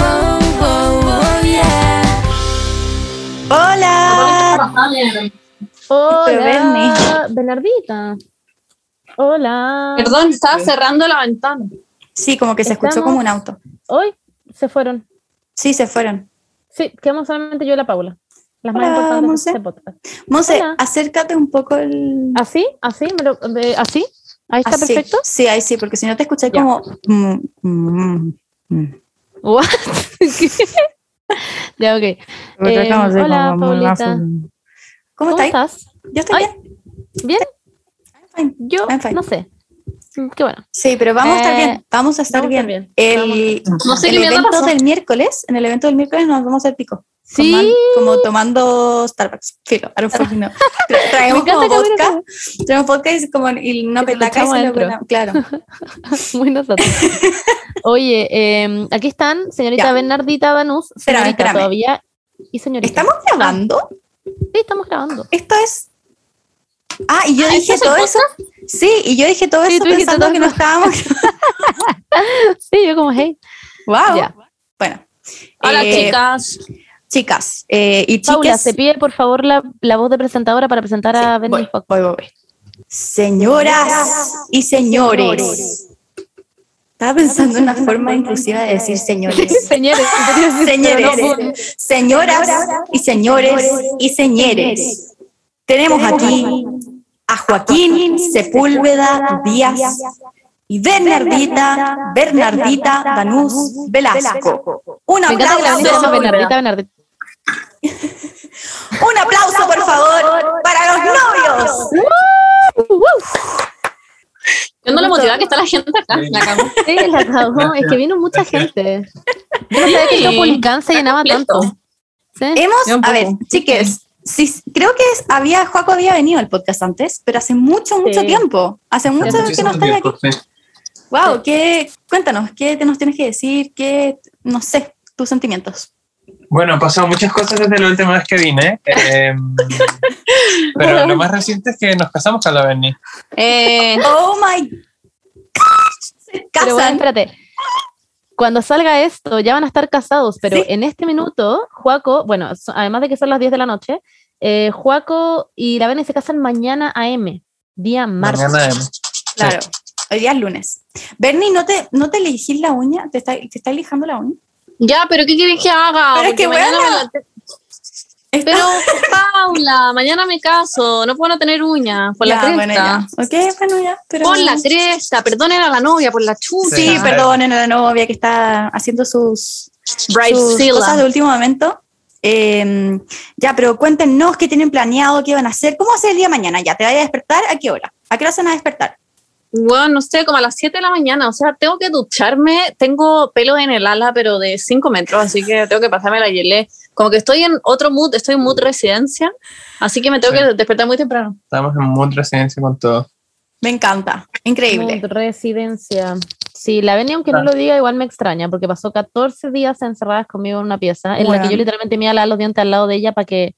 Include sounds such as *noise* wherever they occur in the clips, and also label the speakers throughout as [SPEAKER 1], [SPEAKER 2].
[SPEAKER 1] Ah, Hola.
[SPEAKER 2] Hola, Belardita. Hola.
[SPEAKER 1] Perdón, estaba cerrando la ventana.
[SPEAKER 3] Sí, como que se escuchó
[SPEAKER 2] Estamos-
[SPEAKER 3] como un auto.
[SPEAKER 2] Hoy se fueron.
[SPEAKER 3] Sí, se fueron.
[SPEAKER 2] Sí, quedamos solamente yo y la Paula. Las más
[SPEAKER 3] Hola,
[SPEAKER 2] importantes
[SPEAKER 3] Monse.
[SPEAKER 2] de este podcast.
[SPEAKER 3] Monse,
[SPEAKER 2] Hola.
[SPEAKER 3] acércate un poco el...
[SPEAKER 2] ¿Así? ¿Así? ¿Me lo- de- ¿Así? ¿Ahí está
[SPEAKER 3] Así.
[SPEAKER 2] perfecto?
[SPEAKER 3] Ah,
[SPEAKER 2] *laughs*
[SPEAKER 3] Sí, ahí sí, porque si no te escuché
[SPEAKER 2] Ya.
[SPEAKER 3] como... mm, mm, mm.
[SPEAKER 2] What? ¿Qué? ya, ok. Eh, hola, Paulita.
[SPEAKER 3] ¿Cómo,
[SPEAKER 2] ¿Cómo
[SPEAKER 3] estás?
[SPEAKER 2] estás?
[SPEAKER 3] Yo estoy
[SPEAKER 2] Ay.
[SPEAKER 3] bien.
[SPEAKER 2] ¿Bien?
[SPEAKER 3] fine.
[SPEAKER 2] Yo
[SPEAKER 3] I'm fine.
[SPEAKER 2] no sé. Mm, Qué bueno.
[SPEAKER 3] Sí, pero vamos a estar bien. Vamos a estar
[SPEAKER 2] Eh, vamos a
[SPEAKER 3] bien.
[SPEAKER 2] estar bien.
[SPEAKER 3] El,
[SPEAKER 1] No sé
[SPEAKER 3] el
[SPEAKER 1] qué mierda
[SPEAKER 3] evento
[SPEAKER 1] pasó.
[SPEAKER 3] del miércoles, en el evento del miércoles nos vamos a hacer pico.
[SPEAKER 2] *laughs* Sí.
[SPEAKER 3] Como tomando Starbucks. Filo, I don't fucking know.
[SPEAKER 2] *laughs*
[SPEAKER 3] Tra- Traemos
[SPEAKER 2] Me encanta
[SPEAKER 3] como
[SPEAKER 2] que hubiera
[SPEAKER 3] vodka. Traemos vodka y como y una
[SPEAKER 2] lo
[SPEAKER 3] petaca y
[SPEAKER 2] echamos
[SPEAKER 3] se lo
[SPEAKER 2] adentro.
[SPEAKER 3] ponemos-
[SPEAKER 2] *laughs*
[SPEAKER 3] Claro.
[SPEAKER 2] Muy nosotros. Oye, eh, aquí están señorita
[SPEAKER 3] Ya.
[SPEAKER 2] Bernardita Danús,
[SPEAKER 3] Espérame,
[SPEAKER 2] señorita
[SPEAKER 3] espérame.
[SPEAKER 2] todavía y señorita.
[SPEAKER 3] ¿Estamos grabando?
[SPEAKER 2] Sí, estamos grabando.
[SPEAKER 3] Esto es. Ah, y yo
[SPEAKER 1] Ah,
[SPEAKER 3] dije
[SPEAKER 1] ¿esto
[SPEAKER 3] todo
[SPEAKER 1] es
[SPEAKER 3] eso. Sí, y yo dije todo
[SPEAKER 2] Sí,
[SPEAKER 3] eso
[SPEAKER 2] tú dijiste
[SPEAKER 3] pensando
[SPEAKER 2] todo
[SPEAKER 3] que no
[SPEAKER 2] *laughs*
[SPEAKER 3] estábamos.
[SPEAKER 2] Sí, yo como hey.
[SPEAKER 3] ¡Wow!
[SPEAKER 2] Ya.
[SPEAKER 3] Bueno.
[SPEAKER 1] Hola,
[SPEAKER 3] eh,
[SPEAKER 1] chicas.
[SPEAKER 3] Chicas eh, y chicas.
[SPEAKER 2] Paula, se pide por favor la, la voz de presentadora para presentar a
[SPEAKER 3] voy,
[SPEAKER 2] Benny
[SPEAKER 3] voy,
[SPEAKER 2] Fox.
[SPEAKER 3] voy, voy. Señoras y señores. Estaba pensando en una forma inclusiva de decir
[SPEAKER 2] *laughs*
[SPEAKER 3] señores.
[SPEAKER 2] Señores,
[SPEAKER 3] *laughs* Señores, señoras y señores y señores. Tenemos aquí a Joaquín Sepúlveda Díaz y Bernardita, Bernardita Danús Velasco. Un
[SPEAKER 2] me encanta que la
[SPEAKER 3] aplauso,
[SPEAKER 2] gente se llama Bernardita, Bernardita.
[SPEAKER 3] un aplauso por favor para los novios.
[SPEAKER 1] Yo no lo motivaba que está la gente acá. La cagó.
[SPEAKER 2] Sí, la cagó, es que vino mucha gente. Yo no sabía que el
[SPEAKER 1] Sí.
[SPEAKER 2] Copolicán se llenaba
[SPEAKER 1] completo.
[SPEAKER 2] tanto. Sí.
[SPEAKER 1] Ya un
[SPEAKER 3] Hemos, a
[SPEAKER 1] poco.
[SPEAKER 3] ver, chicas, sí, creo que es- había, Joaco había venido al podcast antes, pero hace mucho, mucho
[SPEAKER 2] Sí.
[SPEAKER 3] tiempo. Hace mucho que no
[SPEAKER 4] Muchísimo
[SPEAKER 3] estáis aquí.
[SPEAKER 4] tiempo, sí.
[SPEAKER 3] Wow, ¿qué? Cuéntanos, ¿qué te nos tienes que decir? ¿Qué, no sé, tus sentimientos?
[SPEAKER 4] Bueno, han pasado muchas cosas desde la última vez que vine.
[SPEAKER 3] *laughs*
[SPEAKER 4] eh, pero lo más reciente es que nos casamos con la Berni.
[SPEAKER 1] Eh,
[SPEAKER 3] *laughs* Oh my God. Se
[SPEAKER 2] Pero bueno,
[SPEAKER 3] casan.
[SPEAKER 2] espérate. Cuando salga esto, ya van a estar casados, pero
[SPEAKER 3] Sí.
[SPEAKER 2] en este minuto, Juaco, bueno, so- además de que son las 10 de la noche, eh, Juaco y la Beni se casan mañana a M, día martes.
[SPEAKER 4] Mañana eh,
[SPEAKER 3] claro, hoy día es lunes. Bernie, ¿no te, no te elegís la uña? ¿Te está, te está lijando la uña?
[SPEAKER 1] *laughs* ya, pero ¿qué quieres que haga?
[SPEAKER 3] Pero es
[SPEAKER 1] Porque
[SPEAKER 3] que,
[SPEAKER 1] mañana
[SPEAKER 3] bueno.
[SPEAKER 1] me la te-
[SPEAKER 3] Está-
[SPEAKER 1] Pero, Paula, mañana me caso. No puedo no tener uñas por la
[SPEAKER 3] Ya,
[SPEAKER 1] cresta.
[SPEAKER 3] bueno, ya. Ok, bueno, ya. Pero...
[SPEAKER 1] Por la cresta. Perdonen a la novia por la chucha.
[SPEAKER 3] Sí,
[SPEAKER 4] Ah.
[SPEAKER 3] perdonen a la novia que está haciendo sus, sus
[SPEAKER 1] Bridezilla.
[SPEAKER 3] cosas de último momento. Eh, ya, pero cuéntenos qué tienen planeado, qué van a hacer, cómo va a ser el día de mañana. Ya, ¿te vas a despertar? ¿A qué hora? ¿A qué hora se van a despertar?
[SPEAKER 1] Bueno, no sé, como a las 7 de la mañana, o sea, tengo que ducharme, tengo pelo en el ala, pero de 5 metros, así que tengo que pasarme la gelé. Como que estoy en otro mood, estoy en mood residencia, así que me tengo
[SPEAKER 4] Sí.
[SPEAKER 1] que despertar muy temprano.
[SPEAKER 4] Estamos en Mood Residencia con todo.
[SPEAKER 3] Me encanta, increíble.
[SPEAKER 2] Mont Residencia. Sí, la Beni, aunque no lo diga, igual me extraña, porque pasó 14 días encerradas conmigo en una pieza, en la que
[SPEAKER 3] Bueno.
[SPEAKER 2] yo literalmente me iba a lavar los dientes al lado de ella para que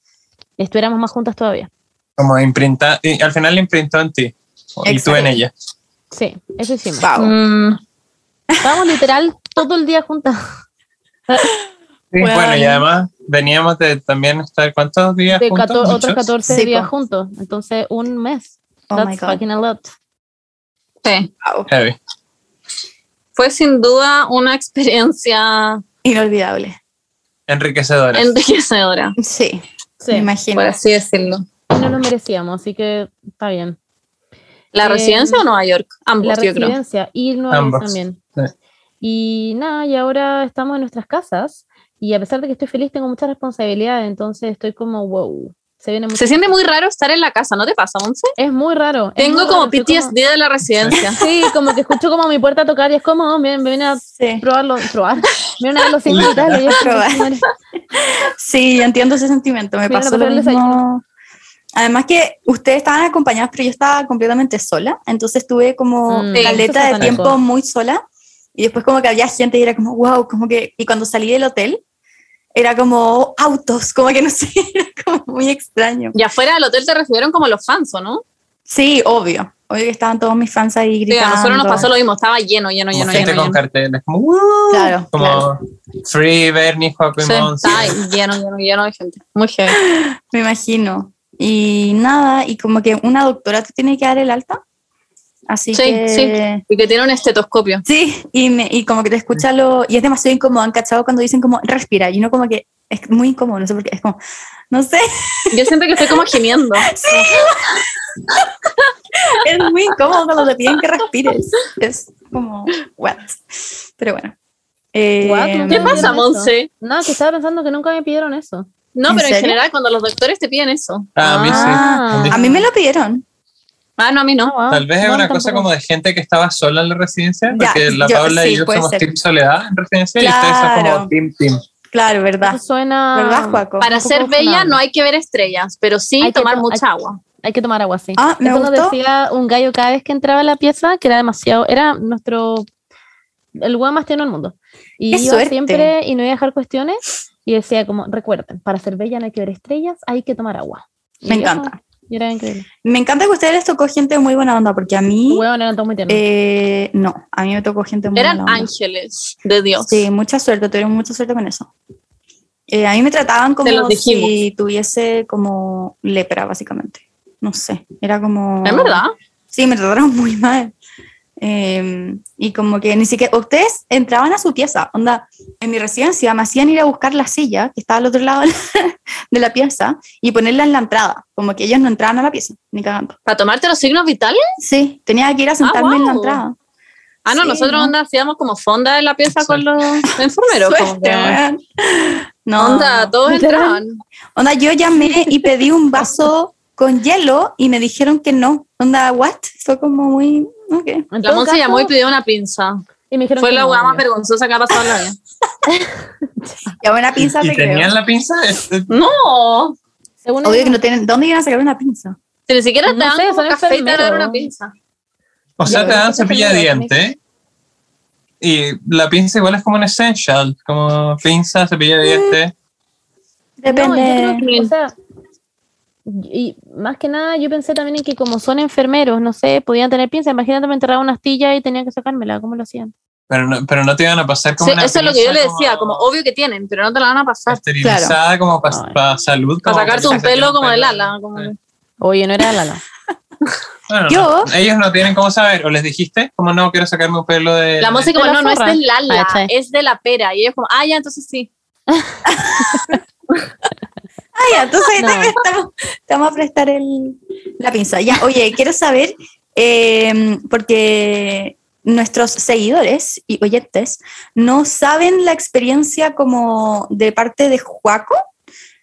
[SPEAKER 2] estuviéramos más juntas todavía.
[SPEAKER 4] Como imprinta, y al final imprintó en ti. Y tú en
[SPEAKER 3] Exacto.
[SPEAKER 4] ella.
[SPEAKER 2] Sí, eso hicimos.
[SPEAKER 3] Wow.
[SPEAKER 1] Mm,
[SPEAKER 2] Estábamos literal todo el día juntas.
[SPEAKER 4] Sí,
[SPEAKER 3] Bueno.
[SPEAKER 4] Bueno, y además veníamos de también estar, ¿cuántos días
[SPEAKER 2] de
[SPEAKER 4] juntos?
[SPEAKER 2] 14 otros
[SPEAKER 4] Muchos.
[SPEAKER 2] 14
[SPEAKER 3] Sí,
[SPEAKER 2] días
[SPEAKER 3] po.
[SPEAKER 2] juntos. Entonces, un mes.
[SPEAKER 3] Oh my
[SPEAKER 2] That's
[SPEAKER 3] God.
[SPEAKER 2] fucking a lot.
[SPEAKER 1] sí.
[SPEAKER 3] Wow.
[SPEAKER 4] Heavy.
[SPEAKER 1] Fue sin duda una experiencia
[SPEAKER 3] Inolvidable.
[SPEAKER 4] Enriquecedora.
[SPEAKER 1] enriquecedora,
[SPEAKER 3] Sí, me
[SPEAKER 2] Sí.
[SPEAKER 3] imagino.
[SPEAKER 1] por así decirlo.
[SPEAKER 2] Y no lo merecíamos, así que está bien.
[SPEAKER 1] ¿La
[SPEAKER 2] Eh,
[SPEAKER 1] residencia o Nueva York? Ambos,
[SPEAKER 2] La
[SPEAKER 1] yo creo.
[SPEAKER 2] residencia y Nueva York
[SPEAKER 4] Ambos,
[SPEAKER 2] también.
[SPEAKER 4] sí.
[SPEAKER 2] Y nada, y ahora estamos en nuestras casas. Y a pesar de que estoy feliz, tengo muchas responsabilidades. Entonces, estoy como wow. Se viene mucho.
[SPEAKER 1] Se siente muy raro estar en la casa, ¿no te pasa, Monse?
[SPEAKER 2] Es muy raro. es
[SPEAKER 1] Tengo
[SPEAKER 2] muy
[SPEAKER 1] como
[SPEAKER 2] raro, estoy
[SPEAKER 1] PTSD de la residencia.
[SPEAKER 2] Sí, como que escucho como mi puerta tocar y es como, oh, me, me viene a
[SPEAKER 3] Sí.
[SPEAKER 2] probarlo, probar. Me viene a dar los invitados y es como,
[SPEAKER 3] Probar.
[SPEAKER 2] madre,
[SPEAKER 3] Sí, yo entiendo ese sentimiento, me
[SPEAKER 2] Mira,
[SPEAKER 3] pasó
[SPEAKER 2] me
[SPEAKER 3] lo
[SPEAKER 2] pasó el
[SPEAKER 3] mismo. Además que ustedes estaban acompañados, pero yo estaba completamente sola, entonces tuve como
[SPEAKER 2] Mm,
[SPEAKER 3] la
[SPEAKER 1] Sí,
[SPEAKER 2] eso
[SPEAKER 3] letra
[SPEAKER 2] es
[SPEAKER 3] de
[SPEAKER 2] satánico.
[SPEAKER 3] tiempo muy sola y después como que había gente y era como, wow, como que, y cuando salí del hotel era como autos, como que no sé, *laughs* era como muy extraño.
[SPEAKER 1] Y afuera del hotel te recibieron como los fans, ¿o no?
[SPEAKER 3] Sí, obvio, obvio que estaban todos mis fans ahí
[SPEAKER 1] Sí,
[SPEAKER 3] gritando.
[SPEAKER 1] a nosotros nos pasó lo mismo, estaba lleno, lleno,
[SPEAKER 4] como
[SPEAKER 1] lleno,
[SPEAKER 4] gente
[SPEAKER 1] lleno. lleno.
[SPEAKER 4] con carteles. Como, "Uh",
[SPEAKER 3] Claro,
[SPEAKER 4] como
[SPEAKER 3] claro,
[SPEAKER 4] Free, Bernie, Joaquín
[SPEAKER 1] Sí,
[SPEAKER 4] Monsi.
[SPEAKER 1] estaba lleno, lleno, lleno de gente. Muy heavy.
[SPEAKER 3] me imagino. Y nada, y como que una doctora te tiene que dar el alta. Así
[SPEAKER 1] Sí,
[SPEAKER 3] que.
[SPEAKER 1] sí. Y que tiene un estetoscopio.
[SPEAKER 3] Sí, y, me- y como que te escucha lo. Y es demasiado incómodo, ¿han cachado? Cuando dicen como respira, y uno como que es muy incómodo, no sé por qué, es como, no sé, *laughs*
[SPEAKER 1] Yo siento que estoy como
[SPEAKER 2] *laughs*
[SPEAKER 1] gimiendo. *laughs*
[SPEAKER 3] es muy incómodo cuando te piden que respires. Es como, what? Pero bueno. Eh,
[SPEAKER 2] What, no
[SPEAKER 1] ¿Qué
[SPEAKER 2] me
[SPEAKER 1] pasa,
[SPEAKER 2] pidieron eso.
[SPEAKER 1] Monse?
[SPEAKER 2] No, que estaba pensando que nunca me pidieron eso.
[SPEAKER 1] No,
[SPEAKER 3] ¿En
[SPEAKER 1] pero en
[SPEAKER 3] serio?
[SPEAKER 1] general cuando los doctores te piden eso.
[SPEAKER 4] Ah, a mí
[SPEAKER 3] Ah,
[SPEAKER 4] sí.
[SPEAKER 3] a mí me lo pidieron.
[SPEAKER 1] Ah, no, a mí no.
[SPEAKER 2] Ah,
[SPEAKER 4] Tal vez es
[SPEAKER 2] no,
[SPEAKER 4] una cosa
[SPEAKER 2] tampoco.
[SPEAKER 4] como de gente que estaba sola en la residencia,
[SPEAKER 3] Ya,
[SPEAKER 4] porque la
[SPEAKER 3] yo-
[SPEAKER 4] Paula
[SPEAKER 3] sí,
[SPEAKER 4] y yo
[SPEAKER 3] puede
[SPEAKER 4] somos
[SPEAKER 3] ser.
[SPEAKER 4] Team Soledad en residencia y ustedes son
[SPEAKER 3] Claro.
[SPEAKER 4] como Team Team.
[SPEAKER 3] Claro, verdad.
[SPEAKER 2] Eso suena.
[SPEAKER 3] ¿Verdad, Joaco?
[SPEAKER 1] Ah, Para
[SPEAKER 2] un poco
[SPEAKER 1] ser bella
[SPEAKER 2] funable.
[SPEAKER 1] no hay que ver estrellas, pero sí
[SPEAKER 2] Hay que
[SPEAKER 1] tomar
[SPEAKER 2] to-
[SPEAKER 1] mucha
[SPEAKER 2] hay-
[SPEAKER 1] agua.
[SPEAKER 2] Hay que tomar agua, sí.
[SPEAKER 3] Ah, me
[SPEAKER 2] Eso nos
[SPEAKER 3] gustó.
[SPEAKER 2] decía un gallo cada vez que entraba a la pieza, que era demasiado, era nuestro, el weón más tierno del mundo. Y
[SPEAKER 3] ¡Qué
[SPEAKER 2] iba
[SPEAKER 3] suerte!
[SPEAKER 2] siempre y no iba a dejar cuestiones y decía como, recuerden, para ser bella no hay que ver estrellas, hay que tomar agua. Y
[SPEAKER 3] Me
[SPEAKER 2] eso-
[SPEAKER 3] encanta.
[SPEAKER 2] Y era increíble.
[SPEAKER 3] Me encanta que a ustedes les tocó gente muy buena onda, porque a mí,
[SPEAKER 2] Weón, eran todos muy tiernos.
[SPEAKER 3] eh, no, a mí me tocó gente muy
[SPEAKER 1] Eran
[SPEAKER 3] buena onda.
[SPEAKER 1] ángeles de Dios.
[SPEAKER 3] Sí, mucha suerte, tuvieron mucha suerte con eso. Eh, a mí me trataban como
[SPEAKER 1] los dijimos.
[SPEAKER 3] si tuviese como lepra, básicamente. No sé, era como...
[SPEAKER 1] ¿Es verdad?
[SPEAKER 3] Sí, me trataron *laughs* muy mal. Eh, y como que ni siquiera... Ustedes entraban a su pieza, onda, en mi residencia me hacían ir a buscar la silla que estaba al otro lado *laughs* de la pieza y ponerla en la entrada, como que ellos no entraban a la pieza, ni cagando.
[SPEAKER 1] ¿Para tomarte los signos vitales?
[SPEAKER 3] Sí, tenía que
[SPEAKER 2] Ah,
[SPEAKER 3] ir a sentarme en la
[SPEAKER 1] guau.
[SPEAKER 3] entrada.
[SPEAKER 1] Ah, no,
[SPEAKER 3] Sí,
[SPEAKER 1] nosotros
[SPEAKER 3] ¿no?
[SPEAKER 1] onda hacíamos como fonda en la pieza con los enfermeros. como
[SPEAKER 2] *laughs*
[SPEAKER 3] Suerte,
[SPEAKER 1] que-
[SPEAKER 3] weón. No,
[SPEAKER 1] onda, todos
[SPEAKER 2] Literal.
[SPEAKER 1] entraban.
[SPEAKER 3] Onda, yo llamé y pedí un vaso con hielo y me dijeron que no. Onda, what? Fue como muy. Ok.
[SPEAKER 2] En
[SPEAKER 1] La
[SPEAKER 2] todo
[SPEAKER 1] Monse
[SPEAKER 2] caso,
[SPEAKER 1] llamó y pidió una pinza.
[SPEAKER 2] y me dijeron
[SPEAKER 1] Fue
[SPEAKER 2] que
[SPEAKER 1] la
[SPEAKER 2] no,
[SPEAKER 1] weá más
[SPEAKER 2] weón.
[SPEAKER 1] vergonzosa que ha pasado en
[SPEAKER 2] *laughs*
[SPEAKER 1] la vida.
[SPEAKER 3] Ya buena pinza
[SPEAKER 4] ¿Y
[SPEAKER 3] te creo.
[SPEAKER 4] tenían la pinza? Este-
[SPEAKER 1] ¡No!
[SPEAKER 2] Según
[SPEAKER 3] Obvio
[SPEAKER 2] ellos,
[SPEAKER 3] que no tienen. ¿Dónde iban a sacar una pinza?
[SPEAKER 1] Si ni siquiera te
[SPEAKER 2] No
[SPEAKER 1] dan
[SPEAKER 2] sé,
[SPEAKER 1] como
[SPEAKER 2] son
[SPEAKER 1] café y te van a dar
[SPEAKER 2] enfermeros.
[SPEAKER 1] una pinza.
[SPEAKER 4] O sea,
[SPEAKER 3] Yo
[SPEAKER 4] te
[SPEAKER 3] creo
[SPEAKER 4] dan
[SPEAKER 3] que se
[SPEAKER 4] cepilla de
[SPEAKER 3] pelearon.
[SPEAKER 4] diente y la pinza igual es como un essential, como pinza, cepilla de diente.
[SPEAKER 2] No, yo creo
[SPEAKER 3] Depende.
[SPEAKER 2] que, o sea, y más que nada yo pensé también en que como son enfermeros, no sé, podían tener pinza. Imagínate me enterraba una astilla y tenía que sacármela, ¿cómo lo hacían?
[SPEAKER 4] Pero no, pero no te iban a pasar como
[SPEAKER 1] Sí,
[SPEAKER 4] una
[SPEAKER 1] eso es lo que yo
[SPEAKER 4] pinza
[SPEAKER 1] le decía, como obvio que tienen, pero no te la van a pasar.
[SPEAKER 4] esterilizada como para
[SPEAKER 2] Ay.
[SPEAKER 4] salud.
[SPEAKER 1] Para
[SPEAKER 4] como
[SPEAKER 1] sacarte
[SPEAKER 4] que
[SPEAKER 1] un
[SPEAKER 4] te saquen
[SPEAKER 1] pelo como del
[SPEAKER 4] pelo.
[SPEAKER 1] ala. como-
[SPEAKER 4] Sí.
[SPEAKER 2] Oye, no era
[SPEAKER 3] *laughs*
[SPEAKER 2] la la.
[SPEAKER 4] Bueno,
[SPEAKER 3] Yo-
[SPEAKER 4] no, ellos no tienen cómo saber. O les dijiste, como no, quiero sacarme un pelo de...
[SPEAKER 1] La música
[SPEAKER 2] de
[SPEAKER 1] como,
[SPEAKER 2] la
[SPEAKER 1] no, no es
[SPEAKER 2] zorra.
[SPEAKER 1] del ala,
[SPEAKER 2] Ah, sí.
[SPEAKER 1] es de la pera. Y ellos como, ah, ya, entonces sí.
[SPEAKER 3] Ah, ya, entonces
[SPEAKER 2] No.
[SPEAKER 3] te, prestamos- te vamos a prestar el, la pinza. Ya, oye, quiero saber, eh, porque nuestros seguidores y oyentes no saben la experiencia como de parte de Juaco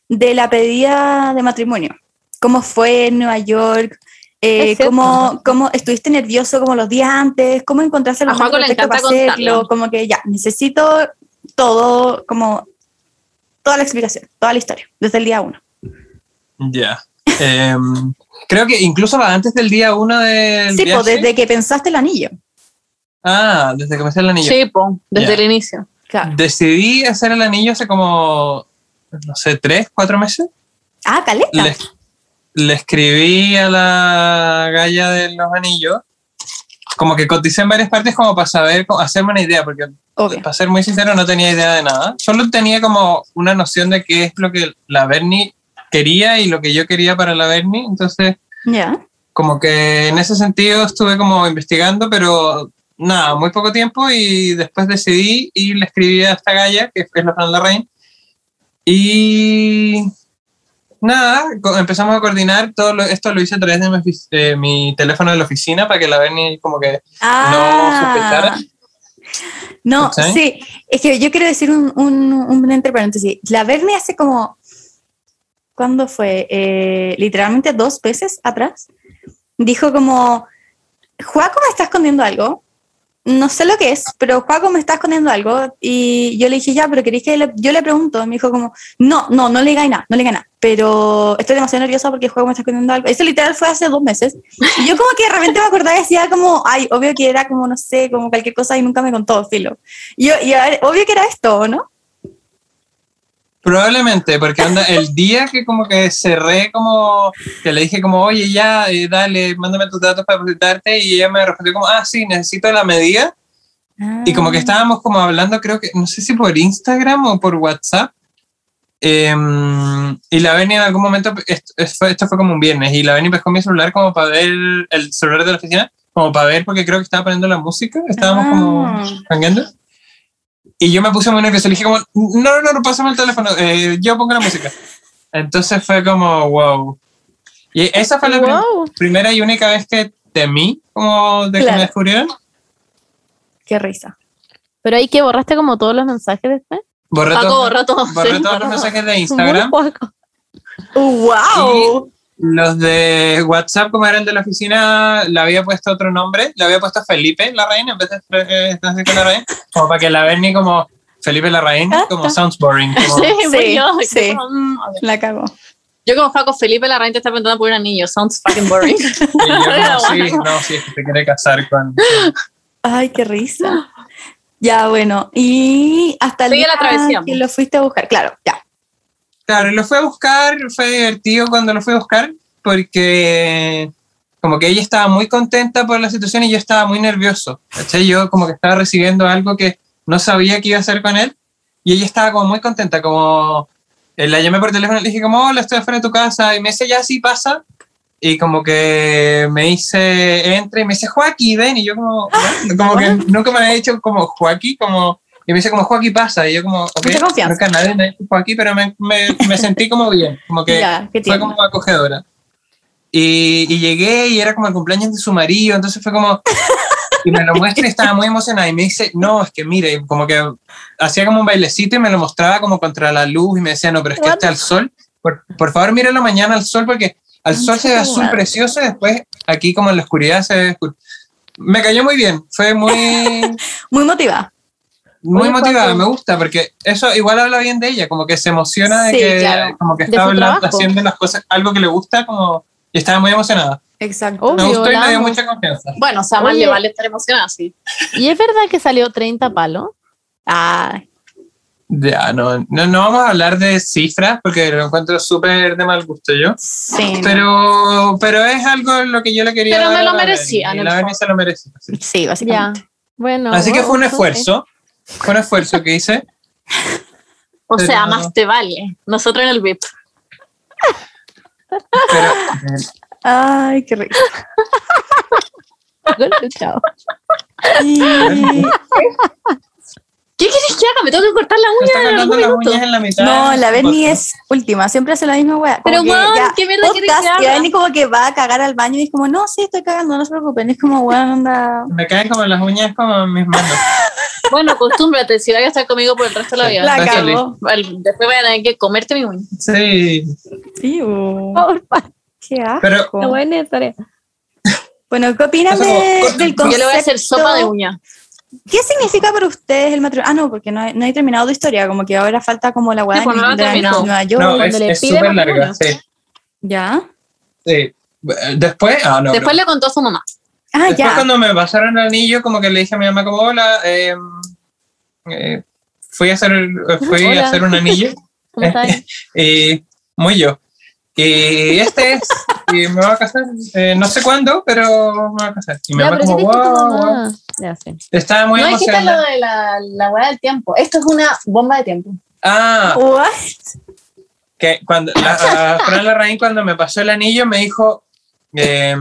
[SPEAKER 3] de la pedida de matrimonio. ¿Cómo fue en Nueva York? Eh,
[SPEAKER 2] Es cierto.
[SPEAKER 3] ¿cómo, cómo estuviste nervioso como los días antes? ¿Cómo encontraste
[SPEAKER 1] A Juaco le
[SPEAKER 3] perfecto
[SPEAKER 1] encanta
[SPEAKER 3] para
[SPEAKER 1] contarlo.
[SPEAKER 3] hacerlo? Como que ya, necesito todo, como toda la explicación, toda la historia, desde el día uno.
[SPEAKER 4] Ya. Em, creo que incluso va antes del día uno del
[SPEAKER 3] Sí,
[SPEAKER 4] viaje.
[SPEAKER 3] pues desde que pensaste el anillo.
[SPEAKER 4] Ah, desde que me hice el anillo.
[SPEAKER 1] Sí, po, desde
[SPEAKER 4] Ya.
[SPEAKER 1] el inicio.
[SPEAKER 3] Claro.
[SPEAKER 4] Decidí hacer el anillo hace como, no sé, tres, cuatro meses.
[SPEAKER 3] Ah, caleta.
[SPEAKER 4] Le, le escribí a la galla de los anillos. Como que coticé en varias partes como para saber, co- hacerme una idea, porque
[SPEAKER 3] Obvio.
[SPEAKER 4] para ser muy sincero no tenía idea de nada. Solo tenía como una noción de qué es lo que la Bernie quería y lo que yo quería para la Bernie. Entonces
[SPEAKER 3] Ya.
[SPEAKER 4] como que en ese sentido estuve como investigando, pero nada, muy poco tiempo y después decidí y le escribí a esta galla, que es la Fran Larraín, y nada, co- empezamos a coordinar, todo lo- esto lo hice a través de mi, ofici- eh, mi teléfono de la oficina para que la Bernie como que...
[SPEAKER 3] Ah. No,
[SPEAKER 4] ¿Cachai?
[SPEAKER 3] sí. Es que yo quiero decir un, un, un entre paréntesis. La Verne hace como. ¿Cuándo fue? Eh, literalmente dos veces atrás. Dijo como. Juaco me está escondiendo algo. No sé lo que es, pero Juaco me está escondiendo algo. Y yo le dije, ya, pero queréis que le- yo le pregunto. Me dijo como, no, no, no le digáis nada, no le digáis nada. Pero estoy demasiado nerviosa porque Juaco me está escondiendo algo. Eso literal fue hace dos meses. Y yo como que de repente me acordaba y decía como, ay, obvio que era como, no sé, como cualquier cosa y nunca me contó, filo. Y, yo, y a ver, obvio que era esto, ¿no?
[SPEAKER 4] Probablemente, porque anda, el día que como que cerré, como que le dije como, oye, ya, eh, dale, mándame tus datos para visitarte, y ella me respondió como, ah, sí, necesito la medida,
[SPEAKER 5] Ah.
[SPEAKER 4] Y como que estábamos como hablando, creo que, no sé si por Instagram o por WhatsApp, Eh, y la Beni en algún momento, esto, esto- esto fue como un viernes, y la Beni pescó mi celular como para ver el celular de la oficina, como para ver, porque creo que estaba poniendo la música, estábamos como
[SPEAKER 5] Ah.
[SPEAKER 4] hangueando. Y yo me puse muy nervioso, le dije como, no, no, no, pásame el teléfono, eh, yo pongo la música. Entonces fue como, wow. Y esa fue la prim-
[SPEAKER 2] Wow.
[SPEAKER 4] primera y única vez que temí, como de que
[SPEAKER 5] Claro.
[SPEAKER 4] me descubrieron.
[SPEAKER 5] Qué risa.
[SPEAKER 2] Pero ahí que borraste como todos los mensajes después.
[SPEAKER 4] Borré,
[SPEAKER 1] Paco
[SPEAKER 4] todos-
[SPEAKER 1] borró
[SPEAKER 4] *laughs*
[SPEAKER 1] todo.
[SPEAKER 4] borré
[SPEAKER 1] sí.
[SPEAKER 4] todos
[SPEAKER 2] *laughs*
[SPEAKER 4] los mensajes de Instagram.
[SPEAKER 2] Muy poco.
[SPEAKER 5] ¡Wow!
[SPEAKER 4] Los de WhatsApp, como eran de la oficina, le había puesto otro nombre, le había puesto Felipe Larraín en vez de eh, Francisco Larraín, como para que la Berni como Felipe Larraín, como sounds boring. como-
[SPEAKER 1] Sí,
[SPEAKER 5] Sí,
[SPEAKER 1] sí, yo,
[SPEAKER 5] sí.
[SPEAKER 1] yo como, mm, ok.
[SPEAKER 5] La cago.
[SPEAKER 1] Yo como Paco Felipe la te está preguntando por un anillo. Sounds fucking
[SPEAKER 4] *laughs*
[SPEAKER 1] boring.
[SPEAKER 4] y yo como, sí,
[SPEAKER 1] *laughs*
[SPEAKER 4] no, sí, es que te quiere casar con...
[SPEAKER 5] Ay, qué risa. Ya, bueno, y hasta el
[SPEAKER 1] Sigue la
[SPEAKER 5] día
[SPEAKER 1] travesía.
[SPEAKER 5] que lo fuiste a buscar. Claro, ya.
[SPEAKER 4] Claro, y lo fui a buscar, fue divertido cuando lo fui a buscar, porque como que ella estaba muy contenta por la situación y yo estaba muy nervioso. ¿cachai? Yo como que estaba recibiendo algo que no sabía qué iba a hacer con él y ella estaba como muy contenta, como eh, la llamé por teléfono y le dije como, hola, estoy afuera de tu casa y me dice, ya sí pasa. Y como que me dice, entra y me dice, Joaquín, ven. Y yo como, "What?". como
[SPEAKER 5] Ah.
[SPEAKER 4] que nunca me había dicho como Joaquín, como... Y me dice como, Joaquín pasa. Y yo como, ok,
[SPEAKER 5] Mucha confianza.
[SPEAKER 4] nunca nadie me dijo Joaquín, pero me, me- me sentí como bien. Como
[SPEAKER 3] *laughs*
[SPEAKER 4] que
[SPEAKER 5] ya, qué
[SPEAKER 4] fue
[SPEAKER 5] tiempo.
[SPEAKER 4] como acogedora. Y, y llegué y era como el cumpleaños de su marido, entonces fue como... Y me lo muestra y estaba muy emocionada y me dice, no, es que mire, y como que hacía como un bailecito y me lo mostraba como contra la luz y me decía, no, pero es que
[SPEAKER 2] What?
[SPEAKER 4] está al sol, por, por favor míralo mañana al sol porque al sol se ve azul
[SPEAKER 5] madre.
[SPEAKER 4] precioso y después aquí como en la oscuridad se ve oscuro. Me cayó muy bien, fue muy,
[SPEAKER 5] Muy motivada.
[SPEAKER 4] muy
[SPEAKER 2] Oye,
[SPEAKER 4] motivada,
[SPEAKER 2] Joaquín.
[SPEAKER 4] me gusta porque eso igual habla bien de ella, como que se emociona de
[SPEAKER 5] Sí,
[SPEAKER 4] que
[SPEAKER 5] claro,
[SPEAKER 4] como que
[SPEAKER 2] de
[SPEAKER 4] está
[SPEAKER 2] su
[SPEAKER 4] hablando,
[SPEAKER 2] trabajo.
[SPEAKER 4] haciendo las cosas, algo que le gusta, como y estaba muy emocionada.
[SPEAKER 5] Exacto.
[SPEAKER 2] Oh.
[SPEAKER 4] Me
[SPEAKER 2] Obvio,
[SPEAKER 4] gustó y
[SPEAKER 2] la
[SPEAKER 4] me dio
[SPEAKER 2] amo.
[SPEAKER 4] mucha confianza.
[SPEAKER 1] bueno, o sea, más
[SPEAKER 2] Oye.
[SPEAKER 1] le vale estar emocionada, sí.
[SPEAKER 2] ¿Y es verdad que salió 30 palos?
[SPEAKER 5] Ay,
[SPEAKER 4] Ya, no, no, no vamos a hablar de cifras porque lo encuentro súper de mal gusto yo.
[SPEAKER 5] sí. no.
[SPEAKER 4] Pero, pero es algo en lo que yo le quería
[SPEAKER 1] Pero me
[SPEAKER 4] dar a
[SPEAKER 1] lo
[SPEAKER 4] la Berni,
[SPEAKER 1] merecía, en
[SPEAKER 4] Y
[SPEAKER 1] el
[SPEAKER 4] la Berni
[SPEAKER 1] fondo.
[SPEAKER 4] se lo merecía. sí.
[SPEAKER 5] Sí,
[SPEAKER 2] Ya.
[SPEAKER 5] básicamente.
[SPEAKER 2] Bueno.
[SPEAKER 4] Así que
[SPEAKER 2] wow,
[SPEAKER 4] fue un
[SPEAKER 2] entonces-
[SPEAKER 4] esfuerzo. Fue un esfuerzo que hice.
[SPEAKER 1] O
[SPEAKER 4] Pero-
[SPEAKER 1] sea, más te vale. Nosotros en el VIP.
[SPEAKER 4] Pero,
[SPEAKER 5] Ay, qué rico. *laughs*
[SPEAKER 2] Chao.
[SPEAKER 4] *laughs*
[SPEAKER 5] Y-
[SPEAKER 1] ¿Qué quieres que haga? Me tengo que cortar la
[SPEAKER 4] me
[SPEAKER 1] uña.
[SPEAKER 4] están
[SPEAKER 1] en
[SPEAKER 4] cortando
[SPEAKER 1] algún
[SPEAKER 4] las
[SPEAKER 1] minuto.
[SPEAKER 4] uñas en la mitad.
[SPEAKER 5] No, la Berni
[SPEAKER 4] Porque-
[SPEAKER 5] es última, siempre hace la misma weá. Como
[SPEAKER 1] Pero,
[SPEAKER 5] que
[SPEAKER 1] weón,
[SPEAKER 5] ya
[SPEAKER 1] ¿qué mierda quiere que
[SPEAKER 5] podcast,
[SPEAKER 1] haga?
[SPEAKER 5] Y la Berni como que va a cagar al baño y es como, no, sí, estoy cagando, no se preocupen. Es como, weón, anda.
[SPEAKER 4] Me caen como las uñas como en mis manos.
[SPEAKER 1] *laughs* Bueno, acostúmbrate. Si vas a estar conmigo por el resto de la vida.
[SPEAKER 5] La
[SPEAKER 4] Está
[SPEAKER 5] cagó.
[SPEAKER 1] Al- Después voy a tener que comerte mi uña.
[SPEAKER 4] Sí.
[SPEAKER 5] Iu,
[SPEAKER 1] Oh.
[SPEAKER 5] Qué asco.
[SPEAKER 4] Pero-
[SPEAKER 2] La buena historia.
[SPEAKER 5] Bueno, ¿qué opinan
[SPEAKER 4] Eso como,
[SPEAKER 5] de-
[SPEAKER 4] corten,
[SPEAKER 5] del
[SPEAKER 4] corten.
[SPEAKER 5] concepto?
[SPEAKER 1] Yo le voy a hacer sopa de uña.
[SPEAKER 5] ¿Qué significa para ustedes el matrimonio? Ah, no, porque no he, no he terminado tu historia, como que ahora falta como la weá
[SPEAKER 1] Sí, pues no la
[SPEAKER 5] de-
[SPEAKER 1] he
[SPEAKER 5] de
[SPEAKER 1] terminado.
[SPEAKER 5] Nueva York.
[SPEAKER 4] No, es
[SPEAKER 2] cuando le
[SPEAKER 4] es
[SPEAKER 2] pide
[SPEAKER 4] súper larga.
[SPEAKER 2] matrimonio.
[SPEAKER 4] Sí,
[SPEAKER 5] Ya.
[SPEAKER 4] sí. Eh, Después, ah, no,
[SPEAKER 1] Después le
[SPEAKER 4] pero-
[SPEAKER 1] contó a su mamá.
[SPEAKER 5] Ah,
[SPEAKER 4] después
[SPEAKER 5] ya.
[SPEAKER 4] cuando me pasaron el anillo, como que le dije a mi mamá, como, hola, eh, eh, fui, a hacer, fui
[SPEAKER 2] Ah, Hola.
[SPEAKER 4] a hacer
[SPEAKER 2] *laughs*
[SPEAKER 4] un anillo.
[SPEAKER 2] ¿Cómo estás?
[SPEAKER 4] Eh, muy yo. Y este es, y me va a casar, eh, no sé cuándo, pero me va a casar. Y mi
[SPEAKER 2] Ya,
[SPEAKER 4] mamá
[SPEAKER 2] pero sí
[SPEAKER 4] como,
[SPEAKER 2] te dijiste tu
[SPEAKER 4] wow, wow.
[SPEAKER 2] mamá. Ya sé.
[SPEAKER 4] Estaba muy
[SPEAKER 1] no dijiste lo
[SPEAKER 4] emocionada.
[SPEAKER 1] de la, la hueá del tiempo. Esto es una bomba de tiempo.
[SPEAKER 4] Ah,
[SPEAKER 5] *laughs* What?
[SPEAKER 4] que cuando la, a Fran Larraín cuando me pasó el anillo me dijo eh,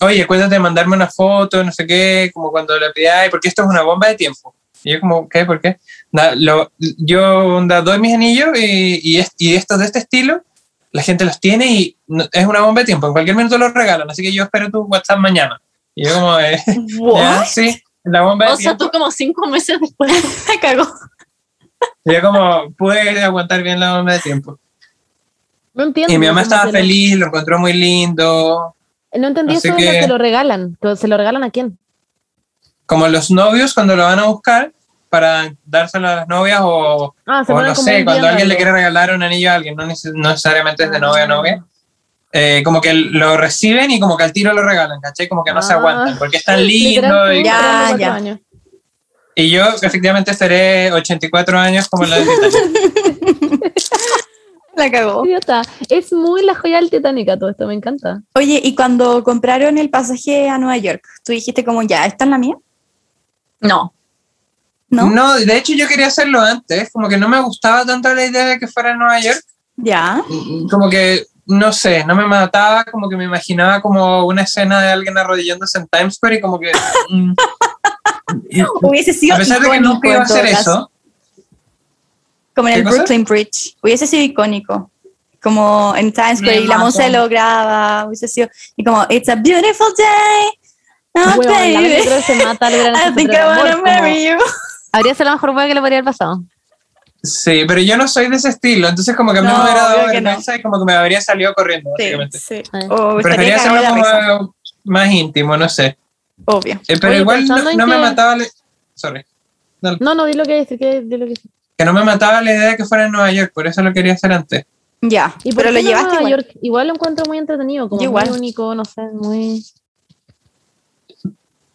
[SPEAKER 4] oye acuérdate de mandarme una foto no sé qué como cuando le pidáis porque esto es una bomba de tiempo y yo como ¿qué? ¿por qué? Da- lo- yo onda, doy mis anillos y, y, es- y estos de este estilo la gente los tiene y no- es una bomba de tiempo en cualquier minuto los regalan así que yo espero tu whatsapp mañana y yo como eh, *laughs* ya,
[SPEAKER 5] What?
[SPEAKER 4] sí la bomba de
[SPEAKER 1] O sea,
[SPEAKER 4] tiempo
[SPEAKER 1] tú como cinco meses después.
[SPEAKER 2] *laughs*
[SPEAKER 5] La cagó.
[SPEAKER 4] Y yo como pude aguantar bien la bomba de tiempo
[SPEAKER 2] No entiendo.
[SPEAKER 4] y mi
[SPEAKER 2] cómo
[SPEAKER 4] mamá estaba
[SPEAKER 2] se lo-
[SPEAKER 4] feliz lo encontró muy lindo
[SPEAKER 2] No entendí
[SPEAKER 4] Así
[SPEAKER 2] eso de lo
[SPEAKER 4] que-
[SPEAKER 2] que lo regalan. que ¿Se lo regalan a quién?
[SPEAKER 4] como los novios cuando lo van a buscar para dárselo a las novias o,
[SPEAKER 2] Ah, se
[SPEAKER 4] o
[SPEAKER 2] ponen
[SPEAKER 4] no
[SPEAKER 2] como
[SPEAKER 4] Oh, sé,
[SPEAKER 2] un
[SPEAKER 4] cuando
[SPEAKER 2] día
[SPEAKER 4] alguien le
[SPEAKER 2] nuevo.
[SPEAKER 4] quiere regalar un anillo a alguien, no, neces- no necesariamente es de novia a novia, eh, como que lo reciben y como que al tiro lo regalan, ¿cachai? Como que no se
[SPEAKER 2] Ah.
[SPEAKER 4] aguantan porque es tan lindo.
[SPEAKER 2] *laughs* Literal,
[SPEAKER 4] Y,
[SPEAKER 5] Ya,
[SPEAKER 2] cuatro años,
[SPEAKER 5] ya.
[SPEAKER 2] cuatro años.
[SPEAKER 4] y yo efectivamente estaré 84 años como la
[SPEAKER 2] *laughs*
[SPEAKER 4] de Titanic.
[SPEAKER 5] *laughs* La cagó.
[SPEAKER 2] Oh, Idiota. Es muy la joya del Titanic todo esto, me encanta.
[SPEAKER 5] Oye, y cuando compraron el pasaje a Nueva York, tú dijiste como, ya, ¿esta es la mía?
[SPEAKER 1] No.
[SPEAKER 3] ¿No?
[SPEAKER 4] No, de hecho yo quería hacerlo antes, como que no me gustaba tanto la idea de que fuera a Nueva York,
[SPEAKER 3] Ya.
[SPEAKER 4] como que, no sé, no me mataba, como que me imaginaba como una escena de alguien arrodillándose en Times Square y como que... mm,
[SPEAKER 3] Hubiese sido
[SPEAKER 4] a pesar de que
[SPEAKER 3] icónico,
[SPEAKER 4] nunca iba a
[SPEAKER 3] en todo
[SPEAKER 4] hacer
[SPEAKER 3] caso.
[SPEAKER 4] eso,
[SPEAKER 3] Como en
[SPEAKER 4] ¿Qué
[SPEAKER 3] el
[SPEAKER 4] cosa?
[SPEAKER 3] Brooklyn Bridge. Hubiese sido icónico. Como en Times Square
[SPEAKER 4] Me
[SPEAKER 3] y la Monse
[SPEAKER 4] matan.
[SPEAKER 3] lo graba. Hubiese sido. Y como, It's a beautiful day.
[SPEAKER 4] Ah,
[SPEAKER 3] Oh,
[SPEAKER 2] Weón, Ah, la
[SPEAKER 3] baby.
[SPEAKER 2] Mel yo creo que se mata al
[SPEAKER 4] *laughs*
[SPEAKER 3] *laughs*
[SPEAKER 2] gran
[SPEAKER 3] I think
[SPEAKER 2] encuentro
[SPEAKER 3] I
[SPEAKER 2] del
[SPEAKER 3] wanna
[SPEAKER 2] amor, como-
[SPEAKER 3] marry you.
[SPEAKER 2] Habría sido la mejor hueá que le podría haber pasado.
[SPEAKER 4] sí, pero yo no soy de ese estilo, entonces como que a mí
[SPEAKER 3] No,
[SPEAKER 4] me hubiera dado
[SPEAKER 3] obvio que no.
[SPEAKER 4] vergüenza y como que me habría salido corriendo,
[SPEAKER 3] Sí,
[SPEAKER 4] básicamente.
[SPEAKER 3] sí.
[SPEAKER 2] Ay.
[SPEAKER 3] O
[SPEAKER 4] Prefería
[SPEAKER 3] Oh, estaría
[SPEAKER 4] hacerlo
[SPEAKER 3] cagada de la
[SPEAKER 4] como
[SPEAKER 3] risa,
[SPEAKER 4] algo más íntimo, no sé.
[SPEAKER 3] Obvio.
[SPEAKER 4] Eh, pero
[SPEAKER 2] Oye,
[SPEAKER 4] igual
[SPEAKER 2] pensando
[SPEAKER 4] no,
[SPEAKER 2] en
[SPEAKER 4] no me
[SPEAKER 2] que-
[SPEAKER 4] mataba... la- Sorry.
[SPEAKER 2] No, no, di lo que decir, que, di lo que decir.
[SPEAKER 4] Que no me mataba la idea de que fuera en Nueva York, por eso lo quería hacer antes.
[SPEAKER 3] Ya.
[SPEAKER 2] ¿Y por
[SPEAKER 3] Pero
[SPEAKER 2] qué
[SPEAKER 3] lo
[SPEAKER 2] no
[SPEAKER 3] llevaste
[SPEAKER 2] Nueva
[SPEAKER 3] igual.
[SPEAKER 2] York? Igual lo encuentro muy entretenido, como
[SPEAKER 3] Yo
[SPEAKER 2] muy
[SPEAKER 3] igual.
[SPEAKER 2] único, no sé, muy...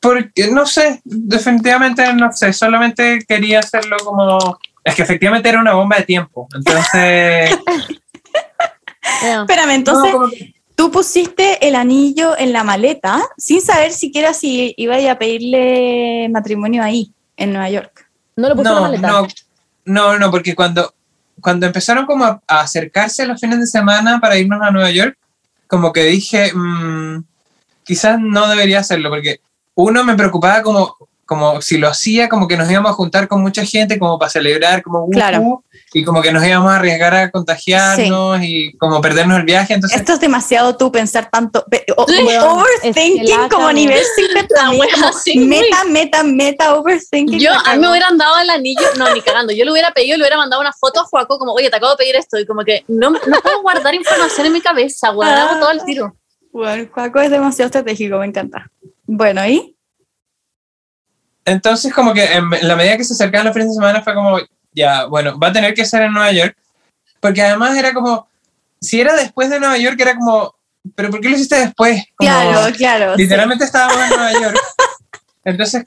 [SPEAKER 4] Porque, no sé, definitivamente no sé, solamente quería hacerlo como... Es que efectivamente era una bomba de tiempo, entonces...
[SPEAKER 2] Ya.
[SPEAKER 3] Espérame,
[SPEAKER 4] No,
[SPEAKER 3] entonces
[SPEAKER 4] como que-
[SPEAKER 3] tú pusiste el anillo en la maleta sin saber siquiera si iba a ir a pedirle matrimonio ahí, en Nueva York.
[SPEAKER 2] No lo puse en la
[SPEAKER 4] no,
[SPEAKER 2] maleta.
[SPEAKER 4] no, no, no, porque cuando, cuando empezaron como a, a acercarse los fines de semana para irnos a Nueva York, como que dije, mm, quizás no debería hacerlo, porque uno me preocupaba como, como si lo hacía, como que nos íbamos a juntar con mucha gente, como para celebrar, como uh,
[SPEAKER 3] Claro.
[SPEAKER 4] uh, y como que nos íbamos a arriesgar a contagiarnos y como perdernos el viaje, entonces
[SPEAKER 3] Esto es demasiado tú pensar tanto, pe- o-
[SPEAKER 1] Sí.
[SPEAKER 3] overthinking
[SPEAKER 2] es que
[SPEAKER 3] como
[SPEAKER 2] la cago.
[SPEAKER 3] nivel 50,
[SPEAKER 1] La
[SPEAKER 3] amiga,
[SPEAKER 1] wea *laughs*
[SPEAKER 3] como
[SPEAKER 1] así,
[SPEAKER 3] meta, meta, meta, overthinking.
[SPEAKER 1] Yo,
[SPEAKER 3] la
[SPEAKER 1] a mí me
[SPEAKER 3] cago.
[SPEAKER 1] hubieran dado el anillo, no, ni cagando. Yo le hubiera pedido, le hubiera mandado una foto a Joaco, como, oye, te acabo de pedir esto. Y como que no, no puedo guardar información en mi cabeza, weón, hago
[SPEAKER 3] Ah,
[SPEAKER 1] todo el tiro.
[SPEAKER 3] Bueno, Cuaco es demasiado estratégico, me encanta. Bueno, ¿y?
[SPEAKER 4] Entonces, como que en la medida que se acercaban los fines de semana, fue como, ya, bueno, va a tener que ser en Nueva York. Porque además era como, si era después de Nueva York, era como, ¿pero por qué lo hiciste después? Como,
[SPEAKER 3] Claro, claro. sí.
[SPEAKER 4] Literalmente estábamos en Nueva York. Entonces,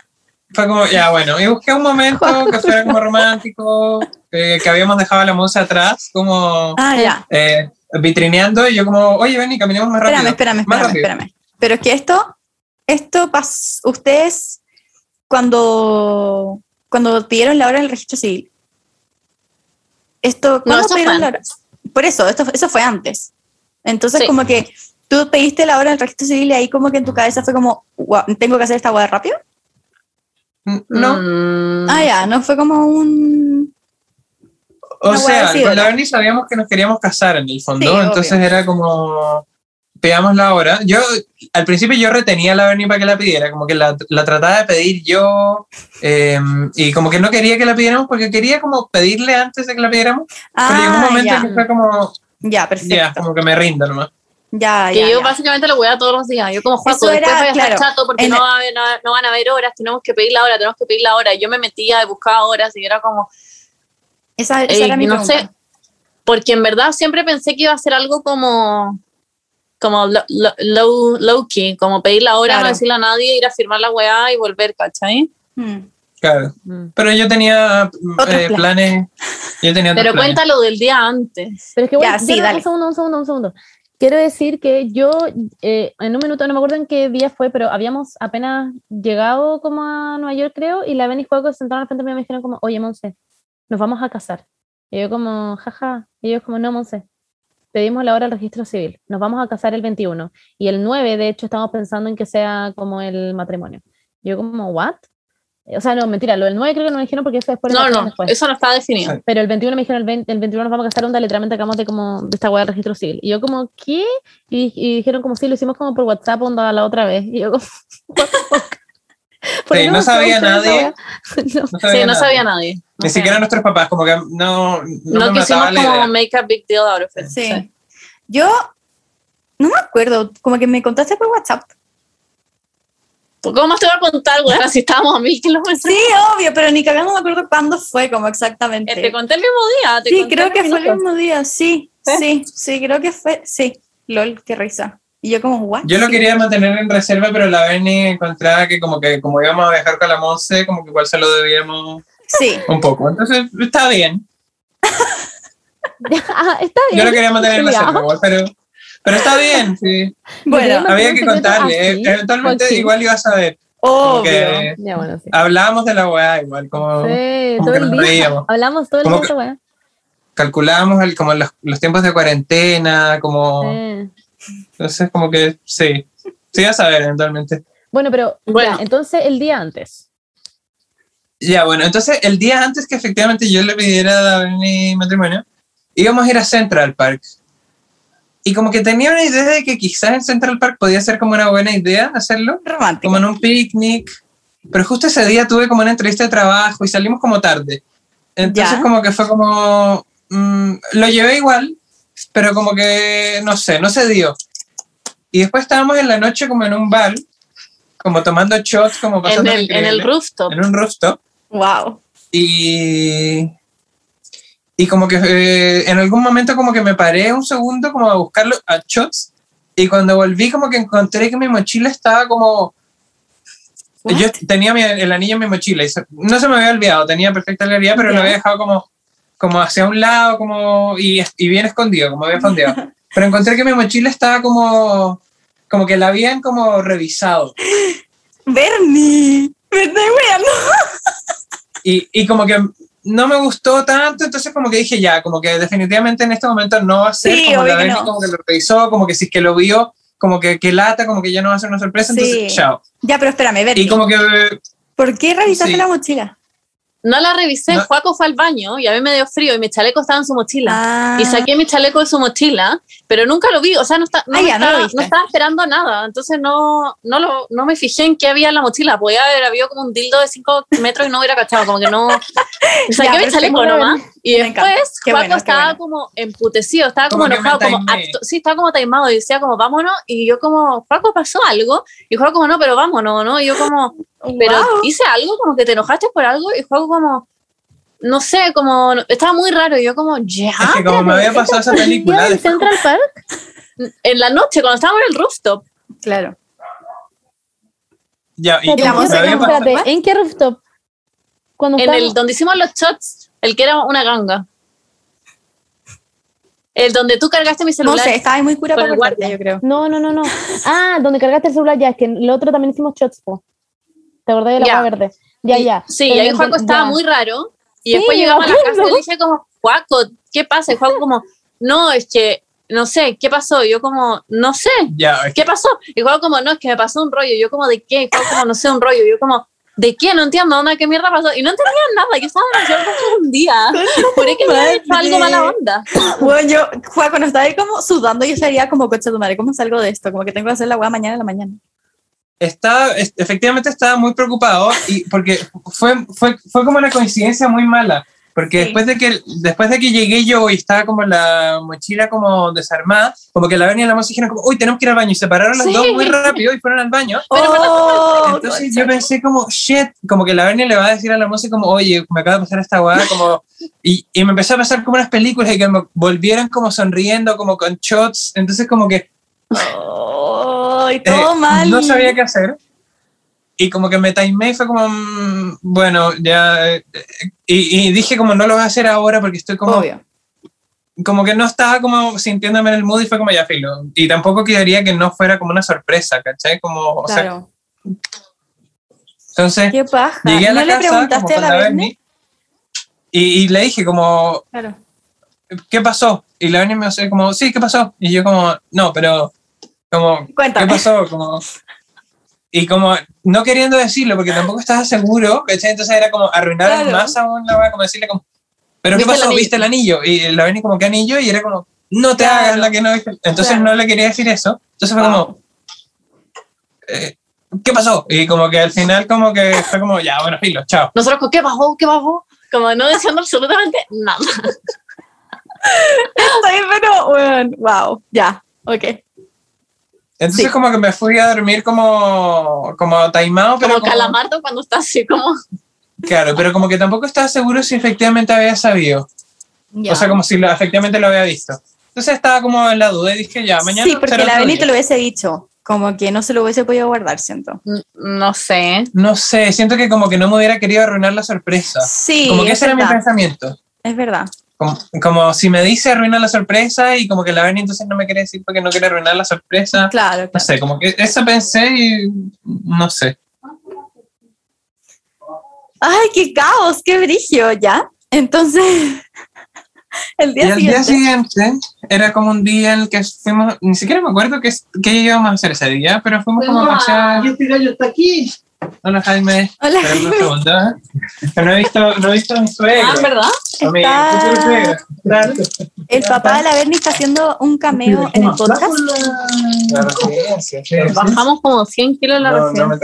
[SPEAKER 4] fue como, ya, bueno. Y busqué un momento que fuera como romántico, eh, que habíamos dejado a la moza atrás, como
[SPEAKER 3] Ah, ya.
[SPEAKER 4] eh, vitrineando. Y yo, como, oye, ven y caminemos más rápido.
[SPEAKER 3] Espérame, espérame,
[SPEAKER 4] Más
[SPEAKER 3] espérame,
[SPEAKER 4] rápido.
[SPEAKER 3] espérame. Pero es que esto, esto pas- ustedes cuando, cuando pidieron la hora en el registro civil, esto,
[SPEAKER 1] No,
[SPEAKER 3] ¿cuándo
[SPEAKER 1] eso fue
[SPEAKER 3] pidieron la hora?
[SPEAKER 1] antes.
[SPEAKER 3] Por eso, esto, eso fue antes. Entonces
[SPEAKER 1] Sí.
[SPEAKER 3] como que tú pediste la hora en el registro civil y ahí como que en tu cabeza fue como, "Guau, tengo que hacer esta hueá rápido.
[SPEAKER 4] No,
[SPEAKER 1] Mm.
[SPEAKER 3] Ah, ya, no fue como un...
[SPEAKER 4] O
[SPEAKER 3] Una hueá
[SPEAKER 4] sea,
[SPEAKER 3] así,
[SPEAKER 4] con
[SPEAKER 3] ¿verdad?
[SPEAKER 4] la Bernie sabíamos que nos queríamos casar en el fondo,
[SPEAKER 3] Sí, obvio.
[SPEAKER 4] entonces era como, pegamos la hora. Yo, al principio yo retenía a la Bernie para que la pidiera, como que la, la trataba de pedir yo, eh, y como que no quería que la pidiéramos porque quería como pedirle antes de que la pidiéramos, pero llegó un
[SPEAKER 3] Ah,
[SPEAKER 4] momento
[SPEAKER 3] ya,
[SPEAKER 4] que fue como,
[SPEAKER 3] ya, perfecto.
[SPEAKER 4] ya, como que me rindo nomás.
[SPEAKER 3] Ya,
[SPEAKER 1] Que
[SPEAKER 3] ya,
[SPEAKER 1] yo
[SPEAKER 3] ya.
[SPEAKER 1] básicamente lo voy a todos los días. Yo como Juaco,
[SPEAKER 3] Eso
[SPEAKER 1] después
[SPEAKER 3] era,
[SPEAKER 1] voy a estar
[SPEAKER 3] claro,
[SPEAKER 1] chato porque
[SPEAKER 3] en-
[SPEAKER 1] no, va a haber- no, no van a haber horas, tenemos que pedir la hora, tenemos que pedir la hora. Y Yo me metía y buscaba horas y era como,
[SPEAKER 3] Esa, esa
[SPEAKER 1] Ey,
[SPEAKER 3] era mi
[SPEAKER 1] no
[SPEAKER 3] pregunta.
[SPEAKER 1] sé, porque en verdad siempre pensé que iba a ser algo como como lo- lo- low, low key, como pedir la hora,
[SPEAKER 3] Claro.
[SPEAKER 1] no decirle a nadie, ir a firmar la weá y volver, ¿cachai?
[SPEAKER 3] Mm.
[SPEAKER 4] Claro.
[SPEAKER 2] Mm.
[SPEAKER 4] Pero yo tenía
[SPEAKER 3] Otros
[SPEAKER 4] eh,
[SPEAKER 3] planes.
[SPEAKER 4] planes, yo tenía otros
[SPEAKER 1] Pero
[SPEAKER 4] planes.
[SPEAKER 1] cuéntalo del día antes.
[SPEAKER 2] Pero es que,
[SPEAKER 3] Ya,
[SPEAKER 2] bueno,
[SPEAKER 3] sí,
[SPEAKER 2] yo no-
[SPEAKER 3] dale.
[SPEAKER 2] un segundo, un segundo, un segundo. Quiero decir que yo, eh, en un minuto, no me acuerdo en qué día fue, pero habíamos apenas llegado como a Nueva York, creo, y la Ben y Juego se sentaron al frente mío y me dijeron como, oye, Monse, nos vamos a casar. Y yo como, jaja. Y ellos como, no, Monse, pedimos la hora al registro civil. Nos vamos a casar el 21. Y el 9, de hecho, estamos pensando en que sea como el matrimonio. Yo como, what? O sea, no, mentira, lo del 9 creo que no me dijeron porque eso después lo
[SPEAKER 1] No,
[SPEAKER 2] pasaron
[SPEAKER 1] no,
[SPEAKER 3] pues.
[SPEAKER 2] después.
[SPEAKER 1] eso no está definido.
[SPEAKER 4] Sí.
[SPEAKER 2] Pero el 21 me dijeron, el, 20 el 21 nos vamos a casar, onda, literalmente acabamos de como, de esta weá de registro civil. Y yo como, ¿qué? Y, y dijeron como, sí, lo hicimos como por WhatsApp, onda, la otra vez. Y yo como, *laughs* what the fuck? ¿Por
[SPEAKER 4] Sí,
[SPEAKER 2] qué
[SPEAKER 4] no
[SPEAKER 2] me
[SPEAKER 4] sabía
[SPEAKER 2] preguntaron esa
[SPEAKER 4] nadie.
[SPEAKER 2] weá? *laughs* No.
[SPEAKER 4] No
[SPEAKER 1] Sí, no
[SPEAKER 4] nada.
[SPEAKER 1] sabía nadie. No
[SPEAKER 4] Ni
[SPEAKER 1] sabía
[SPEAKER 4] siquiera
[SPEAKER 1] nadie.
[SPEAKER 4] nuestros papás, como que no, no,
[SPEAKER 1] no,
[SPEAKER 4] me
[SPEAKER 1] quisimos
[SPEAKER 4] mataba la
[SPEAKER 1] como
[SPEAKER 4] idea.
[SPEAKER 1] make a big deal out of it.
[SPEAKER 3] Sí.
[SPEAKER 1] sí.
[SPEAKER 3] Yo no me acuerdo, como que me contaste por WhatsApp.
[SPEAKER 1] ¿Tú ¿Cómo más te voy a
[SPEAKER 3] *laughs*
[SPEAKER 1] contar, güey? Si estábamos a mil kilómetros.
[SPEAKER 3] Sí, obvio, pero ni cagando me acuerdo cuándo fue, como exactamente.
[SPEAKER 1] Eh, Te conté el mismo día. te
[SPEAKER 3] sí,
[SPEAKER 1] conté
[SPEAKER 3] creo
[SPEAKER 1] los
[SPEAKER 3] que fue el
[SPEAKER 1] minutos.
[SPEAKER 3] mismo día, sí, sí, sí, creo que fue, sí. Lol, qué risa. Y yo como, what?
[SPEAKER 4] Yo lo
[SPEAKER 3] Sí.
[SPEAKER 4] quería mantener en reserva, pero la Bernie encontraba que como que como íbamos a viajar con la Monse, como que igual se lo debíamos
[SPEAKER 3] Sí,
[SPEAKER 4] un poco. Entonces, está bien.
[SPEAKER 2] Ah, está bien.
[SPEAKER 4] Yo lo quería mantener en
[SPEAKER 2] Ya.
[SPEAKER 4] reserva, igual, pero, pero está bien, sí.
[SPEAKER 3] bueno,
[SPEAKER 2] Mantener *laughs*
[SPEAKER 4] Había
[SPEAKER 2] un
[SPEAKER 4] que
[SPEAKER 2] secreto
[SPEAKER 4] contarle.
[SPEAKER 2] así,
[SPEAKER 4] eh, Eventualmente
[SPEAKER 2] Joaquín.
[SPEAKER 4] igual iba a saber. Como que
[SPEAKER 5] Obvio.
[SPEAKER 2] *laughs* Ya, bueno, sí.
[SPEAKER 4] hablábamos de la weá igual, Ah, como
[SPEAKER 2] Sí,
[SPEAKER 4] como
[SPEAKER 2] todo
[SPEAKER 4] que
[SPEAKER 2] el
[SPEAKER 4] nos
[SPEAKER 2] día.
[SPEAKER 4] reíamos.
[SPEAKER 2] Hablamos todo el
[SPEAKER 4] Como
[SPEAKER 2] día,
[SPEAKER 4] que-
[SPEAKER 2] weón.
[SPEAKER 4] calculábamos el- como los, los tiempos de cuarentena, como... Entonces como que sí, sí vas a ver eventualmente.
[SPEAKER 2] Bueno, pero
[SPEAKER 1] Bueno.
[SPEAKER 2] ya, entonces el día antes.
[SPEAKER 4] Ya, bueno, entonces el día antes que efectivamente yo le pidiera mi matrimonio, íbamos a ir a Central Park. Y como que tenía una idea de que quizás en Central Park podía ser como una buena idea hacerlo,
[SPEAKER 5] Romántico.
[SPEAKER 4] como en un picnic. Pero justo ese día tuve como una entrevista de trabajo y salimos como tarde. Entonces
[SPEAKER 5] Ya.
[SPEAKER 4] como que fue como... mm, lo llevé igual, pero como que, no sé, no se dio. Y después estábamos en la noche como en un bar, como tomando shots, como
[SPEAKER 1] En
[SPEAKER 4] pasando
[SPEAKER 1] el, en el rooftop.
[SPEAKER 4] en un rooftop.
[SPEAKER 5] Wow.
[SPEAKER 4] Y, y como que eh, en algún momento como que me paré un segundo como a buscarlo a shots y cuando volví como que encontré que mi mochila estaba como...
[SPEAKER 5] What?
[SPEAKER 4] Yo tenía mi- el anillo en mi mochila y se- no se me había olvidado, tenía perfecta claridad, pero lo
[SPEAKER 5] Ya.
[SPEAKER 4] había dejado como, como hacia un lado como, y, y bien escondido, como había
[SPEAKER 5] *laughs*
[SPEAKER 4] fondeado. pero encontré que mi mochila estaba como, como que la habían como revisado.
[SPEAKER 5] Bernie. Me estoy weando.
[SPEAKER 4] y, y como que no me gustó tanto, entonces como que dije ya, como que definitivamente en este momento no va a ser
[SPEAKER 5] Sí,
[SPEAKER 4] como
[SPEAKER 5] obvio
[SPEAKER 4] la
[SPEAKER 5] que
[SPEAKER 4] Benny
[SPEAKER 5] no.
[SPEAKER 4] como que lo revisó, como que si es que lo vio, como que, que lata, como que ya no va a ser una sorpresa, entonces
[SPEAKER 5] Sí.
[SPEAKER 4] chao.
[SPEAKER 5] Ya, pero espérame,
[SPEAKER 4] Y
[SPEAKER 5] Bernie.
[SPEAKER 4] como que eh,
[SPEAKER 5] ¿Por qué revisaste
[SPEAKER 4] Sí.
[SPEAKER 5] la mochila?
[SPEAKER 1] No la revisé,
[SPEAKER 4] No.
[SPEAKER 1] Juaco fue al baño y a mí me dio frío y mi chaleco estaba en su mochila.
[SPEAKER 5] Ah.
[SPEAKER 1] Y saqué mi chaleco de su mochila, pero nunca lo vi, o sea, no, está, no,
[SPEAKER 5] Ah,
[SPEAKER 1] me
[SPEAKER 5] ya, no lo
[SPEAKER 1] estaba,
[SPEAKER 5] viste.
[SPEAKER 1] no estaba esperando nada, entonces no, no, lo, no me fijé en qué había en la mochila, podía haber habido como un dildo de 5 metros y no hubiera cachado, como que no...
[SPEAKER 5] *laughs*
[SPEAKER 1] Saqué mi
[SPEAKER 5] perfecto.
[SPEAKER 1] chaleco nomás y
[SPEAKER 5] Me encanta.
[SPEAKER 1] después
[SPEAKER 5] Qué
[SPEAKER 1] Juaco
[SPEAKER 5] bueno, qué
[SPEAKER 1] estaba
[SPEAKER 5] bueno.
[SPEAKER 1] como emputecido, estaba como,
[SPEAKER 4] Como que me
[SPEAKER 1] enojado, como
[SPEAKER 4] taimé.
[SPEAKER 1] acto- sí, estaba como taimado y decía como vámonos y yo como, Juaco pasó algo y Juaco como no, pero vámonos, ¿no? Y yo como pero
[SPEAKER 5] Oh, Wow.
[SPEAKER 1] hice algo como que te enojaste por algo y juego como no sé como estaba muy raro y yo como ya
[SPEAKER 4] es
[SPEAKER 5] Ah,
[SPEAKER 4] que como me había pasado esa
[SPEAKER 5] *laughs*
[SPEAKER 4] película,
[SPEAKER 2] ¿En
[SPEAKER 4] después-
[SPEAKER 2] Central Park?
[SPEAKER 1] en la noche cuando estábamos en el rooftop
[SPEAKER 5] Claro.
[SPEAKER 4] ya, y
[SPEAKER 5] la
[SPEAKER 4] como me
[SPEAKER 5] música
[SPEAKER 4] había
[SPEAKER 5] no
[SPEAKER 4] pasado,
[SPEAKER 2] Espérate, ¿En qué rooftop? Cuando
[SPEAKER 1] en
[SPEAKER 2] estábamos-
[SPEAKER 1] el donde hicimos los shots el que era una ganga el donde tú cargaste mi
[SPEAKER 5] No
[SPEAKER 1] celular
[SPEAKER 5] sé, estaba ahí muy cura
[SPEAKER 1] Con
[SPEAKER 5] para
[SPEAKER 1] el
[SPEAKER 5] guardia,
[SPEAKER 1] guardia.
[SPEAKER 5] yo creo.
[SPEAKER 2] No, no, no, no. Ah, donde cargaste el celular ya, es que el otro también hicimos shots, po. ¿Te acordás de la
[SPEAKER 1] Ya.
[SPEAKER 2] hueá verde? Ya, ya.
[SPEAKER 1] sí y
[SPEAKER 2] Pero
[SPEAKER 1] ahí
[SPEAKER 2] ento-
[SPEAKER 1] Juaco estaba
[SPEAKER 2] ya.
[SPEAKER 1] muy raro y
[SPEAKER 2] Sí,
[SPEAKER 1] después
[SPEAKER 2] me
[SPEAKER 1] llegamos a la casa y
[SPEAKER 2] acuerdo.
[SPEAKER 1] le dije como Juaco qué pasa y Juaco como no es que no sé qué pasó y yo como no sé
[SPEAKER 4] ya, es que-
[SPEAKER 1] ¿qué pasó? Y Juan como, no, es que me pasó un rollo. Yo como, ¿de qué? Y Juan como, no sé, un rollo. Yo como, ¿de qué? No entiendo, onda, ¿qué mierda pasó? Y no entendía nada. Yo estaba demasiado un
[SPEAKER 2] *laughs*
[SPEAKER 1] día. Juré que me había hecho algo mala onda.
[SPEAKER 5] Bueno, yo, Juan, cuando estaba ahí como sudando, yo estaría como coche de madre, ¿cómo salgo de esto? Como que tengo que hacer la weá mañana en la mañana.
[SPEAKER 4] estaba, es- efectivamente estaba muy preocupado y porque fue, fue, fue como una coincidencia muy mala. Porque
[SPEAKER 5] Sí.
[SPEAKER 4] después, de que, después de que llegué yo y estaba como la mochila como desarmada, como que la venía la más dijeron como, uy, tenemos que ir al baño. Y se pararon las
[SPEAKER 1] Sí.
[SPEAKER 4] dos muy rápido y fueron al baño.
[SPEAKER 5] Oh,
[SPEAKER 4] Entonces yo pensé como, shit, como que la Bernie le va a decir a la música como, oye, me acaba de pasar esta guada, como, y, y me empezó a pasar como unas películas y que me volvieran como sonriendo, como con shots, entonces como que eh,
[SPEAKER 5] oh, y todo mal.
[SPEAKER 4] no sabía qué hacer. Y como que me timé y fue como, mm, bueno, ya, eh, y, y dije como, no lo voy a hacer ahora porque estoy como,
[SPEAKER 5] Obvio.
[SPEAKER 4] como que no estaba como sintiéndome en el mood y fue como, ya filo. Y tampoco quería que no fuera como una sorpresa, ¿cachai? Como, o sea,
[SPEAKER 5] Claro.
[SPEAKER 4] entonces...
[SPEAKER 5] Qué paja.
[SPEAKER 4] Llegué a
[SPEAKER 5] ¿No
[SPEAKER 4] la
[SPEAKER 5] le
[SPEAKER 4] casa como
[SPEAKER 5] preguntaste a
[SPEAKER 4] con
[SPEAKER 5] la
[SPEAKER 4] la
[SPEAKER 5] Bernie?
[SPEAKER 4] Berni y, y le dije como,
[SPEAKER 5] Claro.
[SPEAKER 4] ¿qué pasó? Y la Berni me dice como, sí, ¿qué pasó? Y yo como, no, pero como, ¿qué
[SPEAKER 5] Cuéntame.
[SPEAKER 4] pasó? Como, y como, no queriendo decirlo porque tampoco estaba seguro, ¿cachai? Entonces era como arruinar
[SPEAKER 5] Claro.
[SPEAKER 4] más aún la wea, como decirle como, ¿pero
[SPEAKER 1] ¿Viste
[SPEAKER 4] qué
[SPEAKER 1] el
[SPEAKER 4] pasó?
[SPEAKER 1] anillo?
[SPEAKER 4] ¿Viste el anillo? Y la Berni como, ¿qué anillo? Y era como, no te
[SPEAKER 5] Claro.
[SPEAKER 4] hagas la que no viste. Entonces
[SPEAKER 5] Claro.
[SPEAKER 4] no le quería decir eso. Entonces fue como, eh, ¿qué pasó? Y como que al final como que fue como, ya, bueno, filo, chao.
[SPEAKER 1] Nosotros con, ¿qué bajó? ¿Qué bajó? Como no diciendo absolutamente nada.
[SPEAKER 5] Estoy, pero, bueno, wow, ya, ok.
[SPEAKER 4] Entonces
[SPEAKER 5] Sí.
[SPEAKER 4] como que me fui a dormir como, como taimado, pero
[SPEAKER 1] Como calamardo cuando está así como...
[SPEAKER 4] claro, pero como que tampoco estaba seguro si efectivamente había sabido. O sea, como si lo- efectivamente lo había visto. Entonces estaba como en la duda y dije, ya, mañana...
[SPEAKER 5] sí, porque
[SPEAKER 4] será
[SPEAKER 5] la
[SPEAKER 4] otro
[SPEAKER 5] Bernie
[SPEAKER 4] día.
[SPEAKER 5] te lo hubiese dicho, como que no se lo hubiese podido guardar, siento.
[SPEAKER 1] No sé.
[SPEAKER 4] No sé, siento que como que no me hubiera querido arruinar la sorpresa.
[SPEAKER 5] Sí,
[SPEAKER 4] Ah, como que
[SPEAKER 5] es,
[SPEAKER 4] ese era mi
[SPEAKER 5] verdad,
[SPEAKER 4] pensamiento.
[SPEAKER 5] es verdad.
[SPEAKER 4] Como, como si me dice arruinar la sorpresa y como que la Bernie entonces no me quiere decir porque Ah, no quiere arruinar la sorpresa.
[SPEAKER 5] Claro,
[SPEAKER 4] No
[SPEAKER 5] claro.
[SPEAKER 4] sé, como que eso pensé y no sé.
[SPEAKER 3] ¡Ay, qué caos! ¡Qué brillo! ¿Ya? Entonces,
[SPEAKER 5] *laughs*
[SPEAKER 3] el
[SPEAKER 4] Y
[SPEAKER 3] día
[SPEAKER 4] al
[SPEAKER 3] siguiente.
[SPEAKER 4] día siguiente era como un día en el que fuimos, ni siquiera me acuerdo qué, qué íbamos a hacer ese día, pero fuimos como a
[SPEAKER 1] Fuimos
[SPEAKER 4] pasear.
[SPEAKER 6] Y este gallo está aquí.
[SPEAKER 4] Hola Jaime,
[SPEAKER 3] Hola,
[SPEAKER 4] Perdón,
[SPEAKER 3] *laughs* Jaime.
[SPEAKER 4] no, preguntaba. Pero no he visto, no he visto a mi suegro.
[SPEAKER 1] Ah, ¿verdad?
[SPEAKER 4] A mi
[SPEAKER 3] Está-
[SPEAKER 4] futuro suegro. Claro.
[SPEAKER 3] El papá de la Bernie está haciendo un cameo en el podcast.
[SPEAKER 4] La residencia, sí.
[SPEAKER 1] Bajamos como 100 kilos en la
[SPEAKER 4] No, no
[SPEAKER 1] residencia.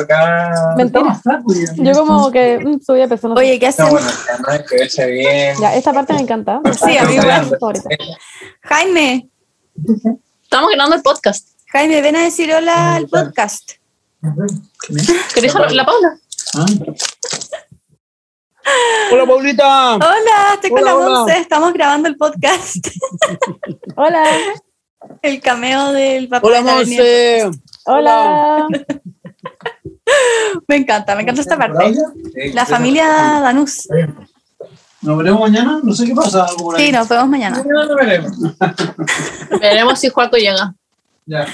[SPEAKER 4] me tocaba.
[SPEAKER 2] Mentira. Yo como que mm, subí de peso. no sé.
[SPEAKER 3] Oye, ¿qué
[SPEAKER 4] No,
[SPEAKER 3] hacemos?
[SPEAKER 4] bueno, ya no hay que verse bien.
[SPEAKER 2] Ya, esta parte me encanta.
[SPEAKER 3] Sí, a mí igual.
[SPEAKER 2] Es mi favorita.
[SPEAKER 3] Jaime,
[SPEAKER 1] Estamos grabando el podcast.
[SPEAKER 3] Jaime, ven a decir hola al podcast.
[SPEAKER 1] ¿Querés hablar la Paula?
[SPEAKER 6] Hola, Paulita.
[SPEAKER 3] Hola, estoy con
[SPEAKER 6] Hola,
[SPEAKER 3] la
[SPEAKER 6] hola.
[SPEAKER 3] Monse, estamos grabando el podcast. *laughs*
[SPEAKER 2] Hola,
[SPEAKER 3] El cameo del papá
[SPEAKER 6] Hola,
[SPEAKER 3] de la Bernie.
[SPEAKER 6] Monse.
[SPEAKER 2] hola.
[SPEAKER 3] Me encanta, me encanta esta parte.
[SPEAKER 4] Sí,
[SPEAKER 3] La
[SPEAKER 4] sí.
[SPEAKER 3] familia Danús.
[SPEAKER 6] Nos veremos mañana. No sé qué pasa. algo por ahí.
[SPEAKER 3] Sí, nos vemos mañana.
[SPEAKER 4] No, no veremos.
[SPEAKER 1] Veremos si Juaco llega.
[SPEAKER 4] Ya.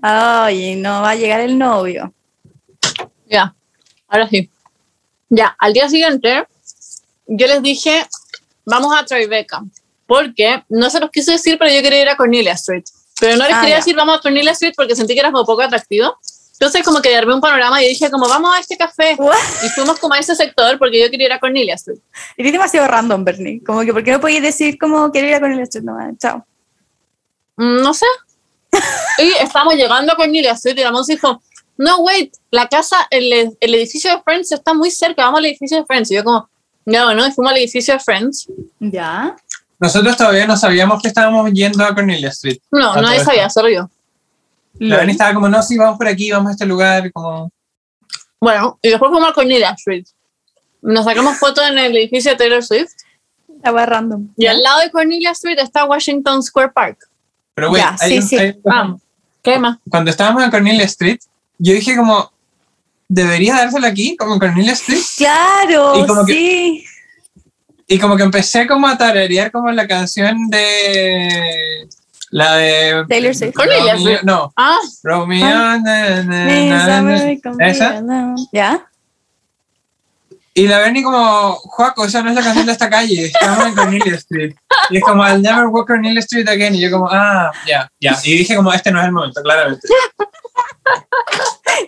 [SPEAKER 3] Ay, no va a llegar el novio.
[SPEAKER 1] Ya, ahora sí. Ya, al día siguiente yo les dije, vamos a Tribeca, porque no se los quise decir, pero yo quería ir a Cornelia Street. Pero no les
[SPEAKER 3] Ah,
[SPEAKER 1] quería
[SPEAKER 3] ya.
[SPEAKER 1] decir, vamos a Cornelia Street, porque sentí que era como poco atractivo. Entonces como que armé un panorama y dije, como vamos a este café.
[SPEAKER 3] What?
[SPEAKER 1] Y fuimos como a ese sector porque yo quería ir a Cornelia Street.
[SPEAKER 3] Eres demasiado random, Bernie. Como que, ¿por qué no podéis decir como quiero ir a con el street? No, chao.
[SPEAKER 1] Mm,
[SPEAKER 3] *laughs*
[SPEAKER 1] No sé. Y estamos llegando a Cornelia Street y la Monse dijo, no, wait, la casa, el, el edificio de Friends está muy cerca, vamos al edificio de Friends. Y yo como, no, no, y fuimos al edificio de Friends.
[SPEAKER 3] Ya.
[SPEAKER 4] Nosotros todavía no sabíamos que estábamos yendo a Cornelia Street.
[SPEAKER 1] No,
[SPEAKER 4] Ah,
[SPEAKER 1] nadie
[SPEAKER 4] todo
[SPEAKER 1] sabía, solo yo.
[SPEAKER 4] La Beni estaba como, no, sí, vamos por aquí, vamos a este lugar. Como,
[SPEAKER 1] Bueno, y después fuimos a Cornelia Street. Nos sacamos fotos en el edificio de Taylor Swift
[SPEAKER 3] Estaba random.
[SPEAKER 1] y al lado de Cornelia Street está Washington Square Park.
[SPEAKER 4] pero bueno,
[SPEAKER 3] Ya, sí, sí.
[SPEAKER 1] Vamos. ¿Qué más?
[SPEAKER 4] cuando estábamos en Cornelia Street, yo dije como, debería dárselo aquí, como en Cornelia Street.
[SPEAKER 3] Claro,
[SPEAKER 4] Y como que- Eh,
[SPEAKER 3] sí.
[SPEAKER 4] Y como que empecé como a tararear como la canción de... La de...
[SPEAKER 3] Taylor Swift.
[SPEAKER 1] Cornelia
[SPEAKER 4] Romeo-
[SPEAKER 1] Swift.
[SPEAKER 4] No,
[SPEAKER 1] Ah,
[SPEAKER 4] Romeo... na, na, na, na. ¿Esa?
[SPEAKER 3] ¿Ya? *laughs*
[SPEAKER 4] Y la Bernie como, Juaco, esa no es la canción de esta calle, estamos en Cornelia Street. Y es como, I'll never walk Cornelia Street again. Y yo como, ah, ya, ya. Y dije como, este no es el momento, claramente.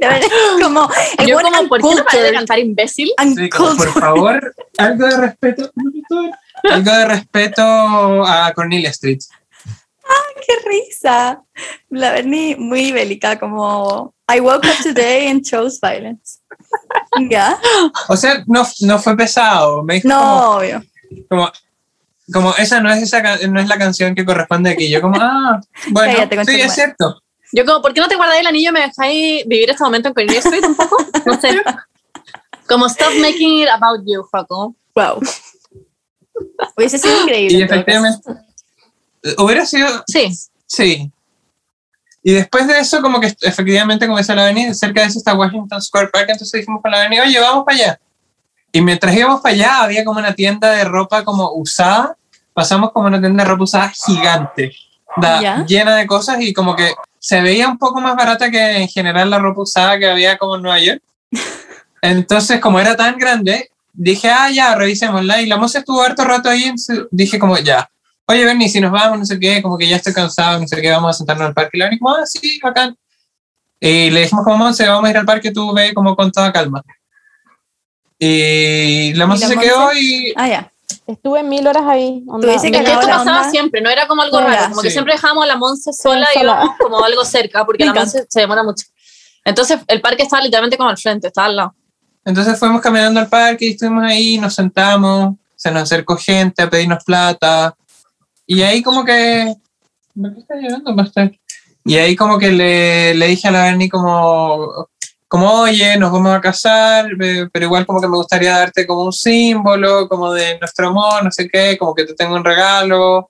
[SPEAKER 3] La
[SPEAKER 4] *gasps*
[SPEAKER 3] verdad, como, el
[SPEAKER 1] yo
[SPEAKER 3] buen
[SPEAKER 1] como, ¿por qué no paré de
[SPEAKER 3] uncultured,
[SPEAKER 1] cantar imbécil?
[SPEAKER 4] Sí, como, por
[SPEAKER 3] uncultured.
[SPEAKER 4] favor, algo de respeto. Algo de respeto a Cornelia Street.
[SPEAKER 3] *laughs* qué risa. La Bernie muy bélica, como I woke up today and chose violence. *laughs* ¿Ya?
[SPEAKER 4] O sea, no, no fue pesado. Me dijo como,
[SPEAKER 3] No, obvio.
[SPEAKER 4] como, como, esa no es, esa, ca- no es la canción que corresponde aquí. Yo como, ah, bueno,
[SPEAKER 3] Cállate, concha
[SPEAKER 4] sí,
[SPEAKER 3] tu
[SPEAKER 4] es
[SPEAKER 3] madre.
[SPEAKER 4] cierto.
[SPEAKER 1] Yo como, ¿por qué no te guardáis el anillo y me dejáis vivir este momento en Cornelia Street un poco? No sé. Como, stop making it about you, Joaco.
[SPEAKER 3] Wow. Hubiese sido increíble.
[SPEAKER 4] Y
[SPEAKER 3] en todo
[SPEAKER 4] efectivamente, hubiera sido
[SPEAKER 1] Sí,
[SPEAKER 4] Sí. Y después de eso, como que est- efectivamente, como dice la avenida, cerca de eso está Washington Square Park, entonces dijimos con la avenida, oye, vamos para allá. Y mientras íbamos para allá, había como una tienda de ropa como usada, pasamos como una tienda de ropa usada gigante, da-
[SPEAKER 3] Ya.
[SPEAKER 4] llena de cosas y como que se veía un poco más barata que en general la ropa usada que había como en Nueva York. Entonces, como era tan grande, dije, ah, ya, revisémosla. Y la moza estuvo harto rato ahí, entonces dije como, ya, oye, Bernie, si nos vamos, no sé qué, como que ya estoy cansado, no sé qué, vamos a sentarnos al parque. Y la Bernie, como, ah, sí, bacán. Y le dijimos, como, Monse, vamos a ir al parque, tú ve como con toda calma. Y la Monse
[SPEAKER 3] la
[SPEAKER 4] se
[SPEAKER 3] Monse?
[SPEAKER 4] quedó y...
[SPEAKER 3] Ah, ya.
[SPEAKER 2] Estuve mil horas ahí. onda.
[SPEAKER 3] Tuviste
[SPEAKER 1] Es que
[SPEAKER 3] Ganaba
[SPEAKER 1] esto
[SPEAKER 3] la
[SPEAKER 1] pasaba
[SPEAKER 3] onda.
[SPEAKER 1] siempre, no era como algo
[SPEAKER 3] Sola,
[SPEAKER 1] raro, como que
[SPEAKER 4] sí.
[SPEAKER 1] siempre dejábamos a la Monse sola y
[SPEAKER 2] sola.
[SPEAKER 1] íbamos como algo cerca, porque
[SPEAKER 3] Me
[SPEAKER 1] la Monse se demora mucho. Entonces el parque estaba literalmente como al frente, estaba al lado.
[SPEAKER 4] Entonces fuimos caminando al parque y estuvimos ahí, nos sentamos, se nos acercó gente a pedirnos plata. Y ahí como que... ¿Por qué está llorando, pastor? Y ahí como que le, le dije a la Bernie como, como, oye, nos vamos a casar, eh, pero igual como que me gustaría darte como un símbolo, como de nuestro amor, no sé qué, como que te tengo un regalo.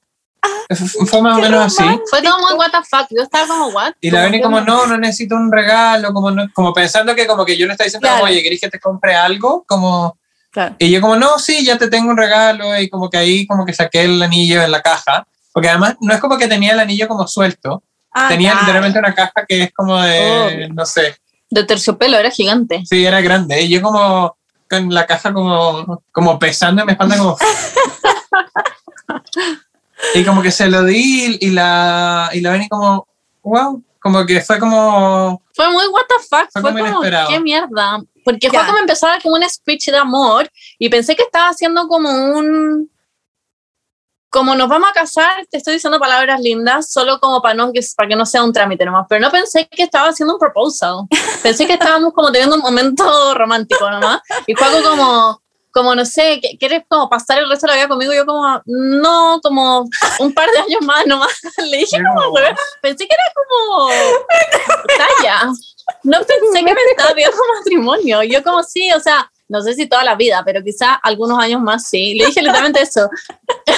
[SPEAKER 4] F- fue más o
[SPEAKER 3] Ah, qué
[SPEAKER 4] menos así.
[SPEAKER 3] romántico.
[SPEAKER 1] Fue todo muy what the fuck, yo estaba como what?
[SPEAKER 4] Y la Bernie como, no, no necesito un regalo, como, no- como pensando que como que yo le estaba diciendo, como,
[SPEAKER 3] Claro.
[SPEAKER 4] oye, ¿querés que te compre algo? Como...
[SPEAKER 3] Claro.
[SPEAKER 4] Y yo como, no, sí, ya te tengo un regalo y como que ahí como que saqué el anillo en la caja, porque además no es como que tenía el anillo como suelto,
[SPEAKER 3] Ah,
[SPEAKER 4] tenía
[SPEAKER 3] ya.
[SPEAKER 4] literalmente una caja que es como de, no sé,
[SPEAKER 1] De terciopelo, era gigante.
[SPEAKER 4] sí, era grande. Y yo como, con la caja como, como pesando en mi espalda como... *laughs* y como que se lo di y la, y la Beni como, wow, como que fue como...
[SPEAKER 1] Fue muy what the fuck,
[SPEAKER 4] Fue
[SPEAKER 1] fue,
[SPEAKER 4] como
[SPEAKER 1] como,
[SPEAKER 4] inesperado.
[SPEAKER 1] qué mierda. Porque
[SPEAKER 5] Ya.
[SPEAKER 1] fue como empezaba como un speech de amor y pensé que estaba haciendo como un... Como nos vamos a casar, te estoy diciendo palabras lindas, solo como para, no, que- para que no sea un trámite nomás. Pero no pensé que estaba haciendo un proposal. Pensé que estábamos como teniendo un momento romántico nomás. Y Juaco como, como no sé, ¿qu- ¿quieres como pasar el resto de la vida conmigo? Y yo como, no, como un par de años más nomás. *laughs* Le dije
[SPEAKER 4] Yo como,
[SPEAKER 1] como, "Weón, pensé que era como talla. No pensé que me estaba pidiendo matrimonio. Yo como sí, o sea, no sé si toda la vida, pero quizá algunos años más sí. Le dije literalmente eso.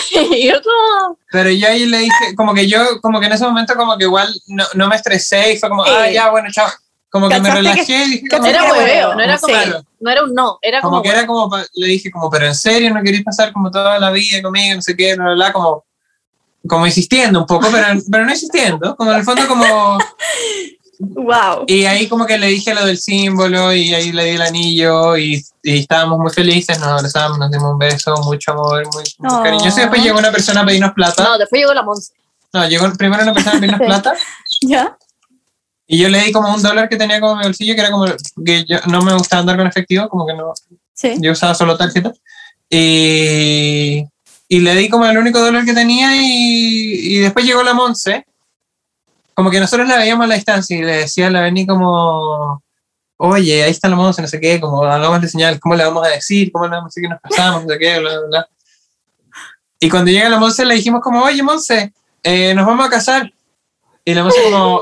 [SPEAKER 1] *laughs* y yo como,
[SPEAKER 4] Pero yo ahí le dije, como que yo, como que en ese momento como que igual no, no me estresé y fue como, ah,
[SPEAKER 5] Eh.
[SPEAKER 4] ya, bueno, chao. Como que me
[SPEAKER 5] ¿Cachaste
[SPEAKER 4] relajé y dije, como,
[SPEAKER 1] era
[SPEAKER 5] Era
[SPEAKER 1] hueveo,
[SPEAKER 5] hueveo,
[SPEAKER 1] no era como,
[SPEAKER 4] sí.
[SPEAKER 1] no era un no, era
[SPEAKER 4] como
[SPEAKER 1] como,
[SPEAKER 4] que era como, pa- le dije como, pero en serio, no queréis pasar como toda la vida conmigo, no sé qué, bla, bla, bla, como, como insistiendo un poco, pero, pero no insistiendo, como en el fondo como,
[SPEAKER 5] Wow.
[SPEAKER 4] y ahí como que le dije lo del símbolo y ahí le di el anillo y, y estábamos muy felices, nos abrazamos, nos dimos un beso, mucho amor, muy, mucho
[SPEAKER 5] Oh.
[SPEAKER 4] cariño. Y después llegó una persona a pedirnos plata,
[SPEAKER 1] no, después llegó la Monse.
[SPEAKER 4] no, llegó primero una persona a pedirnos plata
[SPEAKER 5] ¿Ya?
[SPEAKER 4] y yo le di como un dólar que tenía como en mi bolsillo, que era como que yo no me gustaba andar con efectivo, como que no,
[SPEAKER 5] Sí.
[SPEAKER 4] yo usaba solo tarjeta. Y, y le di como el único dólar que tenía y, y después llegó la Monse. Como que nosotros la veíamos a la distancia y le decía a la Beni como, oye, ahí está la Monse, no sé qué, como hagamos de señal, ¿cómo le vamos a decir? ¿Cómo le vamos a decir que nos pasamos? No sé qué, bla, bla, bla. Y cuando llega la Monse le dijimos como, oye, Monse, eh, nos vamos a casar. Y la Monse como,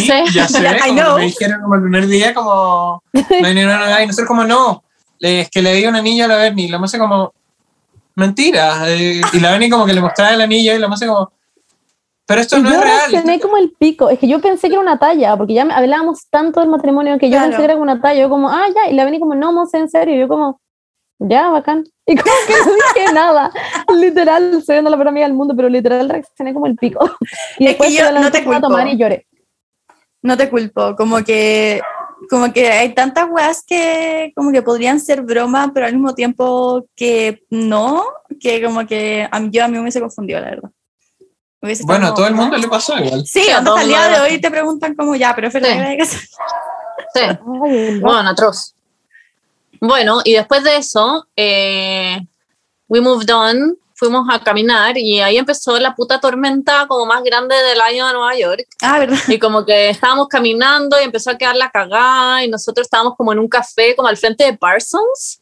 [SPEAKER 1] Sí sé.
[SPEAKER 4] ya sé,
[SPEAKER 5] I
[SPEAKER 4] como
[SPEAKER 5] know.
[SPEAKER 4] me dijeron como el primer día como, no, no, no, no, y nosotros como, no, le- es que le di un anillo a la Bernie, y la Monse como, mentira, eh, y la Bernie como que le mostraba el anillo, y la Monse como, pero esto
[SPEAKER 2] Y
[SPEAKER 4] no
[SPEAKER 2] yo
[SPEAKER 4] es real,
[SPEAKER 2] reaccioné como el pico. Es que yo pensé que era una talla, porque ya me- hablábamos tanto del matrimonio que yo
[SPEAKER 5] Claro.
[SPEAKER 2] pensé que era una talla. Yo como, ah, ya. Y la vení como, no, no sé, en serio. Y yo como, ya, bacán. Y como que no
[SPEAKER 5] *laughs*
[SPEAKER 2] dije nada. Literal, estoy viendo la peor amiga del mundo, pero literal reaccioné como el pico. Y
[SPEAKER 5] Es
[SPEAKER 2] después
[SPEAKER 5] que yo
[SPEAKER 2] se la
[SPEAKER 5] no te
[SPEAKER 2] empecé a
[SPEAKER 5] culpo.
[SPEAKER 2] tomar y lloré.
[SPEAKER 5] No te culpo, como que, como que hay tantas weas que como que podrían ser broma, pero al mismo tiempo que no, que como que a mí, yo a mí me hubiese confundido, la verdad. Hubiese
[SPEAKER 4] bueno, a
[SPEAKER 5] estado
[SPEAKER 4] todo el
[SPEAKER 5] como-
[SPEAKER 4] mundo le pasó igual,
[SPEAKER 5] Sí,
[SPEAKER 1] Sí, a
[SPEAKER 5] hasta
[SPEAKER 1] todo
[SPEAKER 5] el
[SPEAKER 1] el mundo
[SPEAKER 5] día
[SPEAKER 1] le
[SPEAKER 5] de
[SPEAKER 1] pasa.
[SPEAKER 5] hoy te preguntan como ya, pero es verdad que se-
[SPEAKER 1] Sí.
[SPEAKER 2] Ay, no.
[SPEAKER 1] Bueno, atroz. Bueno, y después de eso, eh, we moved on, fuimos a caminar y ahí empezó la puta tormenta como más grande del año de Nueva York.
[SPEAKER 5] *laughs* Ah, verdad.
[SPEAKER 1] Y como que estábamos caminando y empezó a quedar la cagada y nosotros estábamos como en un café como al frente de Parsons,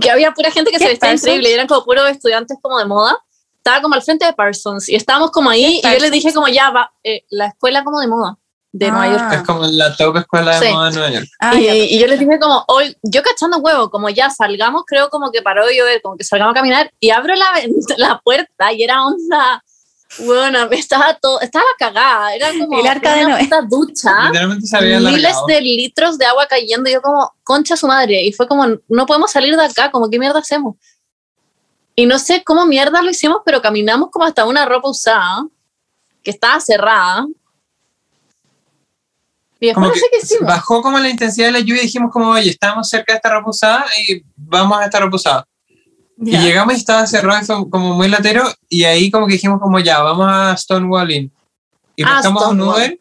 [SPEAKER 1] que había pura gente que
[SPEAKER 5] ¿Qué
[SPEAKER 1] se
[SPEAKER 5] es
[SPEAKER 1] vestía
[SPEAKER 5] Parsons?
[SPEAKER 1] increíble y eran como puros estudiantes como de moda. Estaba como al frente de Parsons y estábamos como ahí y yo le
[SPEAKER 5] Parsons?
[SPEAKER 1] dije como ya va, eh, la escuela como de moda de Nueva
[SPEAKER 5] Ah.
[SPEAKER 1] York.
[SPEAKER 4] es como la top escuela de
[SPEAKER 1] Sí.
[SPEAKER 4] moda de Nueva York,
[SPEAKER 5] Ah,
[SPEAKER 1] y,
[SPEAKER 5] ya.
[SPEAKER 1] y yo les dije como, hoy, yo cachando huevo, como ya salgamos, creo como que paró de llover, como que salgamos a caminar, y abro la, vent- la puerta y era onda, bueno, estaba todo, estaba cagada, era como
[SPEAKER 5] El arca de
[SPEAKER 1] una
[SPEAKER 5] Noé.
[SPEAKER 1] puta ducha,
[SPEAKER 4] literalmente se había
[SPEAKER 1] Ah, miles
[SPEAKER 4] alargado,
[SPEAKER 1] de litros de agua cayendo, y yo como, concha su madre, y fue como, no podemos salir de acá, como, ¿qué mierda hacemos? Y no sé cómo mierda lo hicimos, pero caminamos como hasta una ropa usada, que estaba cerrada, y después
[SPEAKER 4] como
[SPEAKER 1] no
[SPEAKER 4] que
[SPEAKER 1] sé qué hicimos.
[SPEAKER 4] bajó como la intensidad de la lluvia y dijimos como, oye, estamos cerca de esta ropa usada y vamos a esta ropa usada.
[SPEAKER 5] Ya.
[SPEAKER 4] Y llegamos y estaba cerrado y fue como muy latero. Y ahí como que dijimos como ya, vamos a Stonewall Inn. Y
[SPEAKER 1] Ah,
[SPEAKER 4] buscamos un
[SPEAKER 1] Stonewall.
[SPEAKER 4] Uber.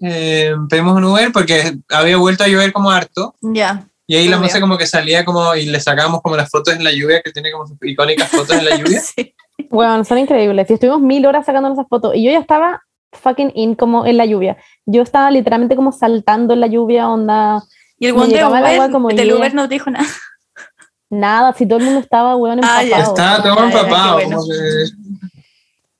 [SPEAKER 4] Eh, pedimos un Uber porque había vuelto a llover como harto.
[SPEAKER 5] Ya.
[SPEAKER 4] Y ahí la
[SPEAKER 5] Obvio.
[SPEAKER 4] moza como que salía como y le sacábamos como las fotos en la lluvia, que tiene como sus icónicas fotos en
[SPEAKER 1] *laughs*
[SPEAKER 4] la lluvia.
[SPEAKER 5] *laughs* Sí.
[SPEAKER 2] Bueno, son increíbles. Y estuvimos mil horas sacando esas fotos. Y yo ya estaba fucking in como en la lluvia. Yo estaba literalmente como saltando en la lluvia, onda.
[SPEAKER 5] Y el
[SPEAKER 2] Me
[SPEAKER 5] one de
[SPEAKER 2] llegaba el agua
[SPEAKER 5] Uber,
[SPEAKER 2] como
[SPEAKER 5] del
[SPEAKER 2] lluvia.
[SPEAKER 5] Uber no te dijo nada. *laughs*
[SPEAKER 2] Nada, si todo el mundo estaba, weón,
[SPEAKER 5] Ah, ya.
[SPEAKER 2] empapado.
[SPEAKER 4] Estaba todo
[SPEAKER 5] Ay, ay, qué
[SPEAKER 4] empapado.
[SPEAKER 5] bueno.
[SPEAKER 4] como que-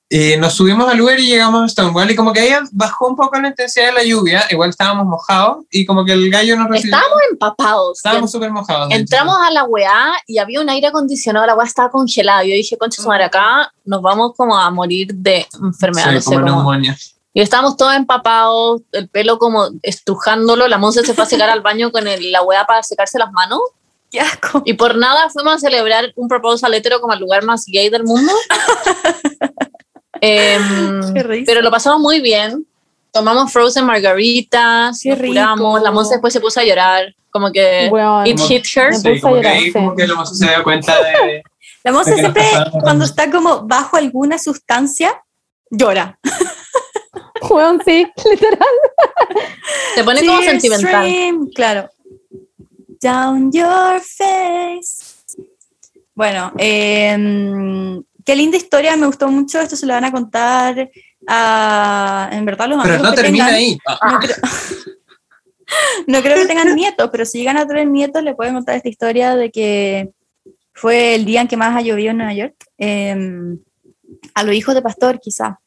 [SPEAKER 4] Y nos subimos al Uber y llegamos a Stonewall. Y como que ahí bajó un poco la intensidad de la lluvia. Igual estábamos mojados. Y como que el gallo nos recibió.
[SPEAKER 1] Estábamos empapados.
[SPEAKER 4] Estábamos súper mojados. de hecho.
[SPEAKER 1] Entramos a la weá y había un aire acondicionado, la weá estaba congelada. Yo dije, concha su madre, acá nos vamos como a morir de enfermedad. no
[SPEAKER 4] Sí,
[SPEAKER 1] sé,
[SPEAKER 4] como
[SPEAKER 1] como-
[SPEAKER 4] neumonía.
[SPEAKER 1] Y estábamos todos empapados, el pelo como estrujándolo. La Monse se fue a secar al baño con el- la weá para secarse las manos.
[SPEAKER 5] Qué asco.
[SPEAKER 1] Y por nada fuimos a celebrar un proposal hetero como el lugar más gay del
[SPEAKER 5] *laughs*
[SPEAKER 1] mundo. Em,
[SPEAKER 5] Qué risa.
[SPEAKER 1] pero lo pasamos muy bien. Tomamos frozen margaritas,
[SPEAKER 5] Qué
[SPEAKER 1] nos curamos,
[SPEAKER 5] rico.
[SPEAKER 1] la Monse después se puso a llorar. como que
[SPEAKER 2] Weón,
[SPEAKER 1] it hit her.
[SPEAKER 2] Me
[SPEAKER 4] Sí,
[SPEAKER 2] puse a
[SPEAKER 4] como que
[SPEAKER 2] llorar,
[SPEAKER 4] ahí como
[SPEAKER 2] sí.
[SPEAKER 4] que la moza se da cuenta de...
[SPEAKER 3] La
[SPEAKER 4] De
[SPEAKER 3] moza
[SPEAKER 4] que
[SPEAKER 3] siempre,
[SPEAKER 4] nos pasamos.
[SPEAKER 3] cuando está como bajo alguna sustancia, llora.
[SPEAKER 2] Weón, sí, literal.
[SPEAKER 1] Se pone como
[SPEAKER 3] Tear
[SPEAKER 1] sentimental.
[SPEAKER 3] stream, claro. Down your face. Bueno, em, qué linda historia, me gustó mucho. Esto se lo van a contar a, en verdad, los
[SPEAKER 4] Pero
[SPEAKER 3] amigos
[SPEAKER 4] no
[SPEAKER 3] que
[SPEAKER 4] termina
[SPEAKER 3] tengan.
[SPEAKER 4] ahí.
[SPEAKER 3] No creo, *laughs* no creo que tengan nietos, pero si llegan a tener nietos, le pueden contar esta historia de que fue el día en que más ha llovido en Nueva York. em, a los hijos de Pastor, quizá.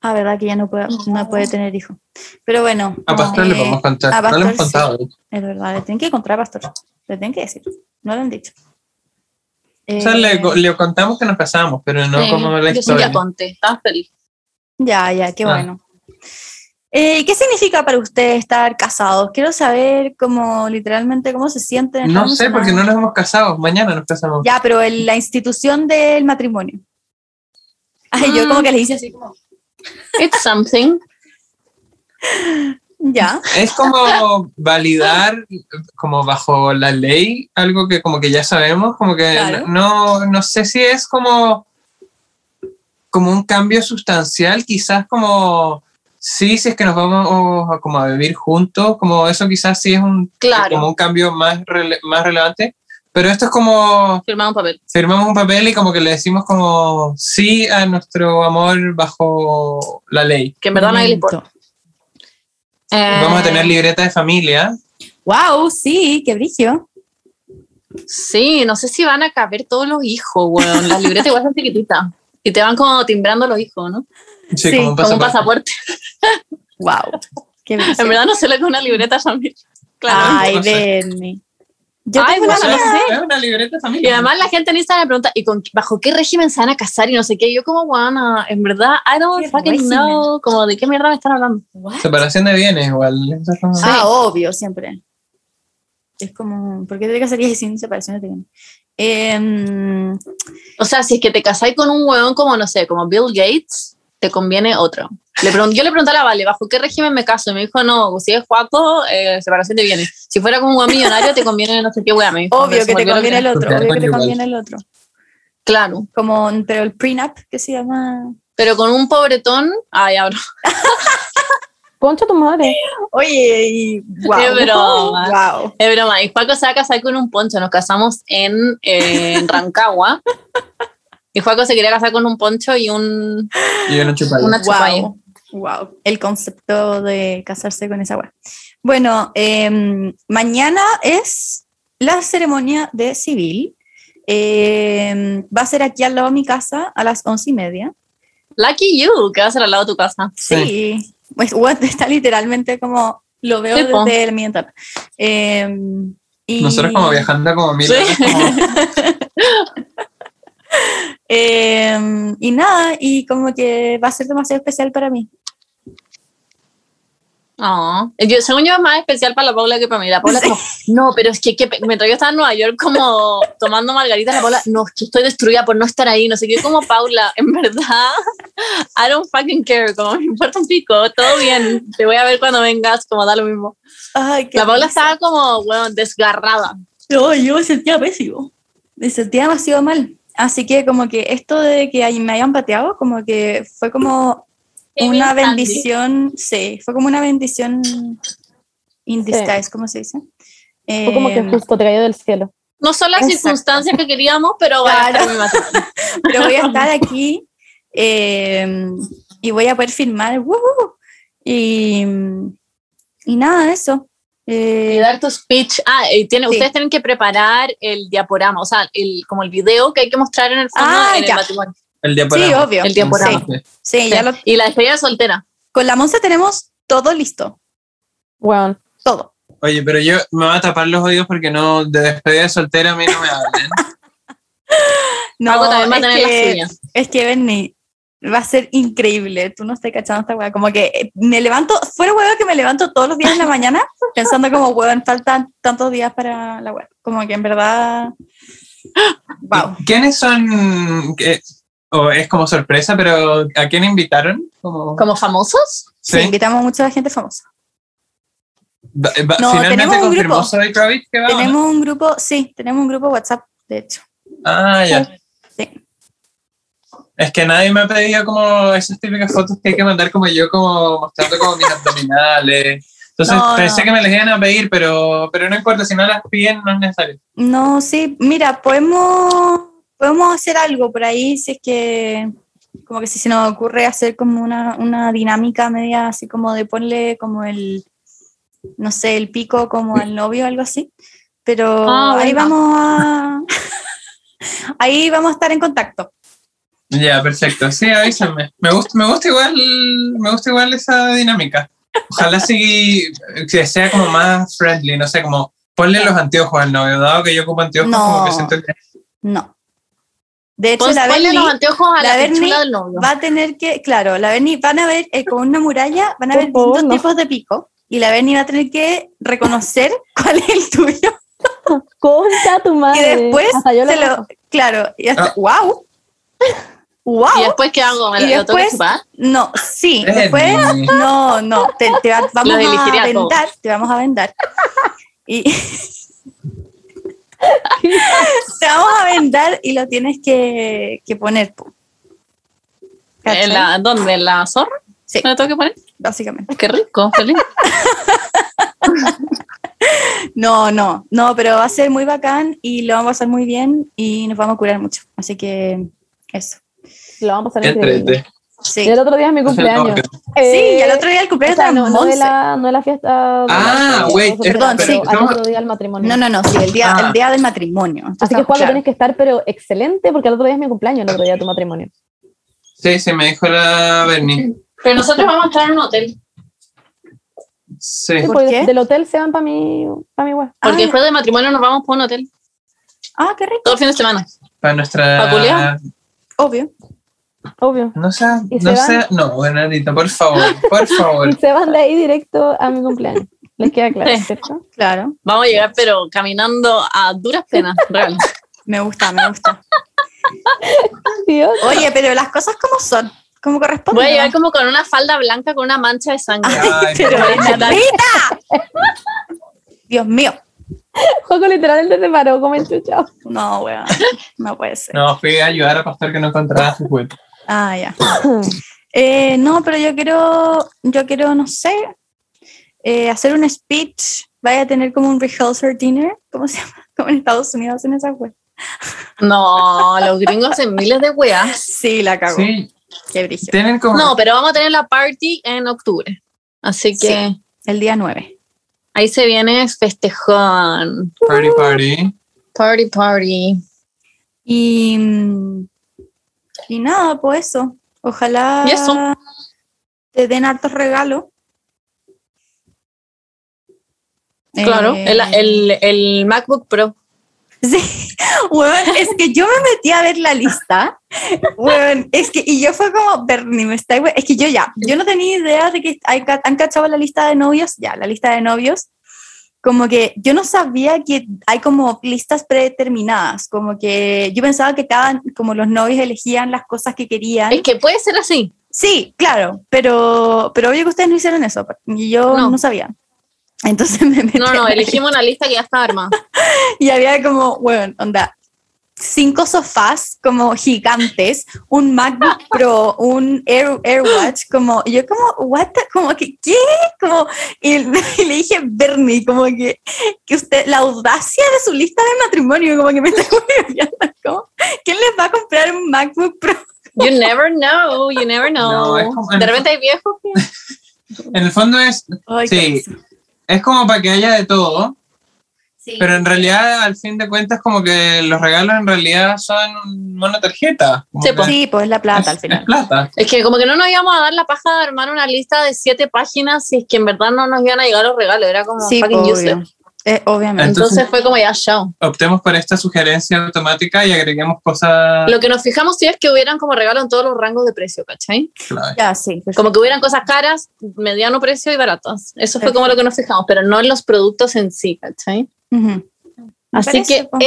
[SPEAKER 3] Ah, verdad que ya no puede, no
[SPEAKER 1] Ah.
[SPEAKER 3] puede tener hijos. Pero bueno.
[SPEAKER 4] A Pastor
[SPEAKER 3] eh,
[SPEAKER 4] le podemos contar.
[SPEAKER 3] a
[SPEAKER 4] no
[SPEAKER 3] Pastor
[SPEAKER 4] lo hemos
[SPEAKER 3] sí.
[SPEAKER 4] contado.
[SPEAKER 3] Es verdad, le tienen que encontrar a Pastor. Le tienen que decir. No lo han dicho.
[SPEAKER 4] O sea,
[SPEAKER 3] Eh,
[SPEAKER 4] le, le contamos que nos casamos, pero no
[SPEAKER 1] Sí,
[SPEAKER 4] como la
[SPEAKER 1] yo sí
[SPEAKER 4] historia.
[SPEAKER 1] ya conté, estaba feliz.
[SPEAKER 3] Ya, ya, qué
[SPEAKER 4] Ah.
[SPEAKER 3] bueno. Eh, ¿Qué significa para ustedes estar casados? Quiero saber cómo, literalmente, cómo se sienten.
[SPEAKER 4] No sé, porque no nos hemos casado. Mañana nos casamos.
[SPEAKER 3] Ya, pero el- la institución del matrimonio. Ay, yo
[SPEAKER 1] Mm.
[SPEAKER 3] como que le hice así como,
[SPEAKER 1] It's something.
[SPEAKER 3] ya.
[SPEAKER 4] Es como validar, como bajo la ley, algo que como que ya sabemos, como que
[SPEAKER 3] Claro.
[SPEAKER 4] no, no sé si es como, como un cambio sustancial, quizás como, sí, si es que nos vamos a, como a vivir juntos, como eso quizás sí es un,
[SPEAKER 1] Claro.
[SPEAKER 4] como un cambio más, rele- más relevante, pero esto es como
[SPEAKER 1] Firmaba un papel.
[SPEAKER 4] firmamos un papel y como que le decimos como sí a nuestro amor bajo la ley.
[SPEAKER 1] Que en verdad nadie le importa. Eh,
[SPEAKER 4] Vamos a tener libreta de familia.
[SPEAKER 3] Wow, sí, qué brillo.
[SPEAKER 1] Sí, no sé si van a caber todos los hijos, weón. Las libretas igual son chiquititas. Y te van como timbrando los hijos, ¿no?
[SPEAKER 4] Sí,
[SPEAKER 3] Sí,
[SPEAKER 4] como un
[SPEAKER 1] Como un
[SPEAKER 4] pasaporte.
[SPEAKER 1] pasaporte.
[SPEAKER 3] Wow, qué
[SPEAKER 1] En
[SPEAKER 3] brillo.
[SPEAKER 1] verdad no sé lo que es una libreta familiar. *laughs* Claro.
[SPEAKER 3] Ay,
[SPEAKER 4] no sé.
[SPEAKER 3] Bernie. Yo
[SPEAKER 1] Ay,
[SPEAKER 3] tengo una
[SPEAKER 1] bueno, no
[SPEAKER 3] amiga-
[SPEAKER 1] sé.
[SPEAKER 4] Es una libreta de
[SPEAKER 1] Y
[SPEAKER 4] familia.
[SPEAKER 1] además la gente en Instagram me pregunta, ¿y con, bajo qué régimen se van a casar? Y no sé qué. Yo como, guana, en verdad, I don't
[SPEAKER 3] ¿Qué
[SPEAKER 1] fucking
[SPEAKER 3] régimen?
[SPEAKER 1] know. Como, ¿de qué mierda me están hablando?
[SPEAKER 4] Separación de bienes igual. Eso es como-
[SPEAKER 1] Sí.
[SPEAKER 3] Ah, obvio, siempre. Es como, ¿por qué te casarías sin separación de bienes? Em,
[SPEAKER 1] O sea, si es que te casáis con un huevón como, no sé, como Bill Gates, te conviene otro. Le pregun- yo le pregunté a la Vale, ¿bajo qué régimen me caso? Y me dijo, no, si es Juaco, eh, separación de bienes. Si fuera con un hueón millonario, te conviene no sé qué hueá, me dijo.
[SPEAKER 3] obvio
[SPEAKER 1] Se
[SPEAKER 3] que
[SPEAKER 1] me
[SPEAKER 3] te
[SPEAKER 1] olvidó lo
[SPEAKER 3] conviene el otro,
[SPEAKER 4] Porque
[SPEAKER 3] obvio que te
[SPEAKER 4] conyugal.
[SPEAKER 3] conviene el otro.
[SPEAKER 1] Claro,
[SPEAKER 3] Como, pero el prenup, que se llama?
[SPEAKER 1] pero con un pobretón, ay, abro.
[SPEAKER 2] Concha tu madre.
[SPEAKER 3] Oye, y wow. *laughs*
[SPEAKER 1] Qué broma.
[SPEAKER 3] Wow.
[SPEAKER 1] Es broma, y Juaco se va a casar con un poncho, nos casamos en, eh, en Rancagua. Y Juaco se quería casar con un poncho y un...
[SPEAKER 4] Y yo no chuparía.
[SPEAKER 1] Ah, Una- Chupalla.
[SPEAKER 3] Wow, wow, el concepto de casarse con esa weá. Bueno, em, mañana es la ceremonia de civil. Em, va a ser aquí al lado de mi casa a las once y media.
[SPEAKER 1] Lucky you, que va a ser al lado de tu casa.
[SPEAKER 3] Sí, Pues, what, está literalmente como lo veo
[SPEAKER 1] Sí, po.
[SPEAKER 3] desde mi ventana. Em, y-
[SPEAKER 4] Nosotros como viajando como mil
[SPEAKER 1] Sí.
[SPEAKER 4] veces, como-
[SPEAKER 3] em, y nada, y como que va a ser demasiado especial para mí.
[SPEAKER 1] Ah, Yo, según yo es más especial para la Paula que para mí. La Paula como, no, pero es que, que pe- mientras yo estaba en Nueva York como tomando margaritas, la Paula, no, es que estoy destruida por no estar ahí, no sé qué, como Paula, en verdad, *laughs* I don't fucking care, como me importa un pico, todo bien, te voy a ver cuando vengas, como da lo mismo.
[SPEAKER 3] Ay, qué
[SPEAKER 1] La Paula
[SPEAKER 3] risa.
[SPEAKER 1] estaba como, bueno, desgarrada.
[SPEAKER 3] No, yo me sentía pésimo. Me sentía demasiado mal. Así que como que esto de que ahí me hayan pateado, como que fue como
[SPEAKER 1] Qué
[SPEAKER 3] una
[SPEAKER 1] bien,
[SPEAKER 3] bendición, sí, fue como una bendición in disguise, ¿cómo se dice?
[SPEAKER 2] Fue como que
[SPEAKER 3] Em,
[SPEAKER 2] justo te cayó del cielo.
[SPEAKER 1] No son las
[SPEAKER 3] Exacto.
[SPEAKER 1] circunstancias que queríamos, pero bueno,
[SPEAKER 3] Claro.
[SPEAKER 1] está muy mal.
[SPEAKER 3] pero voy a estar aquí em, y voy a poder filmar. ¡wuhu! y, y nada, eso. Eh,
[SPEAKER 1] Y dar tu speech. Ah, y tiene,
[SPEAKER 3] Sí.
[SPEAKER 1] ustedes tienen que preparar el diaporama, o sea, el, como el video que hay que mostrar en el fondo
[SPEAKER 3] Ah,
[SPEAKER 1] en
[SPEAKER 3] ya.
[SPEAKER 1] el matrimonio.
[SPEAKER 4] el diaporama.
[SPEAKER 3] sí, obvio.
[SPEAKER 1] El diaporama.
[SPEAKER 3] Sí, sí, ya lo-
[SPEAKER 1] Y la despedida de soltera.
[SPEAKER 3] con la Monza tenemos todo listo,
[SPEAKER 2] Weón.
[SPEAKER 3] todo.
[SPEAKER 1] Ah,
[SPEAKER 4] Oye, pero yo me voy a tapar los oídos porque no, de despedida de soltera a mí no me hablen.
[SPEAKER 3] No,
[SPEAKER 1] Paco pues, también va a
[SPEAKER 3] es
[SPEAKER 1] tener
[SPEAKER 3] que-
[SPEAKER 1] la suya.
[SPEAKER 3] Es que, Bernie, va a ser increíble. Tú no estás cachando esta weá. Como que eh, me levanto, fuera huevo que me levanto todos los días en
[SPEAKER 1] *laughs*
[SPEAKER 3] la mañana pensando como, weón, faltan tantos días para la weá. Como que en verdad. Wow.
[SPEAKER 4] ¿Quiénes son? qué- o es como sorpresa, pero ¿a quién invitaron? Como,
[SPEAKER 1] ¿Como famosos?
[SPEAKER 3] Sí,
[SPEAKER 4] sí.
[SPEAKER 3] invitamos mucho a gente famosa.
[SPEAKER 4] Va- va-
[SPEAKER 3] No,
[SPEAKER 4] ¿Finalmente
[SPEAKER 3] tenemos un
[SPEAKER 4] confirmó
[SPEAKER 3] grupo.
[SPEAKER 4] Zoe Kravitz que va? o no?
[SPEAKER 3] Tenemos un grupo, sí, tenemos un grupo WhatsApp, de hecho.
[SPEAKER 4] Ah, ya.
[SPEAKER 3] Sí.
[SPEAKER 4] Es que nadie me ha pedido como esas típicas fotos que hay que mandar como yo, como mostrando como mis *laughs* abdominales. Entonces
[SPEAKER 3] No,
[SPEAKER 4] pensé
[SPEAKER 3] no.
[SPEAKER 4] que me las iban a pedir, pero, pero no importa, si no las piden no es necesario.
[SPEAKER 3] No, sí, mira, podemos, podemos hacer algo por ahí, si es que, como que si se nos ocurre hacer como una, una dinámica media así como de ponle como el, no sé, el pico como al novio, algo así. Pero
[SPEAKER 1] Ah,
[SPEAKER 3] ahí
[SPEAKER 1] bueno.
[SPEAKER 3] vamos a... *laughs* Ahí vamos a estar en contacto.
[SPEAKER 4] Ya, perfecto. Sí, avísame. Me gusta, me gusta igual, me gusta igual esa dinámica. Ojalá sí que sea como más friendly, no sé, como ponle los anteojos al novio, dado que yo ocupo anteojos,
[SPEAKER 3] No.
[SPEAKER 4] como que siento que
[SPEAKER 3] No. De hecho,
[SPEAKER 1] Pon-
[SPEAKER 3] la
[SPEAKER 1] ponle
[SPEAKER 3] Berni
[SPEAKER 1] los anteojos a
[SPEAKER 3] la
[SPEAKER 1] la,
[SPEAKER 3] Berni
[SPEAKER 1] pichula del novio.
[SPEAKER 3] va a tener que, claro, la Berni van a ver eh, con una muralla, van a
[SPEAKER 2] Por
[SPEAKER 3] ver
[SPEAKER 2] favor,
[SPEAKER 3] distintos
[SPEAKER 2] no.
[SPEAKER 3] tipos de pico y la Berni va a tener que reconocer *laughs* cuál es el tuyo
[SPEAKER 2] Concha tu
[SPEAKER 3] y
[SPEAKER 2] madre.
[SPEAKER 3] después
[SPEAKER 2] Hasta yo
[SPEAKER 3] se
[SPEAKER 2] lo-
[SPEAKER 3] lo, claro, y hasta,
[SPEAKER 4] Ah.
[SPEAKER 3] wow, wow,
[SPEAKER 1] ¿Y después qué hago? ¿Me
[SPEAKER 3] Y
[SPEAKER 1] la- lo tengo que
[SPEAKER 3] después-
[SPEAKER 1] chupar?
[SPEAKER 3] no, sí,
[SPEAKER 4] Eh,
[SPEAKER 3] después no, no, te, te va- vamos
[SPEAKER 1] Los elegiría
[SPEAKER 3] a
[SPEAKER 1] a todos.
[SPEAKER 3] vendar, te vamos a vendar y *laughs* te vamos a vendar y lo tienes que, que poner. po. ¿Cachai?
[SPEAKER 1] ¿En la, ¿Dónde? ¿En la zorra?
[SPEAKER 3] Sí.
[SPEAKER 1] ¿Me lo tengo que poner?
[SPEAKER 3] Básicamente.
[SPEAKER 1] Qué rico, feliz.
[SPEAKER 3] No, no, no, pero va a ser muy bacán y lo vamos a pasar muy bien y nos vamos a curar mucho. Así que eso.
[SPEAKER 2] Lo vamos a pasar increíble.
[SPEAKER 4] entrete.
[SPEAKER 3] Sí.
[SPEAKER 2] Y el otro día es mi cumpleaños.
[SPEAKER 3] Sí,
[SPEAKER 2] Eh,
[SPEAKER 3] y al otro día el
[SPEAKER 2] o
[SPEAKER 3] cumpleaños
[SPEAKER 2] sea,
[SPEAKER 3] de
[SPEAKER 2] no,
[SPEAKER 3] la
[SPEAKER 2] no de
[SPEAKER 3] Monse.
[SPEAKER 2] la, no de la fiesta. de
[SPEAKER 4] Ah,
[SPEAKER 2] la-
[SPEAKER 4] wait,
[SPEAKER 2] pero
[SPEAKER 3] perdón, sí,
[SPEAKER 2] Al
[SPEAKER 4] estamos-
[SPEAKER 2] otro día el matrimonio.
[SPEAKER 3] No, no, no, sí, el día,
[SPEAKER 4] Ah.
[SPEAKER 3] el día del matrimonio.
[SPEAKER 2] Así
[SPEAKER 3] Entonces,
[SPEAKER 2] que Juan
[SPEAKER 3] claro.
[SPEAKER 2] tienes que estar, pero excelente, porque el otro día es mi cumpleaños, el otro día de tu matrimonio.
[SPEAKER 4] Sí, sí, me dijo la Berni.
[SPEAKER 1] Pero nosotros vamos a estar en un hotel.
[SPEAKER 4] Sí.
[SPEAKER 2] Sí,
[SPEAKER 3] ¿Por
[SPEAKER 2] porque
[SPEAKER 3] qué?
[SPEAKER 2] Del hotel se van para mi, pa' mi web.
[SPEAKER 1] Porque
[SPEAKER 3] Ah.
[SPEAKER 1] después de matrimonio nos vamos por un hotel.
[SPEAKER 3] Ah, qué rico,
[SPEAKER 1] Todo el fin de semana.
[SPEAKER 4] Para nuestra.
[SPEAKER 1] ¿Pa culiar?
[SPEAKER 3] obvio.
[SPEAKER 2] Obvio.
[SPEAKER 4] No sé,
[SPEAKER 2] ¿Y
[SPEAKER 4] no
[SPEAKER 2] se van?
[SPEAKER 4] sé. No, Bernardita, por favor,
[SPEAKER 2] *laughs*
[SPEAKER 4] por favor.
[SPEAKER 2] Y se van de ahí directo a mi cumpleaños. Les queda claro,
[SPEAKER 1] Sí.
[SPEAKER 2] ¿cierto?
[SPEAKER 3] Claro,
[SPEAKER 1] Vamos a llegar, pero caminando a duras
[SPEAKER 3] *laughs*
[SPEAKER 1] penas, real.
[SPEAKER 3] me gusta, me gusta.
[SPEAKER 2] Dios.
[SPEAKER 3] Oye, pero las cosas como son, como corresponden.
[SPEAKER 1] Voy a llegar como con una falda blanca con una mancha de sangre.
[SPEAKER 4] Ay,
[SPEAKER 3] Pero
[SPEAKER 4] *laughs* no.
[SPEAKER 3] Bernardita. Dios mío.
[SPEAKER 2] Juego literalmente se paró como enchuchado.
[SPEAKER 3] No, weón. No puede ser.
[SPEAKER 4] No, fui a ayudar a Pastor que no encontraba su cuerpo.
[SPEAKER 3] Ah, ya. Eh, no, pero yo quiero, yo quiero, no sé, eh, hacer un speech. Vaya a tener como un rehearsal dinner, ¿cómo se llama? *laughs* Como en Estados Unidos en esa web.
[SPEAKER 1] No, los gringos hacen miles de weas.
[SPEAKER 3] Sí, la cago.
[SPEAKER 4] Sí,
[SPEAKER 3] Qué brillo.
[SPEAKER 4] tienen como.
[SPEAKER 1] No, pero vamos a tener la party en octubre. Así que
[SPEAKER 3] Sí. El día 9.
[SPEAKER 1] ahí se viene festejón.
[SPEAKER 4] Party, party.
[SPEAKER 1] Party, party.
[SPEAKER 3] Y, mm, y nada, pues eso. Ojalá
[SPEAKER 1] Y eso.
[SPEAKER 3] te den hartos regalos.
[SPEAKER 1] Claro,
[SPEAKER 3] Eh,
[SPEAKER 1] el, el- el MacBook Pro.
[SPEAKER 3] Sí, *laughs* weón, es que yo me metí a ver la lista, weón, es que, y yo fue como, Bernie, me está, we- es que yo ya, yo no tenía idea de que hay ca- han cachado la lista de novios, ya, la lista de novios, como que yo no sabía que hay como listas predeterminadas, como que yo pensaba que cada, como los novios elegían las cosas que querían.
[SPEAKER 1] Es que puede ser así.
[SPEAKER 3] Sí, claro, pero, pero obvio que ustedes no hicieron eso, y yo no,
[SPEAKER 1] No.
[SPEAKER 3] sabía. Entonces me metí.
[SPEAKER 1] No,
[SPEAKER 3] a *laughs*
[SPEAKER 1] no,
[SPEAKER 3] la
[SPEAKER 1] elegimos una lista que ya está armada.
[SPEAKER 3] y había como, bueno, onda, cinco sofás como gigantes, un MacBook
[SPEAKER 1] *laughs*
[SPEAKER 3] Pro, un Air, AirWatch, como, y yo como, what, the- como que, ¿qué? Como, y, *laughs* y le dije, Bernie, como que, que usted, la audacia de su lista de matrimonio, como que me está *laughs* hueviando, como, ¿quién les va a comprar un MacBook Pro?
[SPEAKER 1] You never know, you never know.
[SPEAKER 4] No, es como-
[SPEAKER 1] de repente hay viejos que...
[SPEAKER 4] En el fondo es,
[SPEAKER 3] Ay,
[SPEAKER 4] Sí.
[SPEAKER 3] qué risa.
[SPEAKER 4] es como para que haya de todo,
[SPEAKER 3] Sí.
[SPEAKER 4] pero en realidad, al fin de cuentas, como que los regalos en realidad son una tarjeta. como
[SPEAKER 1] Sí,
[SPEAKER 4] que
[SPEAKER 1] pues.
[SPEAKER 3] Sí, pues la plata al
[SPEAKER 4] es, es
[SPEAKER 3] final.
[SPEAKER 4] plata.
[SPEAKER 1] Es que como que no nos íbamos a dar la paja de armar una lista de siete páginas si es que en verdad no nos iban a llegar los regalos. Era como
[SPEAKER 3] Sí,
[SPEAKER 1] Ah, fucking
[SPEAKER 3] pues,
[SPEAKER 1] useless.
[SPEAKER 3] obvio. Eh, obviamente.
[SPEAKER 1] Entonces,
[SPEAKER 4] Entonces-
[SPEAKER 1] fue como ya, chao.
[SPEAKER 4] Optemos por esta sugerencia automática y agreguemos cosas
[SPEAKER 1] Lo que nos fijamos sí es que hubieran como regalo en todos los rangos de precio, ¿cachai?
[SPEAKER 4] clave.
[SPEAKER 3] Ya, sí. perfecto.
[SPEAKER 1] Como que hubieran cosas caras, mediano precio y baratas. Eso fue como lo que nos fijamos, pero no en los productos en sí, ¿cachai?
[SPEAKER 3] Ujú. Me
[SPEAKER 1] Así
[SPEAKER 3] parece,
[SPEAKER 1] que
[SPEAKER 3] pues.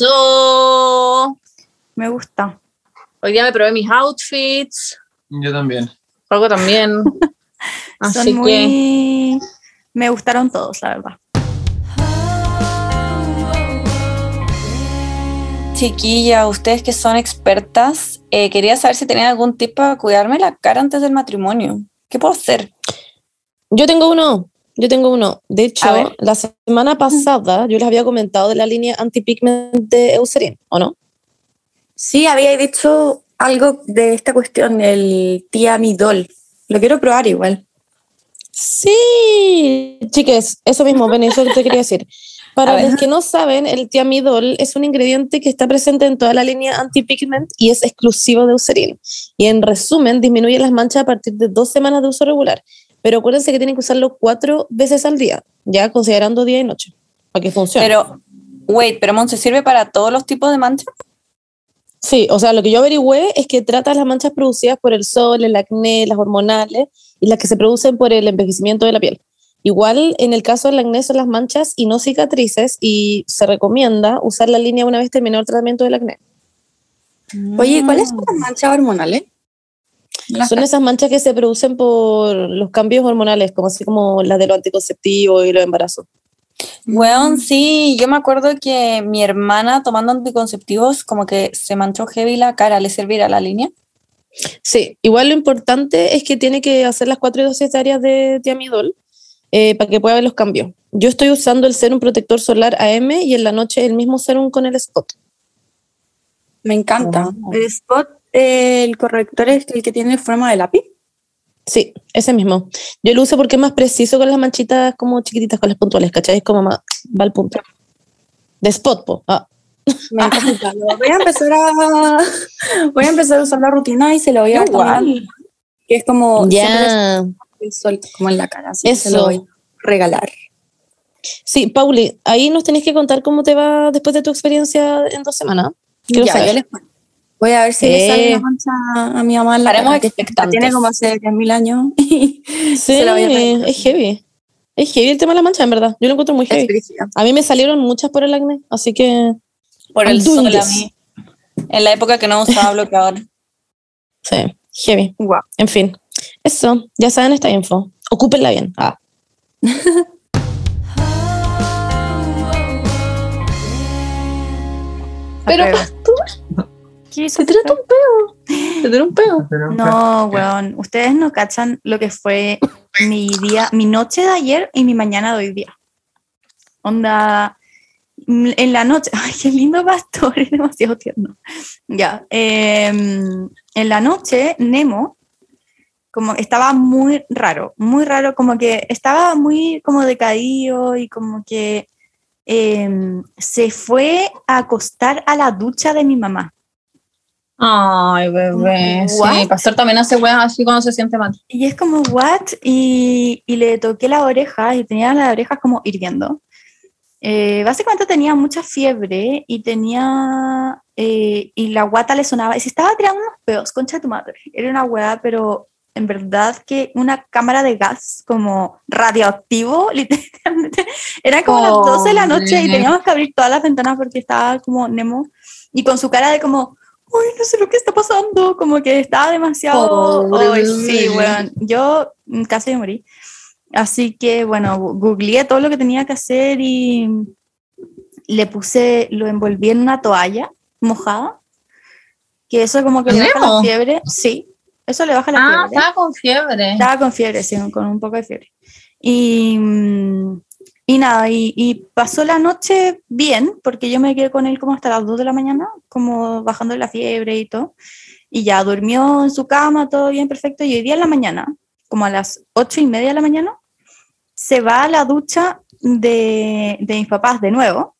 [SPEAKER 1] eso.
[SPEAKER 3] Me gusta.
[SPEAKER 1] Hoy día me probé mis outfits,
[SPEAKER 4] Yo también.
[SPEAKER 1] algo también.
[SPEAKER 3] Son
[SPEAKER 1] Así que
[SPEAKER 3] muy...
[SPEAKER 5] Me gustaron todos, la verdad.
[SPEAKER 3] Chiquilla, ustedes que son expertas, eh, quería saber si tenían algún tip para cuidarme la cara antes del matrimonio. ¿Qué puedo hacer?
[SPEAKER 2] *clears throat*
[SPEAKER 7] Yo tengo uno. Yo tengo uno. De
[SPEAKER 3] A
[SPEAKER 7] hecho,
[SPEAKER 3] ver.
[SPEAKER 7] la semana pasada yo les había comentado de la línea antipigment de Eucerin, ¿o no?
[SPEAKER 3] Sí, había dicho algo de esta cuestión, el tiamidol. Lo quiero probar igual.
[SPEAKER 7] Sí, chiques,
[SPEAKER 3] *laughs*
[SPEAKER 7] eso mismo, Benny, eso te quería decir.
[SPEAKER 3] A
[SPEAKER 7] Para
[SPEAKER 3] ver.
[SPEAKER 7] los que no saben, el tiamidol es un ingrediente que está presente en toda la línea antipigment y es exclusivo de Eucerin. Y en resumen, disminuye las manchas a partir de dos semanas de uso regular. Pero acuérdense que tienen que usarlo cuatro veces al día, ya considerando día y noche, para que funcione.
[SPEAKER 3] Pero, wait, pero Monse, ¿sirve para todos los tipos de manchas?
[SPEAKER 7] Sí, o sea, lo que yo averigüé es que trata las manchas producidas por el sol, el acné, las hormonales y las que se producen por el envejecimiento de la piel. Igual en el caso del acné son las manchas y no cicatrices y se recomienda usar la línea una vez terminado el tratamiento del acné.
[SPEAKER 3] Oye, ¿cuál
[SPEAKER 7] Mm.
[SPEAKER 5] son las manchas hormonales?
[SPEAKER 3] eh?
[SPEAKER 7] Son esas manchas que se producen por los cambios hormonales, como así como las de los anticonceptivos y los embarazos.
[SPEAKER 3] Weón, sí, yo me acuerdo que mi hermana tomando anticonceptivos como que se manchó heavy la cara, ¿le servirá la línea?
[SPEAKER 7] Sí, igual lo importante es que tiene que hacer las cuatro dosis diarias de tiamidol eh, para que pueda ver los cambios. Yo estoy usando el serum protector solar AM y en la noche el mismo serum con el spot.
[SPEAKER 3] Me encanta.
[SPEAKER 7] Oh.
[SPEAKER 5] El spot, eh, el corrector es el que tiene forma de lápiz.
[SPEAKER 7] Sí, ese mismo. Yo lo uso porque es más preciso con las manchitas como chiquititas, con las puntuales, ¿cachai? Es como más, va al punto. De spot, po. Ah,
[SPEAKER 5] Me encanta. Voy a empezar a voy a empezar a usar la rutina y se la voy a
[SPEAKER 3] Yo
[SPEAKER 5] dar también a- que es como siempre
[SPEAKER 7] ya.
[SPEAKER 5] el sol como en la cara, así que se
[SPEAKER 7] Eso.
[SPEAKER 5] lo voy a regalar.
[SPEAKER 7] Sí, Pauli, ahí nos tenés que contar cómo te va después de tu experiencia en dos semanas. Quiero
[SPEAKER 5] Ya,
[SPEAKER 7] saber.
[SPEAKER 5] yo les cuento. Voy a ver si le sale
[SPEAKER 7] Eh.
[SPEAKER 5] una mancha a mi mamá en la
[SPEAKER 3] Estaremos
[SPEAKER 5] cara, que
[SPEAKER 3] expectantes.
[SPEAKER 5] tiene como hace 10.000 años. *laughs*
[SPEAKER 7] Sí,
[SPEAKER 5] se la voy a regalar.
[SPEAKER 7] es heavy. Es heavy el tema de la mancha, en verdad. Yo lo encuentro muy heavy.
[SPEAKER 5] Es brígida.
[SPEAKER 7] A mí me salieron muchas por el acné, así que
[SPEAKER 3] Por el sol a
[SPEAKER 7] Andúnguez.
[SPEAKER 3] mí. En la época que no usaba bloqueador.
[SPEAKER 7] sí, heavy.
[SPEAKER 5] Guau.
[SPEAKER 7] En fin, eso, ya saben esta info. Ocúpenla bien. Ah.
[SPEAKER 5] Oh,
[SPEAKER 1] Pero
[SPEAKER 5] Apruebo.
[SPEAKER 1] se trata un peo. Se trata un peo.
[SPEAKER 4] Pero-
[SPEAKER 5] No, weón, ustedes no cachan lo que fue mi día, mi noche de ayer y mi mañana de hoy día. Onda, mm, en la noche, *laughs* ay, qué lindo pastor, *laughs* es demasiado tierno. Ya, em, en la noche, Nemo, como estaba muy raro, muy raro, como que estaba muy como decaído y como que em, se fue a acostar a la ducha de mi mamá.
[SPEAKER 1] Ay, bebé. Sí,
[SPEAKER 5] What?
[SPEAKER 1] Pastor también hace weas así cuando se siente mal.
[SPEAKER 5] Y es como, ¿what? Y, y le toqué las orejas y tenía las orejas como hirviendo. Eh, básicamente tenía mucha fiebre y tenía. eh, y la guata le sonaba. Y se estaba tirando unos peos, concha de tu madre. Era una weá, pero en verdad que una cámara de gas como radioactivo, *laughs* literalmente. Era como las 12 de la noche y
[SPEAKER 1] Pobre.
[SPEAKER 5] teníamos que abrir todas las ventanas porque estaba como Nemo. Y con su cara de como. Uy, no sé lo que está pasando, como que estaba demasiado...
[SPEAKER 1] Pobre
[SPEAKER 5] Ay, sí,
[SPEAKER 1] bebé.
[SPEAKER 5] weón. Yo mm, casi me morí. Así que, bueno, gu- googleé todo lo que tenía que hacer y le puse, lo envolví en una toalla mojada, que eso como que le baja la
[SPEAKER 1] ¿Nemo?
[SPEAKER 5] fiebre. Sí, eso le baja la
[SPEAKER 1] Ah,
[SPEAKER 5] fiebre.
[SPEAKER 1] estaba con fiebre.
[SPEAKER 5] Estaba con fiebre, sí, con un poco de fiebre. Y, mm, y nada, y, y pasó la noche bien, porque yo me quedé con él como hasta las 2 de la mañana, como bajando la fiebre y todo. Y ya durmió en su cama, todo bien, perfecto. Y hoy día en la mañana, como a las 8 y media de la mañana, se va a la ducha de, de mis papás de nuevo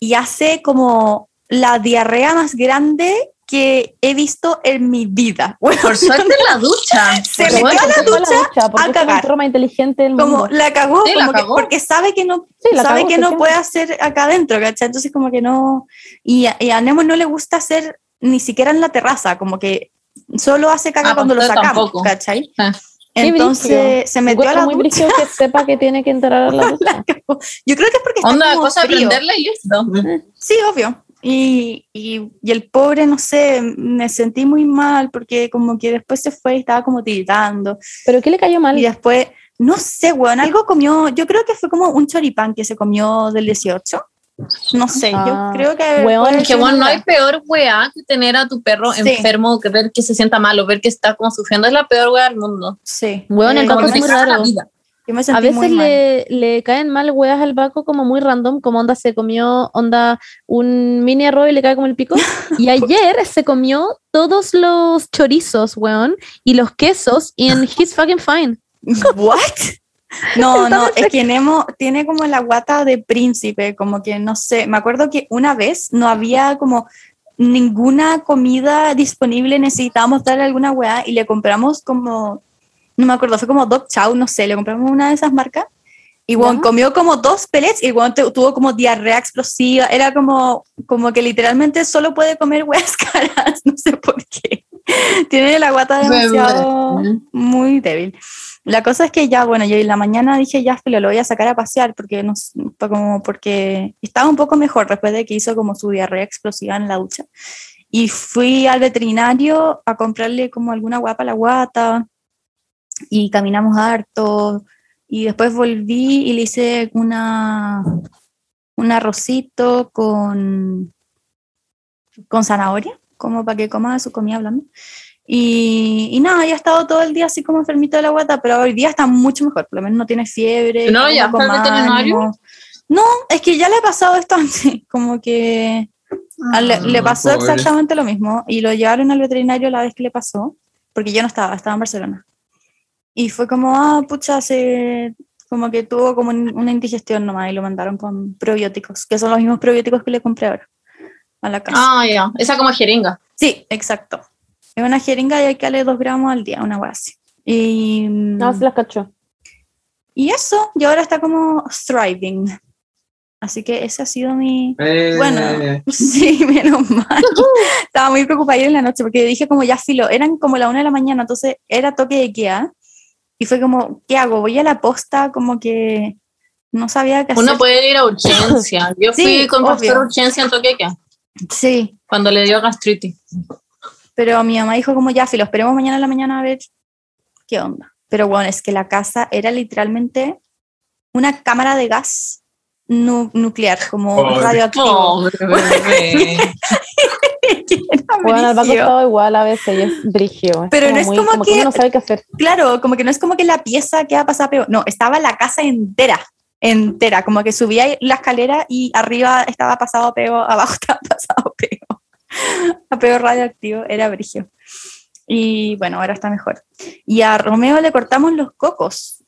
[SPEAKER 5] y hace como la diarrea más grande que he visto en mi vida. *laughs* Bueno,
[SPEAKER 1] Por suerte en la
[SPEAKER 5] *laughs*
[SPEAKER 1] ducha.
[SPEAKER 5] Se
[SPEAKER 1] Por
[SPEAKER 5] metió
[SPEAKER 1] suerte.
[SPEAKER 5] a la
[SPEAKER 2] Fue
[SPEAKER 5] ducha
[SPEAKER 2] porque es
[SPEAKER 5] cagar.
[SPEAKER 2] el perro más inteligente del
[SPEAKER 5] como
[SPEAKER 2] mundo.
[SPEAKER 5] la cagó,
[SPEAKER 1] Sí, la
[SPEAKER 5] como que-
[SPEAKER 1] cagó.
[SPEAKER 5] porque sabe que no
[SPEAKER 2] Sí, la
[SPEAKER 5] sabe
[SPEAKER 2] cagó,
[SPEAKER 5] que no
[SPEAKER 2] efectivamente.
[SPEAKER 5] puede hacer acá adentro, ¿cachai? Entonces como que no... Y a, y a Nemo no le gusta hacer ni siquiera en la terraza, como que solo hace caca
[SPEAKER 1] Ah,
[SPEAKER 5] cuando lo
[SPEAKER 1] pues
[SPEAKER 5] sacamos,
[SPEAKER 1] tampoco.
[SPEAKER 5] ¿cachai?
[SPEAKER 1] Ah.
[SPEAKER 2] Qué brígido.
[SPEAKER 5] Entonces se metió a
[SPEAKER 2] Encuentro
[SPEAKER 5] la
[SPEAKER 2] muy
[SPEAKER 5] ducha.
[SPEAKER 2] brígido que sepa que tiene que entrar a la
[SPEAKER 5] *laughs*
[SPEAKER 2] ducha.
[SPEAKER 5] Yo creo que es porque está
[SPEAKER 1] Onda,
[SPEAKER 5] como
[SPEAKER 1] cosa de
[SPEAKER 5] frío.
[SPEAKER 1] prenderla y listo.
[SPEAKER 5] Sí, obvio. Y, y- y el pobre, no sé, me sentí muy mal porque como que después se fue y estaba como tiritando.
[SPEAKER 2] ¿Pero qué le cayó mal?
[SPEAKER 5] Y después, No sé, weón, algo comió, yo creo que fue como un choripán que se comió del 18. No sé,
[SPEAKER 7] Ah.
[SPEAKER 5] yo creo que...
[SPEAKER 7] Weón,
[SPEAKER 5] puede
[SPEAKER 1] Porque
[SPEAKER 5] ser
[SPEAKER 1] bueno, no
[SPEAKER 5] una-
[SPEAKER 1] hay peor weá que tener a tu perro
[SPEAKER 5] Sí.
[SPEAKER 1] enfermo, que ver que se sienta malo, ver que está como sufriendo, es la peor weá del mundo.
[SPEAKER 5] Sí.
[SPEAKER 2] Weón,
[SPEAKER 5] Eh,
[SPEAKER 2] el
[SPEAKER 1] Como
[SPEAKER 2] Paco
[SPEAKER 5] yo
[SPEAKER 1] que
[SPEAKER 2] es
[SPEAKER 1] te
[SPEAKER 2] muy
[SPEAKER 5] me-
[SPEAKER 1] caga la
[SPEAKER 2] raro.
[SPEAKER 1] vida.
[SPEAKER 5] yo me sentí
[SPEAKER 2] A veces
[SPEAKER 5] muy mal.
[SPEAKER 2] le, le caen mal weas al Paco como muy random, como onda se comió, onda un mini arroz y le cae como el pico.
[SPEAKER 5] *laughs*
[SPEAKER 2] Y ayer se comió todos los chorizos, weón, y los quesos, y
[SPEAKER 5] *laughs*
[SPEAKER 2] en He's Fucking Fine.
[SPEAKER 5] ¿What? No, no, es que Nemo tiene como la guata de príncipe, como que no sé, me acuerdo que una vez no había como ninguna comida disponible, necesitábamos darle alguna weá y le compramos como, no me acuerdo, fue como Dog Chow, no sé, le compramos una de esas marcas y weón,
[SPEAKER 2] Ya.
[SPEAKER 5] comió como dos pellets y weón, te- tuvo como diarrea explosiva, era como, como que literalmente solo puede comer weas *laughs* caras, no sé por qué. Tiene la guata
[SPEAKER 4] Verdad.
[SPEAKER 5] demasiado muy débil. La cosa es que ya, bueno, yo en la mañana dije, ya, filo, lo voy a sacar a pasear porque, no, s- pa- como porque estaba un poco mejor después de que hizo como su diarrea explosiva en la ducha. Y fui al veterinario a comprarle como alguna guapa a la guata y caminamos harto. Y después volví y le hice una, un arrocito con, con zanahoria, como para que coma su comida blanda. Y, y nada, ya ha estado todo el día así como enfermito de la guata, pero hoy día está mucho mejor, por lo menos no tiene fiebre.
[SPEAKER 1] ¿No lo
[SPEAKER 5] está
[SPEAKER 1] llevaste
[SPEAKER 5] como
[SPEAKER 1] al
[SPEAKER 5] con
[SPEAKER 1] veterinario?
[SPEAKER 5] ánimo. No, es que ya le ha pasado esto *laughs* antes, como que a- le, le
[SPEAKER 4] Ah,
[SPEAKER 5] pasó
[SPEAKER 4] pobre.
[SPEAKER 5] exactamente lo mismo y lo llevaron al veterinario la vez que le pasó, porque yo no estaba, estaba en Barcelona. Y fue como, ah, pucha, se, como que tuvo como un- una indigestión nomás y lo mandaron con probióticos, que son los mismos probióticos que le compré ahora a la casa.
[SPEAKER 1] Ah, ya, esa como jeringa.
[SPEAKER 5] Sí, exacto. Es una jeringa y hay que darle dos gramos al día, una base. Y, mm,
[SPEAKER 2] No, se las cachó.
[SPEAKER 5] y eso, y ahora está como thriving. Así que ese ha sido mi, *laughs*
[SPEAKER 4] Eh,
[SPEAKER 5] Bueno. Sí, menos
[SPEAKER 2] *laughs*
[SPEAKER 5] mal. Estaba muy preocupada ayer en la noche porque dije como ya filo, eran como la una de la mañana, entonces era toque de queda. Y fue como, ¿qué hago? Voy a la posta, como que no sabía qué hacer.
[SPEAKER 1] Uno puede ir a urgencia. Yo
[SPEAKER 5] *laughs* Sí,
[SPEAKER 1] fui con pastor
[SPEAKER 5] obvio.
[SPEAKER 1] urgencia en Toqueca
[SPEAKER 5] Sí,
[SPEAKER 1] cuando le dio gastritis.
[SPEAKER 5] pero mi mamá dijo como ya filo, esperemos mañana en la mañana a ver qué onda. Pero bueno, es que la casa era literalmente una cámara de gas nu- nuclear, como
[SPEAKER 4] Pobre.
[SPEAKER 1] *laughs*
[SPEAKER 2] Oh.
[SPEAKER 5] *laughs* radioactivo.
[SPEAKER 1] Pobre
[SPEAKER 4] bebé.
[SPEAKER 5] Era
[SPEAKER 2] Weón, al Paco
[SPEAKER 5] brígido.
[SPEAKER 2] estaba igual a veces y es brigio.
[SPEAKER 5] Pero no es como
[SPEAKER 2] que
[SPEAKER 5] que-
[SPEAKER 2] uno no sabe qué hacer.
[SPEAKER 5] Claro, como que no es como que la pieza que ha pasado peor. No, estaba la casa entera, entera. Como que subía la escalera y arriba estaba pasado peor, *laughs* abajo estaba pasado peor. A peor radioactivo, era brigio. Y bueno, ahora está mejor. Y a Romeo le cortamos los cocos,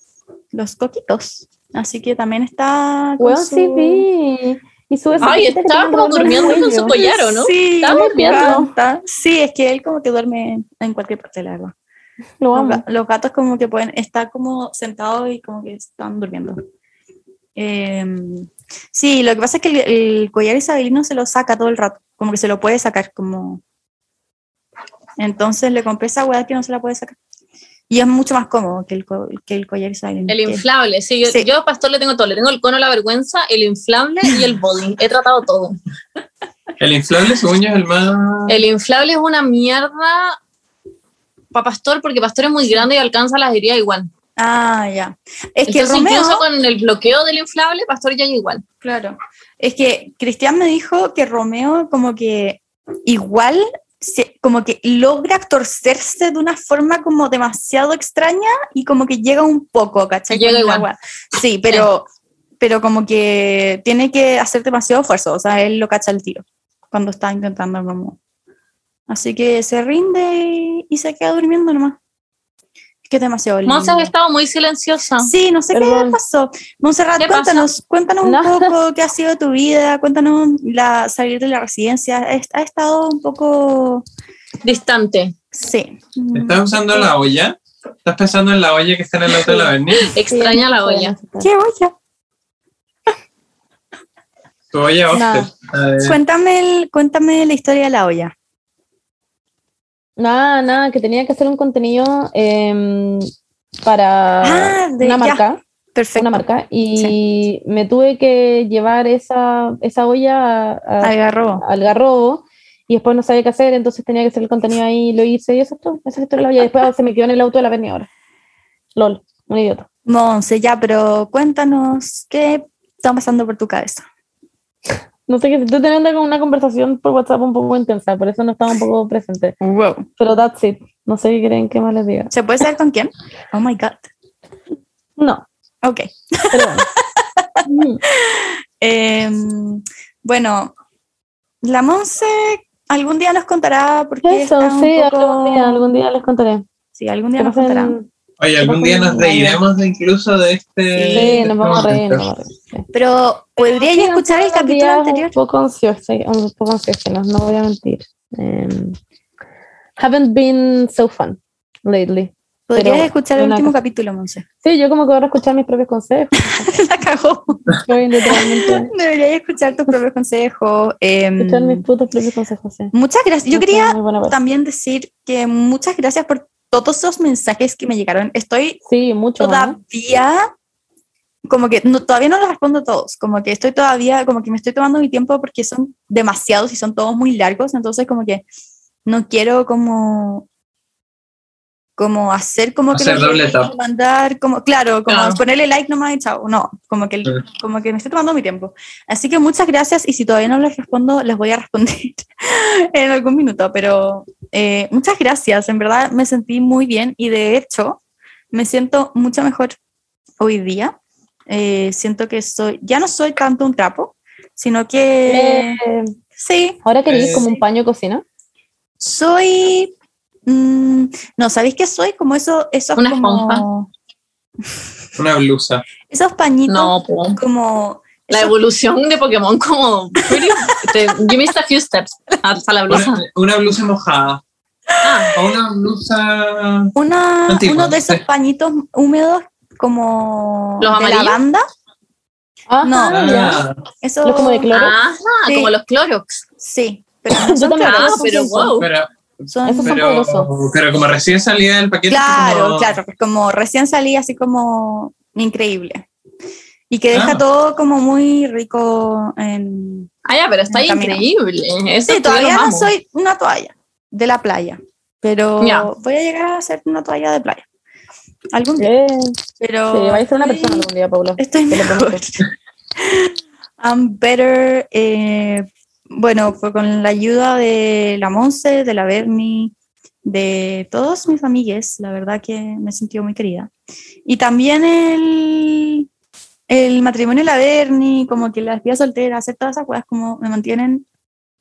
[SPEAKER 5] los coquitos. Así que también está. con
[SPEAKER 2] Weón,
[SPEAKER 5] su-
[SPEAKER 2] sí vi. Y sube esa
[SPEAKER 1] Ay,
[SPEAKER 2] cosita que
[SPEAKER 1] estaba
[SPEAKER 2] tiene
[SPEAKER 1] como
[SPEAKER 2] alrededor del
[SPEAKER 1] durmiendo con su
[SPEAKER 2] cuello.
[SPEAKER 1] collar, ¿o no?
[SPEAKER 5] Sí,
[SPEAKER 1] Estaba
[SPEAKER 5] me
[SPEAKER 1] durmiendo.
[SPEAKER 5] encanta. Sí, es que él como que duerme en cualquier parte, la verdad.
[SPEAKER 2] Lo
[SPEAKER 5] Los,
[SPEAKER 2] amo.
[SPEAKER 5] ga- los gatos como que pueden estar como sentados y como que están durmiendo. Em, sí, lo que pasa es que el, el collar isabelino se lo saca todo el rato, como que se lo puede sacar como... Entonces le compré esa weá que no se la puede sacar. Y es mucho más cómodo que el, co- que el collar isabelino.
[SPEAKER 1] El
[SPEAKER 5] que-
[SPEAKER 1] inflable, sí. Yo,
[SPEAKER 5] Sí.
[SPEAKER 1] yo a Pastor le tengo todo. Le tengo el cono de la vergüenza, el inflable y el body. He tratado todo.
[SPEAKER 4] El inflable, según yo, es el más.
[SPEAKER 5] Ah.
[SPEAKER 1] El inflable es una mierda para Pastor porque Pastor es muy grande y alcanza las heridas igual.
[SPEAKER 5] Ah, ya. Es que
[SPEAKER 1] Entonces,
[SPEAKER 5] Romeo...
[SPEAKER 1] incluso con el bloqueo del inflable, Pastor llega igual.
[SPEAKER 5] Claro. Es que Cristian me dijo que Romeo como que igual, se- como que logra torcerse de una forma como demasiado extraña y como que llega un poco, ¿cachai?
[SPEAKER 1] Llega
[SPEAKER 5] Con la
[SPEAKER 1] igual.
[SPEAKER 5] wea. Sí, pero, pero como que tiene que hacer demasiado esfuerzo, o sea, él lo cacha el tiro cuando está intentando como... Así que se rinde y, y se queda durmiendo nomás. Es que es demasiado lindo.
[SPEAKER 1] Monza ha estado muy silenciosa.
[SPEAKER 5] Sí, no sé qué
[SPEAKER 2] Perdón.
[SPEAKER 5] pasó. Monserrat,
[SPEAKER 1] ¿Qué pasó?
[SPEAKER 5] cuéntanos, cuéntanos un
[SPEAKER 2] No.
[SPEAKER 5] poco qué ha sido tu vida, cuéntanos la salir de la residencia. Es- Ha estado un poco,
[SPEAKER 1] Distante.
[SPEAKER 5] sí.
[SPEAKER 4] ¿Estás usando la olla? ¿Estás pensando en la olla que está en el auto de la Berni?
[SPEAKER 1] Extraña la olla.
[SPEAKER 5] ¿Qué olla?
[SPEAKER 4] Tu olla Oster. A ver.
[SPEAKER 5] Cuéntame, el- cuéntame la historia de la olla.
[SPEAKER 2] Nada, nada, que tenía que hacer un contenido em, para
[SPEAKER 5] Ah, de-
[SPEAKER 2] una
[SPEAKER 5] ya,
[SPEAKER 2] marca.
[SPEAKER 5] Perfecto.
[SPEAKER 2] una marca y me tuve que llevar esa, esa olla a- a-
[SPEAKER 5] Agarró.
[SPEAKER 2] al garrobo y después no sabía qué hacer, entonces tenía que hacer el contenido ahí y lo hice y eso es todo. Esa es la historia de la olla. Después se me quedó en el auto de la Berni ahora. LOL, un idiota.
[SPEAKER 5] Monse, ya, pero cuéntanos qué está pasando por tu cabeza.
[SPEAKER 2] No sé qué, estoy teniendo como una conversación por WhatsApp un poco intensa, por eso no estaba un poco presente.
[SPEAKER 5] Wow.
[SPEAKER 2] Pero that's it. No sé qué creen que más les diga.
[SPEAKER 5] ¿Se puede saber con quién? Oh my God.
[SPEAKER 2] No,
[SPEAKER 5] Ok.
[SPEAKER 2] pero bueno.
[SPEAKER 5] *laughs*
[SPEAKER 2] Mm.
[SPEAKER 5] Em, bueno, la Monse algún día nos contará porque
[SPEAKER 2] Eso,
[SPEAKER 5] está un
[SPEAKER 2] sí,
[SPEAKER 5] poco-
[SPEAKER 2] algún día, algún día les contaré.
[SPEAKER 5] Sí, algún
[SPEAKER 2] Que
[SPEAKER 5] día nos
[SPEAKER 2] pasen-
[SPEAKER 5] contará.
[SPEAKER 4] Oye, algún día nos reiremos de incluso de este.
[SPEAKER 2] Sí,
[SPEAKER 4] de
[SPEAKER 2] nos vamos a
[SPEAKER 4] este
[SPEAKER 2] reír, nos vamos
[SPEAKER 4] momento.
[SPEAKER 2] a reír. sí.
[SPEAKER 5] Pero podría
[SPEAKER 2] Sí,
[SPEAKER 5] ya escuchar
[SPEAKER 2] han
[SPEAKER 5] el
[SPEAKER 2] sido
[SPEAKER 5] capítulo
[SPEAKER 2] días
[SPEAKER 5] anterior.
[SPEAKER 2] Un poco ansiosa, un poco ansiosa, no, no voy a mentir. Em, haven't been so fun lately.
[SPEAKER 5] Podrías
[SPEAKER 2] bueno,
[SPEAKER 5] escuchar el
[SPEAKER 2] una
[SPEAKER 5] último
[SPEAKER 2] cosa.
[SPEAKER 5] capítulo, Monse. *laughs*
[SPEAKER 2] Sí, yo como que ahora escuchar mis propios consejos.
[SPEAKER 5] La cagó.
[SPEAKER 2] Estoy *laughs* literalmente
[SPEAKER 5] Deberías escuchar tus propios consejos. em,
[SPEAKER 2] escuchar mis putos propios consejos. sí.
[SPEAKER 5] muchas gracias. Yo
[SPEAKER 2] No
[SPEAKER 5] quería
[SPEAKER 2] soy muy buena para eso.
[SPEAKER 5] también decir que muchas gracias por todos esos mensajes que me llegaron. Estoy
[SPEAKER 2] Sí, mucho. más.
[SPEAKER 5] todavía como que no, todavía no los respondo todos, como que estoy todavía, como que me estoy tomando mi tiempo porque son demasiados y son todos muy largos, entonces como que no quiero como como hacer como
[SPEAKER 4] Hacer
[SPEAKER 5] que los
[SPEAKER 4] doble
[SPEAKER 5] leí,
[SPEAKER 4] tap.
[SPEAKER 5] mandar como claro, como
[SPEAKER 4] Ah.
[SPEAKER 5] ponerle like nomás y chao, no, como que
[SPEAKER 4] Mm.
[SPEAKER 5] como que me estoy tomando mi tiempo. Así que muchas gracias y si todavía no les respondo, les voy a responder *laughs* en algún minuto, pero eh, muchas gracias, en verdad me sentí muy bien y de hecho me siento mucho mejor hoy día. Eh, siento que soy, ya no soy tanto un trapo, sino que
[SPEAKER 2] Eh,
[SPEAKER 5] sí,
[SPEAKER 2] ahora queréis
[SPEAKER 4] Eh,
[SPEAKER 2] como un paño de cocina.
[SPEAKER 5] soy, mm, no, ¿sabéis qué soy? Como eso, esos,
[SPEAKER 1] Una
[SPEAKER 5] como,
[SPEAKER 4] Una blusa.
[SPEAKER 5] esos pañitos,
[SPEAKER 1] No, po.
[SPEAKER 5] como
[SPEAKER 1] La
[SPEAKER 5] esos-
[SPEAKER 1] evolución de Pokémon como pretty, este, te- you missed a few steps hasta la blusa.
[SPEAKER 4] Una, una blusa mojada.
[SPEAKER 1] Ah,
[SPEAKER 4] O una blusa.
[SPEAKER 5] una-
[SPEAKER 4] Antiguo,
[SPEAKER 5] uno de esos
[SPEAKER 4] sí.
[SPEAKER 5] pañitos húmedos como
[SPEAKER 1] ¿Los
[SPEAKER 5] de
[SPEAKER 1] amarillos?
[SPEAKER 5] lavanda,
[SPEAKER 2] Ah,
[SPEAKER 5] No.
[SPEAKER 2] ya.
[SPEAKER 4] Ah,
[SPEAKER 5] eso
[SPEAKER 2] ¿Los como de cloro?
[SPEAKER 1] ajá,
[SPEAKER 5] Sí.
[SPEAKER 1] Ah, como los Clorox.
[SPEAKER 5] sí, pero
[SPEAKER 2] *laughs*
[SPEAKER 5] no
[SPEAKER 2] Yo
[SPEAKER 5] son
[SPEAKER 2] también pues
[SPEAKER 1] Ah,
[SPEAKER 5] claros,
[SPEAKER 2] tengo
[SPEAKER 1] pero
[SPEAKER 2] eso.
[SPEAKER 1] wow.
[SPEAKER 4] pero,
[SPEAKER 5] son-
[SPEAKER 2] Esos son
[SPEAKER 4] pero,
[SPEAKER 2] poderosos.
[SPEAKER 4] pero como recién salida del paquete.
[SPEAKER 5] Claro,
[SPEAKER 4] como-
[SPEAKER 5] claro, como recién salí así como increíble. Y que deja
[SPEAKER 4] Ah.
[SPEAKER 5] todo como muy rico en...
[SPEAKER 1] Ah, ya, pero está
[SPEAKER 5] En el camino.
[SPEAKER 1] increíble. Eso
[SPEAKER 5] Sí, todavía
[SPEAKER 1] lo
[SPEAKER 5] no
[SPEAKER 1] amo.
[SPEAKER 5] soy una toalla de la playa, pero
[SPEAKER 1] Ya.
[SPEAKER 5] voy a llegar a ser una toalla de playa. Algún día.
[SPEAKER 2] Eh,
[SPEAKER 5] Pero
[SPEAKER 2] sí, vais a ser una
[SPEAKER 5] estoy-
[SPEAKER 2] persona algún día, Paula.
[SPEAKER 5] Estoy
[SPEAKER 2] Te lo
[SPEAKER 5] *laughs* mejor.
[SPEAKER 2] prometo.
[SPEAKER 5] I'm better. eh, bueno, fue con la ayuda de la Monse, de la Berni, de todos mis amigues, la verdad que me sentí muy querida. Y también el, el matrimonio de la Berni, como que las vías solteras, hacer todas esas cosas como me mantienen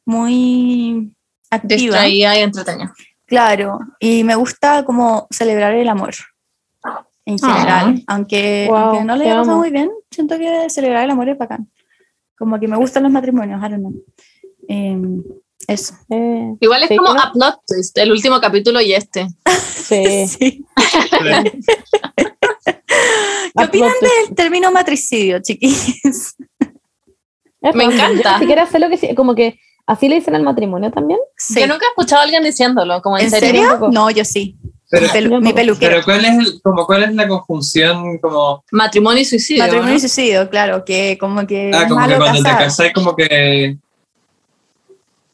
[SPEAKER 5] muy activa.
[SPEAKER 1] Distraída y entretenida.
[SPEAKER 5] Claro, y me gusta como celebrar el amor en
[SPEAKER 1] Ah.
[SPEAKER 5] general, aunque,
[SPEAKER 2] Wow,
[SPEAKER 5] aunque no lo
[SPEAKER 2] te
[SPEAKER 5] haya pasado
[SPEAKER 2] amo.
[SPEAKER 5] muy bien, siento que celebrar el amor es bacán. Como que me gustan los matrimonios, I don't know. Em, eso.
[SPEAKER 2] Eh,
[SPEAKER 1] Igual es
[SPEAKER 2] Sí,
[SPEAKER 1] como
[SPEAKER 2] ¿no?
[SPEAKER 1] a plot twist, el último capítulo y este.
[SPEAKER 2] sí.
[SPEAKER 5] Sí.
[SPEAKER 4] Sí.
[SPEAKER 5] ¿Qué
[SPEAKER 2] Ah,
[SPEAKER 5] opinan
[SPEAKER 2] plot
[SPEAKER 5] del término matricidio,
[SPEAKER 1] *laughs*
[SPEAKER 5] chiquis?
[SPEAKER 2] Es
[SPEAKER 1] Me
[SPEAKER 2] fácil, yo
[SPEAKER 1] encanta.
[SPEAKER 2] Ni siquiera sé lo que sí- como que así le dicen al matrimonio también.
[SPEAKER 5] *laughs* Sí.
[SPEAKER 1] Yo nunca he escuchado a alguien diciéndolo, como en,
[SPEAKER 5] ¿En
[SPEAKER 1] serio.
[SPEAKER 5] serio?
[SPEAKER 2] Tampoco.
[SPEAKER 5] No, yo sí.
[SPEAKER 4] Pero,
[SPEAKER 5] Mi, pelu-
[SPEAKER 2] Yo
[SPEAKER 5] mi
[SPEAKER 2] tampoco.
[SPEAKER 5] peluquero.
[SPEAKER 4] pero ¿cuál, es el- como, ¿cuál es la conjunción? Como,
[SPEAKER 1] Matrimonio y suicidio.
[SPEAKER 5] Matrimonio y
[SPEAKER 1] ¿no?
[SPEAKER 5] suicidio, claro, que como que
[SPEAKER 4] ah,
[SPEAKER 5] es
[SPEAKER 4] como que
[SPEAKER 5] malo
[SPEAKER 4] cuando te
[SPEAKER 5] casar,
[SPEAKER 4] casas, como que.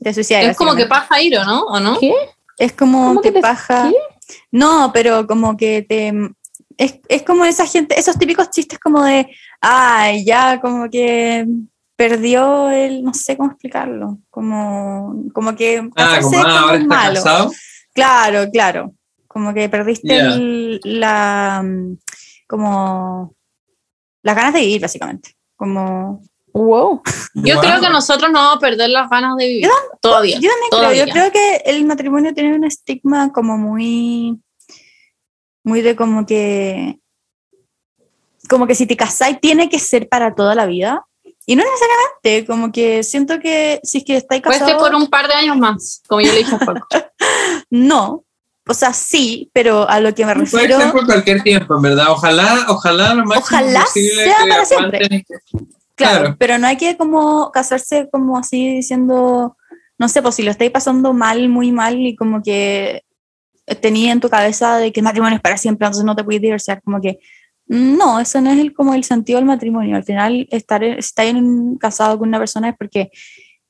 [SPEAKER 5] te suicidas,
[SPEAKER 1] Es como que
[SPEAKER 5] básicamente.
[SPEAKER 1] paja Iro, ¿no? ¿O no?
[SPEAKER 2] ¿Qué?
[SPEAKER 5] Es como
[SPEAKER 2] ¿Cómo
[SPEAKER 5] te,
[SPEAKER 2] que te-
[SPEAKER 5] paja.
[SPEAKER 2] qué?
[SPEAKER 5] No, pero como que te. Es, es como esa gente, esos típicos chistes como de. Ay, ya, como que perdió el. No sé cómo explicarlo. Como, como que.
[SPEAKER 4] Ah,
[SPEAKER 5] casarse
[SPEAKER 4] como,
[SPEAKER 5] es
[SPEAKER 4] ah, ahora
[SPEAKER 5] es
[SPEAKER 4] está casado.
[SPEAKER 5] Claro, claro. Como que perdiste
[SPEAKER 4] Ya.
[SPEAKER 5] el- la. mm, Como. Las ganas de vivir, básicamente. Como.
[SPEAKER 2] Wow.
[SPEAKER 1] Yo
[SPEAKER 4] Wow.
[SPEAKER 1] creo que nosotros no vamos a perder las ganas de vivir.
[SPEAKER 5] Yo
[SPEAKER 1] Todavía.
[SPEAKER 5] Yo también creo, yo
[SPEAKER 1] todavía.
[SPEAKER 5] creo que el matrimonio tiene un estigma como muy, muy de como que, como que si te casáis tiene que ser para toda la vida. Y no necesariamente, como que siento que si es que estáis
[SPEAKER 1] Puede ser
[SPEAKER 5] casados,
[SPEAKER 1] este por un par de años más, como yo le dije a Paco.
[SPEAKER 5] no. O sea, sí, pero a lo que me
[SPEAKER 4] Puede
[SPEAKER 5] refiero,
[SPEAKER 4] ser por cualquier tiempo, en verdad. Ojalá, ojalá lo máximo
[SPEAKER 5] Ojalá
[SPEAKER 4] posible
[SPEAKER 5] sea
[SPEAKER 4] que
[SPEAKER 5] para siempre.
[SPEAKER 4] aguanten.
[SPEAKER 5] claro,
[SPEAKER 4] claro.
[SPEAKER 5] pero no hay que como casarse como así diciendo, no sé, pues si lo estáis pasando mal, muy mal y como que tenía en tu cabeza de que el matrimonio es para siempre, entonces no te puedes divorciar, como que no, eso no es el, como el sentido del matrimonio. Al final, estar, estar en- casado con una persona es porque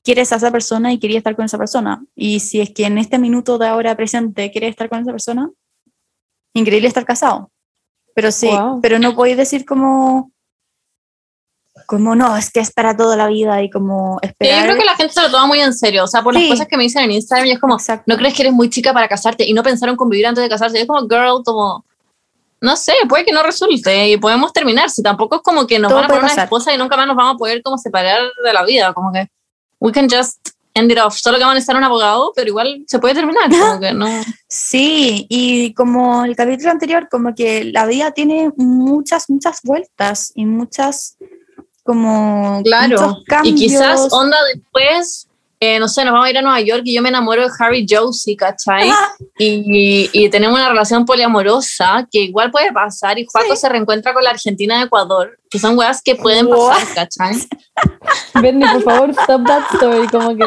[SPEAKER 5] quieres a esa persona y querías estar con esa persona. Y si es que en este minuto de ahora presente quieres estar con esa persona, increíble estar casado. Pero sí,
[SPEAKER 7] Wow.
[SPEAKER 5] pero no podéis decir como, como no, es que es para toda la vida y como
[SPEAKER 1] Sí,
[SPEAKER 5] esperar.
[SPEAKER 1] Yo creo que la gente se lo toma muy en serio. O sea, por las
[SPEAKER 5] Sí.
[SPEAKER 1] cosas que me dicen en Instagram, y es como,
[SPEAKER 5] Exacto.
[SPEAKER 1] ¿no crees que eres muy chica para casarte? Y no pensaron convivir antes de casarse. Es como, girl, como, no sé, puede que no resulte y podemos terminar. Si tampoco es como que nos
[SPEAKER 5] Todo
[SPEAKER 1] van a
[SPEAKER 5] puede
[SPEAKER 1] poner una
[SPEAKER 5] pasar.
[SPEAKER 1] esposa y nunca más nos vamos a poder como separar de la vida. Como que, we can just end it off. Solo que van a estar un abogado, pero igual se puede terminar. Como
[SPEAKER 5] *laughs*
[SPEAKER 1] que no.
[SPEAKER 5] Sí, y como el capítulo anterior, como que la vida tiene muchas, muchas vueltas y muchas, como,
[SPEAKER 1] Claro.
[SPEAKER 5] muchos cambios.
[SPEAKER 1] Y quizás, onda, después, eh, no sé, nos vamos a ir a Nueva York y yo me enamoro de Harry Josie,
[SPEAKER 5] *laughs*
[SPEAKER 1] ¿cachai? y, y tenemos una relación poliamorosa que igual puede pasar y Juaco se reencuentra con la Argentina de Ecuador, que son weas que pueden
[SPEAKER 5] What?
[SPEAKER 1] pasar,
[SPEAKER 5] *laughs*
[SPEAKER 1] ¿cachai?
[SPEAKER 2] Benny, por favor, stop that story. Como que.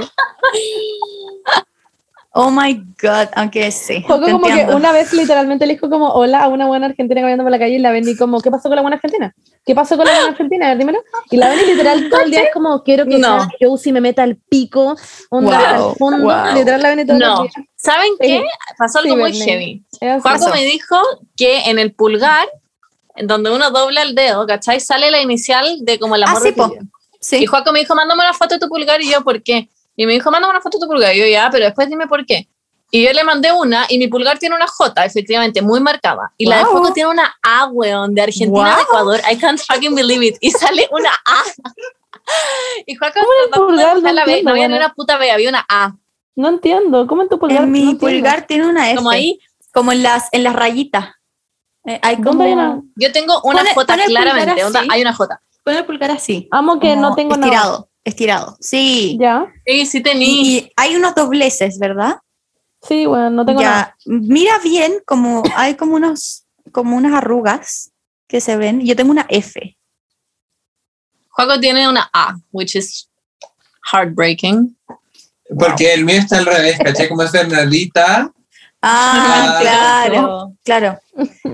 [SPEAKER 5] Oh my God, aunque sí.
[SPEAKER 2] Juego
[SPEAKER 5] te
[SPEAKER 2] como que
[SPEAKER 5] entiendo.
[SPEAKER 2] una vez literalmente le dijo como hola a una buena argentina caminando por la calle y la Benny como, ¿qué pasó con la buena argentina? ¿Qué pasó con la buena argentina? A ver, dímelo. Y la Benny literal todo el día es como, quiero que
[SPEAKER 1] No.
[SPEAKER 2] sea yo si me meta al pico, onda
[SPEAKER 5] Wow,
[SPEAKER 2] al fondo.
[SPEAKER 5] wow.
[SPEAKER 2] Literal la Benny todo
[SPEAKER 1] No,
[SPEAKER 2] el día.
[SPEAKER 1] ¿saben qué?
[SPEAKER 2] Sí.
[SPEAKER 1] Pasó algo
[SPEAKER 2] Sí,
[SPEAKER 1] muy
[SPEAKER 2] Bernie.
[SPEAKER 1] heavy.
[SPEAKER 2] Es así.
[SPEAKER 1] Juaco
[SPEAKER 5] Pasó.
[SPEAKER 1] me dijo que en el pulgar, en donde uno dobla el dedo, ¿cachai? Sale la inicial de como el
[SPEAKER 5] Ah,
[SPEAKER 1] amor.
[SPEAKER 5] sí, po.
[SPEAKER 1] recibido. Y
[SPEAKER 5] Sí,
[SPEAKER 1] Juaco me dijo, mándame una foto de tu pulgar y yo, ¿por qué? Y me dijo, mándame una foto de tu pulgar. Y yo, ya, pero después dime por qué. Y yo le mandé una y mi pulgar tiene una J, efectivamente, muy marcada. Y la de
[SPEAKER 5] Wow.
[SPEAKER 1] Juaco tiene una A, weón, de Argentina a
[SPEAKER 5] Wow.
[SPEAKER 1] Ecuador. I can't fucking believe it. Y sale una A. Y Juaco tratando de
[SPEAKER 2] pulgar? No
[SPEAKER 1] buscar la B,
[SPEAKER 2] entiendo,
[SPEAKER 1] no había ni
[SPEAKER 2] bueno.
[SPEAKER 1] una puta B, había una A.
[SPEAKER 2] No entiendo, ¿cómo en tu pulgar?
[SPEAKER 5] en mi
[SPEAKER 2] No entiendo.
[SPEAKER 5] pulgar tiene una F,
[SPEAKER 1] Como
[SPEAKER 5] como,
[SPEAKER 1] ahí,
[SPEAKER 5] en las, en las rayitas. Eh, hay
[SPEAKER 2] ¿Dónde hay una?
[SPEAKER 5] como,
[SPEAKER 1] yo tengo una
[SPEAKER 5] Pone-
[SPEAKER 1] J
[SPEAKER 5] pone el pulgar
[SPEAKER 1] claramente, onda,
[SPEAKER 5] así.
[SPEAKER 1] hay una J.
[SPEAKER 5] pon el pulgar así.
[SPEAKER 2] Amo que no
[SPEAKER 5] como
[SPEAKER 2] tengo
[SPEAKER 5] estirado,
[SPEAKER 2] nada.
[SPEAKER 5] Estirado, sí.
[SPEAKER 2] Ya.
[SPEAKER 1] Sí, sí tení.
[SPEAKER 5] Y, y hay unos dobleces, ¿verdad?
[SPEAKER 2] Sí, bueno, no tengo
[SPEAKER 5] Ya,
[SPEAKER 2] nada.
[SPEAKER 5] mira bien, como hay como unos, como unas arrugas que se ven. Yo tengo una F.
[SPEAKER 1] Juaco tiene una A, which is heartbreaking.
[SPEAKER 4] Porque el mío está al revés, ¿cachai? Como es Bernadita.
[SPEAKER 5] Ah,
[SPEAKER 4] Ah,
[SPEAKER 5] claro, claro.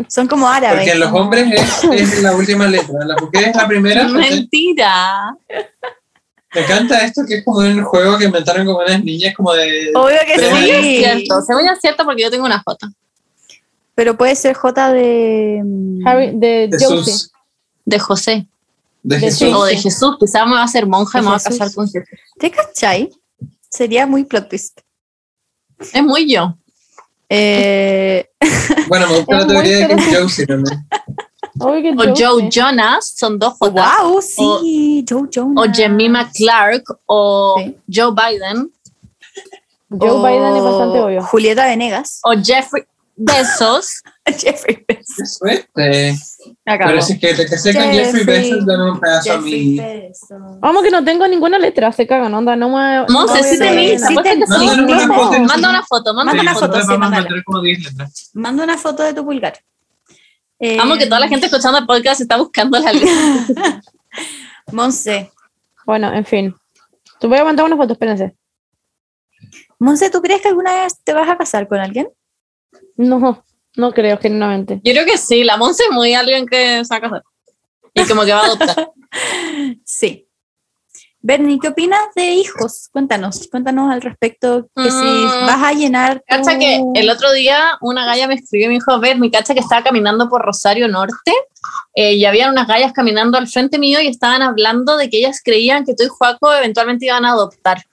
[SPEAKER 5] Son como árabes.
[SPEAKER 4] Porque en los hombres es, es la última letra, en las mujeres es
[SPEAKER 1] *laughs*
[SPEAKER 4] la primera. ¿cachai?
[SPEAKER 1] Mentira.
[SPEAKER 4] Me encanta esto que es como un juego que inventaron como unas niñas, como de.
[SPEAKER 5] Obvio
[SPEAKER 4] Según yo
[SPEAKER 5] que
[SPEAKER 1] Es
[SPEAKER 5] sí.
[SPEAKER 1] cierto, según yo es cierto porque yo tengo una J.
[SPEAKER 5] Pero puede ser J de. mm,
[SPEAKER 2] Harry, de Josie.
[SPEAKER 4] Jesús.
[SPEAKER 1] De José.
[SPEAKER 4] De
[SPEAKER 2] De
[SPEAKER 4] Jesús.
[SPEAKER 1] O de Jesús. Quizás me va a hacer monja y
[SPEAKER 5] De
[SPEAKER 1] me va a
[SPEAKER 5] Jesús.
[SPEAKER 1] casar con Jesús.
[SPEAKER 5] ¿Te cachai? Sería muy plot twist.
[SPEAKER 1] Es muy yo.
[SPEAKER 5] Eh,
[SPEAKER 4] Bueno, me
[SPEAKER 2] Es
[SPEAKER 4] gusta la
[SPEAKER 2] muy
[SPEAKER 4] teoría de que es Josie también.
[SPEAKER 2] Obvio que
[SPEAKER 1] O Joe
[SPEAKER 2] Josie.
[SPEAKER 1] Jonas, son dos J.
[SPEAKER 5] wow, ah, sí, Joe Jones.
[SPEAKER 1] O Jemima Clark. O
[SPEAKER 5] Sí.
[SPEAKER 1] Joe Biden.
[SPEAKER 2] Joe Biden es bastante obvio.
[SPEAKER 5] Julieta Venegas.
[SPEAKER 1] O Jeffrey Bezos.
[SPEAKER 5] *laughs* Jeffrey Bezos.
[SPEAKER 4] Qué suerte.
[SPEAKER 5] Acabó.
[SPEAKER 4] Pero si es que te casé con Jeffrey
[SPEAKER 5] Jeffrey.
[SPEAKER 4] Bezos, dame un pedazo a
[SPEAKER 5] Jeffrey
[SPEAKER 4] mí.
[SPEAKER 5] Bezos.
[SPEAKER 2] Amo que no tengo ninguna letra, se cagan, onda, no me...
[SPEAKER 1] No sé
[SPEAKER 2] voy a
[SPEAKER 1] si
[SPEAKER 5] sí
[SPEAKER 2] leer.
[SPEAKER 1] tenéis.
[SPEAKER 5] sí
[SPEAKER 1] apuesto que
[SPEAKER 4] No,
[SPEAKER 1] sí.
[SPEAKER 4] no, no, no, no, no, no.
[SPEAKER 1] Manda una foto, manda
[SPEAKER 5] Manda
[SPEAKER 1] una
[SPEAKER 5] una
[SPEAKER 1] foto.
[SPEAKER 5] foto, sí,
[SPEAKER 4] vamos a
[SPEAKER 5] mándala.
[SPEAKER 4] encontrar como 10 letras.
[SPEAKER 5] Manda una foto de tu pulgar. Eh,
[SPEAKER 1] Vamos que toda la gente escuchando el podcast está buscando la letra.
[SPEAKER 5] Monse.
[SPEAKER 2] Bueno, en fin. Te voy a mandar una foto, espérense.
[SPEAKER 5] Monse, ¿tú crees que alguna vez te vas a casar con alguien?
[SPEAKER 2] No, no creo, genuinamente.
[SPEAKER 1] Yo creo que sí, la Monse es muy alguien que se va a casar. Y como que va a adoptar.
[SPEAKER 5] Sí. Bernie, ¿qué opinas de hijos? Cuéntanos, cuéntanos al respecto. Que si
[SPEAKER 1] Mm.
[SPEAKER 5] vas a llenar. tu-
[SPEAKER 1] Cacha que el otro día una galla me escribió y me dijo, ver, mi cacha que estaba caminando por Rosario Norte eh, y había unas gallas caminando al frente mío y estaban hablando de que ellas creían que tú y Juaco eventualmente iban a adoptar.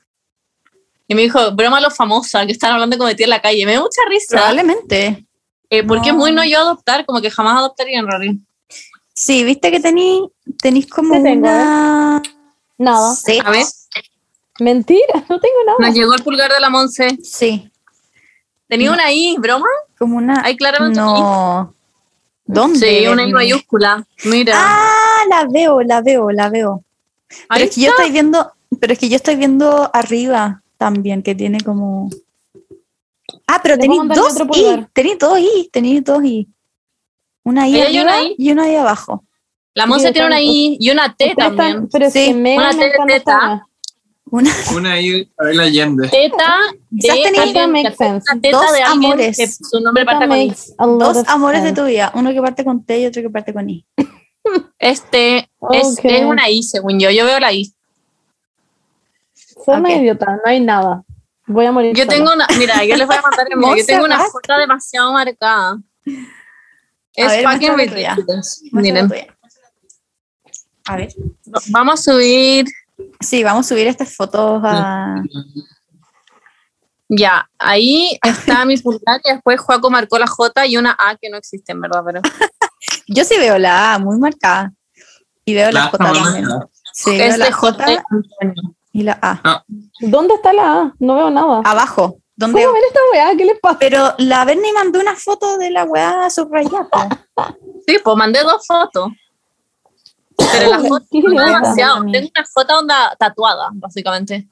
[SPEAKER 1] Y me dijo, broma lo famosa, que están hablando como de ti en la calle. Me dio mucha risa,
[SPEAKER 5] Probablemente.
[SPEAKER 1] eh, porque es
[SPEAKER 5] No.
[SPEAKER 1] muy no yo adoptar, como que jamás adoptaría en realidad.
[SPEAKER 5] Sí, viste que tení, tenís como
[SPEAKER 2] ¿Qué tengo,
[SPEAKER 5] una.
[SPEAKER 2] Nada.
[SPEAKER 5] Sí.
[SPEAKER 1] A ver,
[SPEAKER 2] Mentira, *laughs* no tengo nada.
[SPEAKER 1] nos llegó el pulgar de la Monse.
[SPEAKER 5] Sí.
[SPEAKER 1] ¿Tenía una I, broma?
[SPEAKER 5] Como una.
[SPEAKER 1] Hay claramente una I.
[SPEAKER 5] no. ¿Dónde?
[SPEAKER 1] Sí, una I
[SPEAKER 5] Bernie?
[SPEAKER 1] mayúscula. Mira,
[SPEAKER 5] Ah, la veo, la veo, la veo.
[SPEAKER 1] ahí
[SPEAKER 5] Pero es que yo estoy viendo, pero es que yo estoy viendo arriba también, que tiene como. Ah, pero
[SPEAKER 2] Le
[SPEAKER 5] tenéis
[SPEAKER 2] puedo mandar mi
[SPEAKER 5] dos
[SPEAKER 2] otro
[SPEAKER 5] i,
[SPEAKER 2] pulgar.
[SPEAKER 5] tenéis dos i, tenéis dos i. Una i
[SPEAKER 1] Ella y
[SPEAKER 5] arriba
[SPEAKER 1] una i.
[SPEAKER 5] y una i abajo.
[SPEAKER 1] la Monse tiene una I y una T
[SPEAKER 2] Ustedes
[SPEAKER 1] también.
[SPEAKER 2] están- pero
[SPEAKER 5] Sí.
[SPEAKER 2] es que me
[SPEAKER 1] Una
[SPEAKER 2] me están
[SPEAKER 1] teta.
[SPEAKER 2] dejando.
[SPEAKER 5] Una,
[SPEAKER 4] Una ahí, Abel Allende.
[SPEAKER 1] teta de
[SPEAKER 5] Quizás tenía
[SPEAKER 1] alguien-
[SPEAKER 2] que make
[SPEAKER 1] la teta-
[SPEAKER 2] sense.
[SPEAKER 1] la teta
[SPEAKER 5] Dos
[SPEAKER 1] de alguien
[SPEAKER 5] amores.
[SPEAKER 1] que su nombre
[SPEAKER 2] That
[SPEAKER 1] parte con I.
[SPEAKER 2] makes a lot
[SPEAKER 5] dos
[SPEAKER 2] of
[SPEAKER 5] amores de
[SPEAKER 2] sense.
[SPEAKER 5] tu vida, uno que parte con T y otro que parte con i.
[SPEAKER 1] Este es,
[SPEAKER 2] Ok.
[SPEAKER 1] es una I, según yo. Yo veo la I.
[SPEAKER 2] Son una
[SPEAKER 5] Ok.
[SPEAKER 2] idiota, no hay nada. Voy a morir.
[SPEAKER 1] Yo
[SPEAKER 2] sola.
[SPEAKER 5] *laughs*
[SPEAKER 1] tengo una. Mira, yo les voy a mandar el mío. Yo tengo una
[SPEAKER 5] Montserrat.
[SPEAKER 1] J demasiado marcada. Es
[SPEAKER 5] ver,
[SPEAKER 1] fucking
[SPEAKER 5] muéstrame tuya.
[SPEAKER 1] ridiculous.
[SPEAKER 5] Muestra la
[SPEAKER 1] Miren,
[SPEAKER 5] tuya. A ver.
[SPEAKER 1] vamos a subir.
[SPEAKER 5] Sí, vamos a subir estas fotos
[SPEAKER 1] Mm.
[SPEAKER 5] a.
[SPEAKER 1] Ya, ahí está mi pulgar y después Juaco marcó la J y una A que no existe, en verdad, pero
[SPEAKER 5] Yo sí veo la A muy marcada. Y veo la,
[SPEAKER 4] La
[SPEAKER 5] J
[SPEAKER 4] jamás.
[SPEAKER 5] también. Sí, veo
[SPEAKER 2] Este
[SPEAKER 1] es
[SPEAKER 5] la
[SPEAKER 1] de
[SPEAKER 5] J
[SPEAKER 1] J.
[SPEAKER 5] y la A.
[SPEAKER 2] ¿Dónde está la A? No veo
[SPEAKER 5] Ah,
[SPEAKER 2] nada.
[SPEAKER 5] Abajo. Donde,
[SPEAKER 2] ¿Cómo ven esta weá? ¿Qué les pasa?
[SPEAKER 5] pero la Bernie mandó una foto de la weá subrayada.
[SPEAKER 2] Ah,
[SPEAKER 1] Sí, pues mandé dos fotos. Pero la J
[SPEAKER 2] Qué
[SPEAKER 1] no
[SPEAKER 2] mierda.
[SPEAKER 1] demasiado.
[SPEAKER 5] mami.
[SPEAKER 1] Tengo una J onda tatuada, básicamente.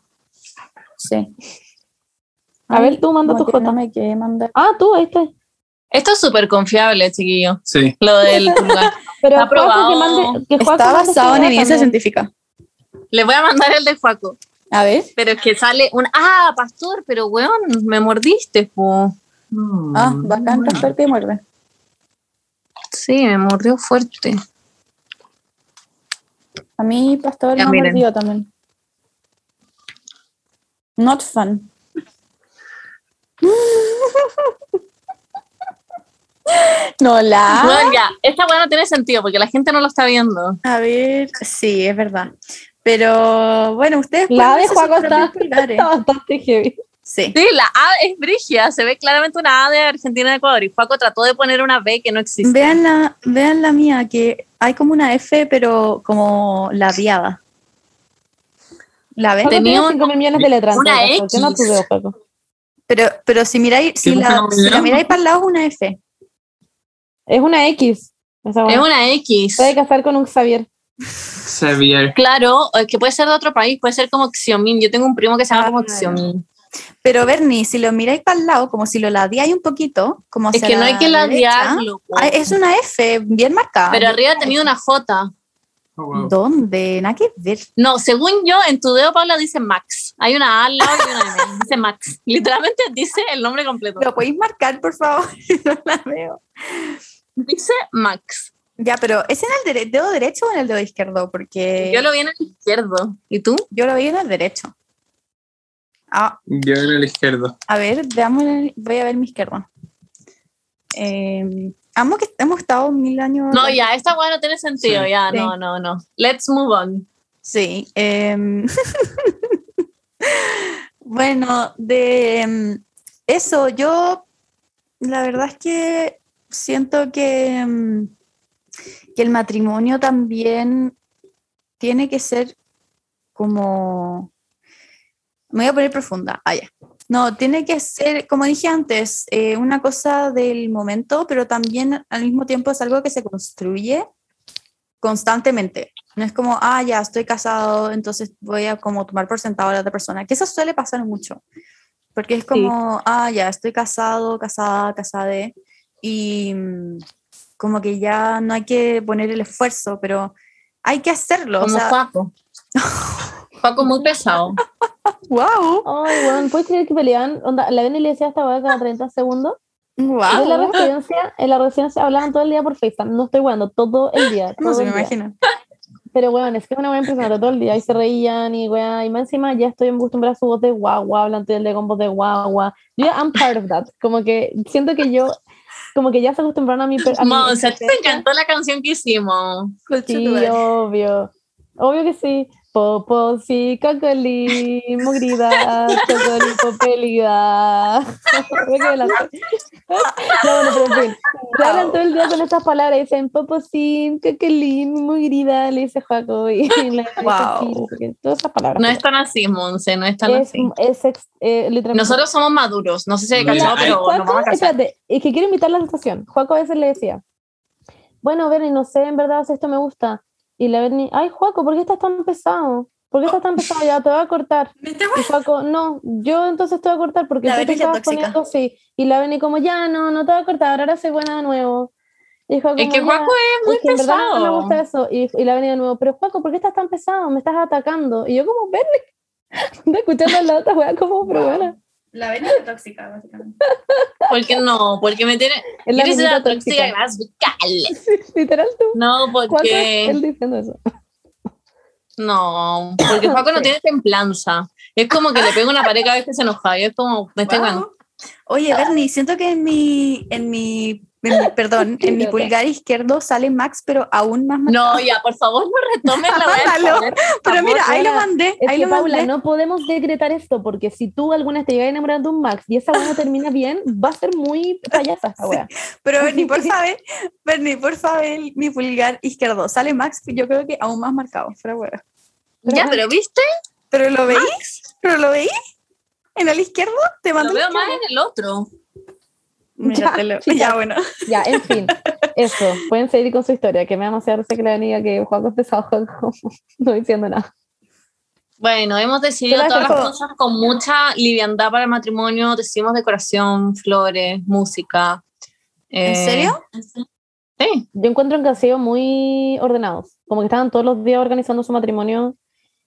[SPEAKER 3] Sí.
[SPEAKER 2] A ver, tú manda
[SPEAKER 3] Como
[SPEAKER 2] tu
[SPEAKER 3] que
[SPEAKER 2] J.
[SPEAKER 3] No me quedé mandar.
[SPEAKER 2] Ah, tú, ahí está.
[SPEAKER 1] Esto es súper confiable, chiquillo.
[SPEAKER 4] Sí.
[SPEAKER 1] Lo del pulgar.
[SPEAKER 2] Pero
[SPEAKER 1] Está
[SPEAKER 2] Juaco que
[SPEAKER 1] aprobado.
[SPEAKER 2] mande, que Juaco
[SPEAKER 5] Está
[SPEAKER 2] mande
[SPEAKER 5] basado
[SPEAKER 2] esta
[SPEAKER 5] en
[SPEAKER 2] weá
[SPEAKER 5] evidencia
[SPEAKER 2] también.
[SPEAKER 5] científica.
[SPEAKER 1] Le voy a mandar el de Juaco.
[SPEAKER 5] A ver.
[SPEAKER 1] Pero es que sale un. Ah, pastor, pero weón, me mordiste, po.
[SPEAKER 3] Ah, bacán, tan fuerte y muerde.
[SPEAKER 1] Sí, me mordió fuerte.
[SPEAKER 3] A mí, Pastor, me
[SPEAKER 1] Ya,
[SPEAKER 3] ha
[SPEAKER 1] miren.
[SPEAKER 3] mordido también. Not fun.
[SPEAKER 5] No, la A.
[SPEAKER 1] Weón, ya, esta weá no tiene sentido porque la gente no lo está viendo.
[SPEAKER 5] A ver. Sí, es verdad. Pero bueno, ustedes.
[SPEAKER 2] La A
[SPEAKER 5] pueden
[SPEAKER 2] de
[SPEAKER 5] hacer
[SPEAKER 2] Juaco
[SPEAKER 5] sus propios
[SPEAKER 2] está,
[SPEAKER 5] pulgares.
[SPEAKER 2] está bastante heavy.
[SPEAKER 5] Sí.
[SPEAKER 1] Sí, la A es brigia, se ve claramente una A de Argentina de Ecuador y Juaco trató de poner una B que no existe.
[SPEAKER 5] Vean la, vean la mía, que hay como una F, pero como labiada. ¿La ven?
[SPEAKER 2] Juaco
[SPEAKER 1] Tenía
[SPEAKER 2] tiene
[SPEAKER 1] un-
[SPEAKER 2] 5 millones de letras. en
[SPEAKER 1] una
[SPEAKER 2] todo caso. Yo no
[SPEAKER 1] X.
[SPEAKER 2] tuve Juaco.
[SPEAKER 5] Pero, pero si miráis, si
[SPEAKER 4] ¿Qué
[SPEAKER 5] la,
[SPEAKER 4] buscan
[SPEAKER 5] si la
[SPEAKER 4] video?
[SPEAKER 5] miráis para el lado es una F.
[SPEAKER 2] Es una X. Esa
[SPEAKER 1] Es
[SPEAKER 2] weá.
[SPEAKER 1] una X.
[SPEAKER 2] Se debe casar con un Xavier.
[SPEAKER 4] Xavier.
[SPEAKER 1] Claro, o es que puede ser de otro país, puede ser como Xiomin. Yo tengo un primo que se llama como
[SPEAKER 5] Ah, ya.
[SPEAKER 1] Xiomin.
[SPEAKER 5] Pero Bernie, si lo miráis para el lado, como si lo ladeáis un poquito, como
[SPEAKER 1] Es
[SPEAKER 5] hacia
[SPEAKER 1] que no
[SPEAKER 5] la
[SPEAKER 1] hay que
[SPEAKER 5] derecha,
[SPEAKER 1] ladearlo. po.
[SPEAKER 5] ah, es una F bien marcada.
[SPEAKER 1] Pero arriba tenía una J.
[SPEAKER 4] Oh, wow.
[SPEAKER 5] ¿Dónde? Nada que ver.
[SPEAKER 1] No, según yo, en tu dedo, Paula, dice Max. Hay una A al lado y una M. Dice Max. *laughs* Literalmente dice el nombre completo.
[SPEAKER 5] ¿Lo podéis marcar, por favor? *laughs* no la veo.
[SPEAKER 1] Dice Max.
[SPEAKER 5] Ya, pero ¿es en el dere- dedo derecho o en el dedo izquierdo? Porque
[SPEAKER 1] Yo lo vi en el izquierdo. ¿Y tú?
[SPEAKER 5] yo lo vi en el derecho. Ah,
[SPEAKER 4] Yo era el izquierdo.
[SPEAKER 5] A ver, veamos el- voy a ver mi izquierda. Eh, amo que hemos estado mil años.
[SPEAKER 1] No, ya, esta weá no tiene sentido.
[SPEAKER 4] Sí.
[SPEAKER 1] Ya,
[SPEAKER 5] Sí.
[SPEAKER 1] no, no, no. Let's move on.
[SPEAKER 5] Sí. em, *laughs* bueno, de em, eso, yo la verdad es que siento que, em, que el matrimonio también tiene que ser como. Me voy a poner profunda. Ah, ya. No, tiene que ser, como dije antes, eh, una cosa del momento, pero también al mismo tiempo es algo que se construye constantemente. No es como, ah, ya estoy casado, entonces voy a como tomar por sentado a la otra persona, que eso suele pasar mucho, porque es como, ah, ya estoy casado, casada, casade, y mm, como que ya no hay que poner el esfuerzo, pero hay que hacerlo.
[SPEAKER 1] Como
[SPEAKER 5] o sea, *laughs*
[SPEAKER 1] Paco. Paco muy pesado.
[SPEAKER 5] wow,
[SPEAKER 2] Ay, weón, ¿puedes creer que peleaban? Onda, la Benny le decía esta weá cada 30 segundos. Yo en la
[SPEAKER 5] wow.
[SPEAKER 2] residencia, en la residencia hablaban todo el día por FaceTime. No estoy jugando, todo el día.
[SPEAKER 5] No
[SPEAKER 2] todo
[SPEAKER 5] se me
[SPEAKER 2] el día.
[SPEAKER 5] imagina.
[SPEAKER 2] Pero weón, es que es una weá impresionante todo el día. Y se reían y weá. Y más encima ya estoy acostumbrada a su voz de guagua, hablan todo el día con voz de guagua. Yo ya I'm part of that. Como que siento que yo, como que ya se acostumbraron a mi. per- A mi
[SPEAKER 1] Monse, a ti te
[SPEAKER 2] existencia.
[SPEAKER 1] encantó la canción que hicimos.
[SPEAKER 2] Sí, obvio. Obvio que sí. Popo, sí, cacolí, mugrida, chocolí, popelida. *laughs* Creo que
[SPEAKER 1] *laughs*
[SPEAKER 2] me la *laughs* sé. no, bueno, pero en fin. Se hablan todo el día con estas palabras. y Dicen popocín, cacolín, mugrida, le dice Juaco. Y *laughs* la-
[SPEAKER 5] Wow.
[SPEAKER 2] y Todas esas palabras.
[SPEAKER 1] No es tan así, Monse, no es tan
[SPEAKER 2] es,
[SPEAKER 1] así.
[SPEAKER 2] es ex- eh, literalmente.
[SPEAKER 1] Nosotros somos maduros, no sé si he
[SPEAKER 4] Mira,
[SPEAKER 1] cachado,
[SPEAKER 4] hay-
[SPEAKER 1] pero nos
[SPEAKER 2] Juaco,
[SPEAKER 1] vamos a casar.
[SPEAKER 2] espérate, es que quiero invitarla a la estación. Juaco a veces le decía, bueno, Bernie, no sé, en verdad, si esto me gusta. Y la Bernie, ay, Juaco, ¿por qué estás tan pesado? ¿Por qué estás tan pesado? Ya te voy a cortar. Y Juaco, no, yo entonces te voy a cortar porque
[SPEAKER 5] La
[SPEAKER 2] tú te
[SPEAKER 5] Bernie es la
[SPEAKER 2] estabas
[SPEAKER 5] tóxica.
[SPEAKER 2] poniendo así. Y la Bernie como, ya, no, no te voy a cortar, ahora soy buena de nuevo. Y Juaco
[SPEAKER 1] Es que
[SPEAKER 2] como, "Ya".
[SPEAKER 1] Juaco es muy
[SPEAKER 2] Es que en verdad no- no me
[SPEAKER 1] pesado.
[SPEAKER 2] gusta eso. Y, y la venía de nuevo, pero Juaco, ¿por qué estás tan pesado? Me estás atacando. Y yo como, verle, *laughs* escuchando a la otra weá como, pero bueno.
[SPEAKER 5] La vena es tóxica, básicamente.
[SPEAKER 1] ¿Por qué no? Porque me tiene.
[SPEAKER 2] Es
[SPEAKER 1] Yo
[SPEAKER 2] la
[SPEAKER 1] eres
[SPEAKER 2] niñita
[SPEAKER 1] una tóxica más vocal.
[SPEAKER 2] Literal tú.
[SPEAKER 1] No,
[SPEAKER 2] Juaco,
[SPEAKER 1] porque.
[SPEAKER 2] él diciendo eso.
[SPEAKER 1] No, porque Juaco no tiene templanza. Es como que le pega una pared cada vez que se enoja. Y es como, me está cagando.
[SPEAKER 5] Oye, Bernie, siento que en mi, en mi de mi- perdón,
[SPEAKER 2] *laughs*
[SPEAKER 5] en mi pulgar izquierdo sale Max, pero aún más Max.
[SPEAKER 1] No, ya, por favor, no retomen
[SPEAKER 2] *laughs*
[SPEAKER 1] la weá.
[SPEAKER 5] Mándalo. pero mira, ahí lo
[SPEAKER 2] Lola,
[SPEAKER 5] mandé,
[SPEAKER 2] Es
[SPEAKER 5] ahí
[SPEAKER 2] que,
[SPEAKER 5] lo
[SPEAKER 2] Paula,
[SPEAKER 5] mandé.
[SPEAKER 2] no podemos decretar esto, porque si tú alguna vez te llegas a enamorar de un Max y esa weá no termina bien, va a ser muy payasa esta weá.
[SPEAKER 5] Pero
[SPEAKER 2] *laughs*
[SPEAKER 5] Bernie, por favor, Bernie, por favor, mi pulgar izquierdo sale Max, yo creo que aún más marcado. Pero bueno.
[SPEAKER 1] Ya, pero viste,
[SPEAKER 5] ¿Pero lo veí? ¿Pero lo veí? ¿En el izquierdo? ¿Te
[SPEAKER 1] lo
[SPEAKER 5] mando el
[SPEAKER 1] veo más
[SPEAKER 5] izquierdo?
[SPEAKER 1] en el otro.
[SPEAKER 3] *laughs*
[SPEAKER 5] Míratelo.
[SPEAKER 2] Ya,
[SPEAKER 5] ya, bueno.
[SPEAKER 2] Ya, en fin, eso, pueden seguir con su historia, que me da demasiada risa que la amiga que Juan empezó *laughs* como no diciendo nada.
[SPEAKER 1] Bueno, hemos decidido
[SPEAKER 2] Te la
[SPEAKER 1] todas las
[SPEAKER 2] dejó.
[SPEAKER 1] cosas con mucha liviandad para el matrimonio. Decidimos decoración, flores, música.
[SPEAKER 5] ¿En
[SPEAKER 1] eh,
[SPEAKER 5] serio?
[SPEAKER 1] Sí.
[SPEAKER 2] Yo encuentro que han sido muy ordenados, como que estaban todos los días organizando su matrimonio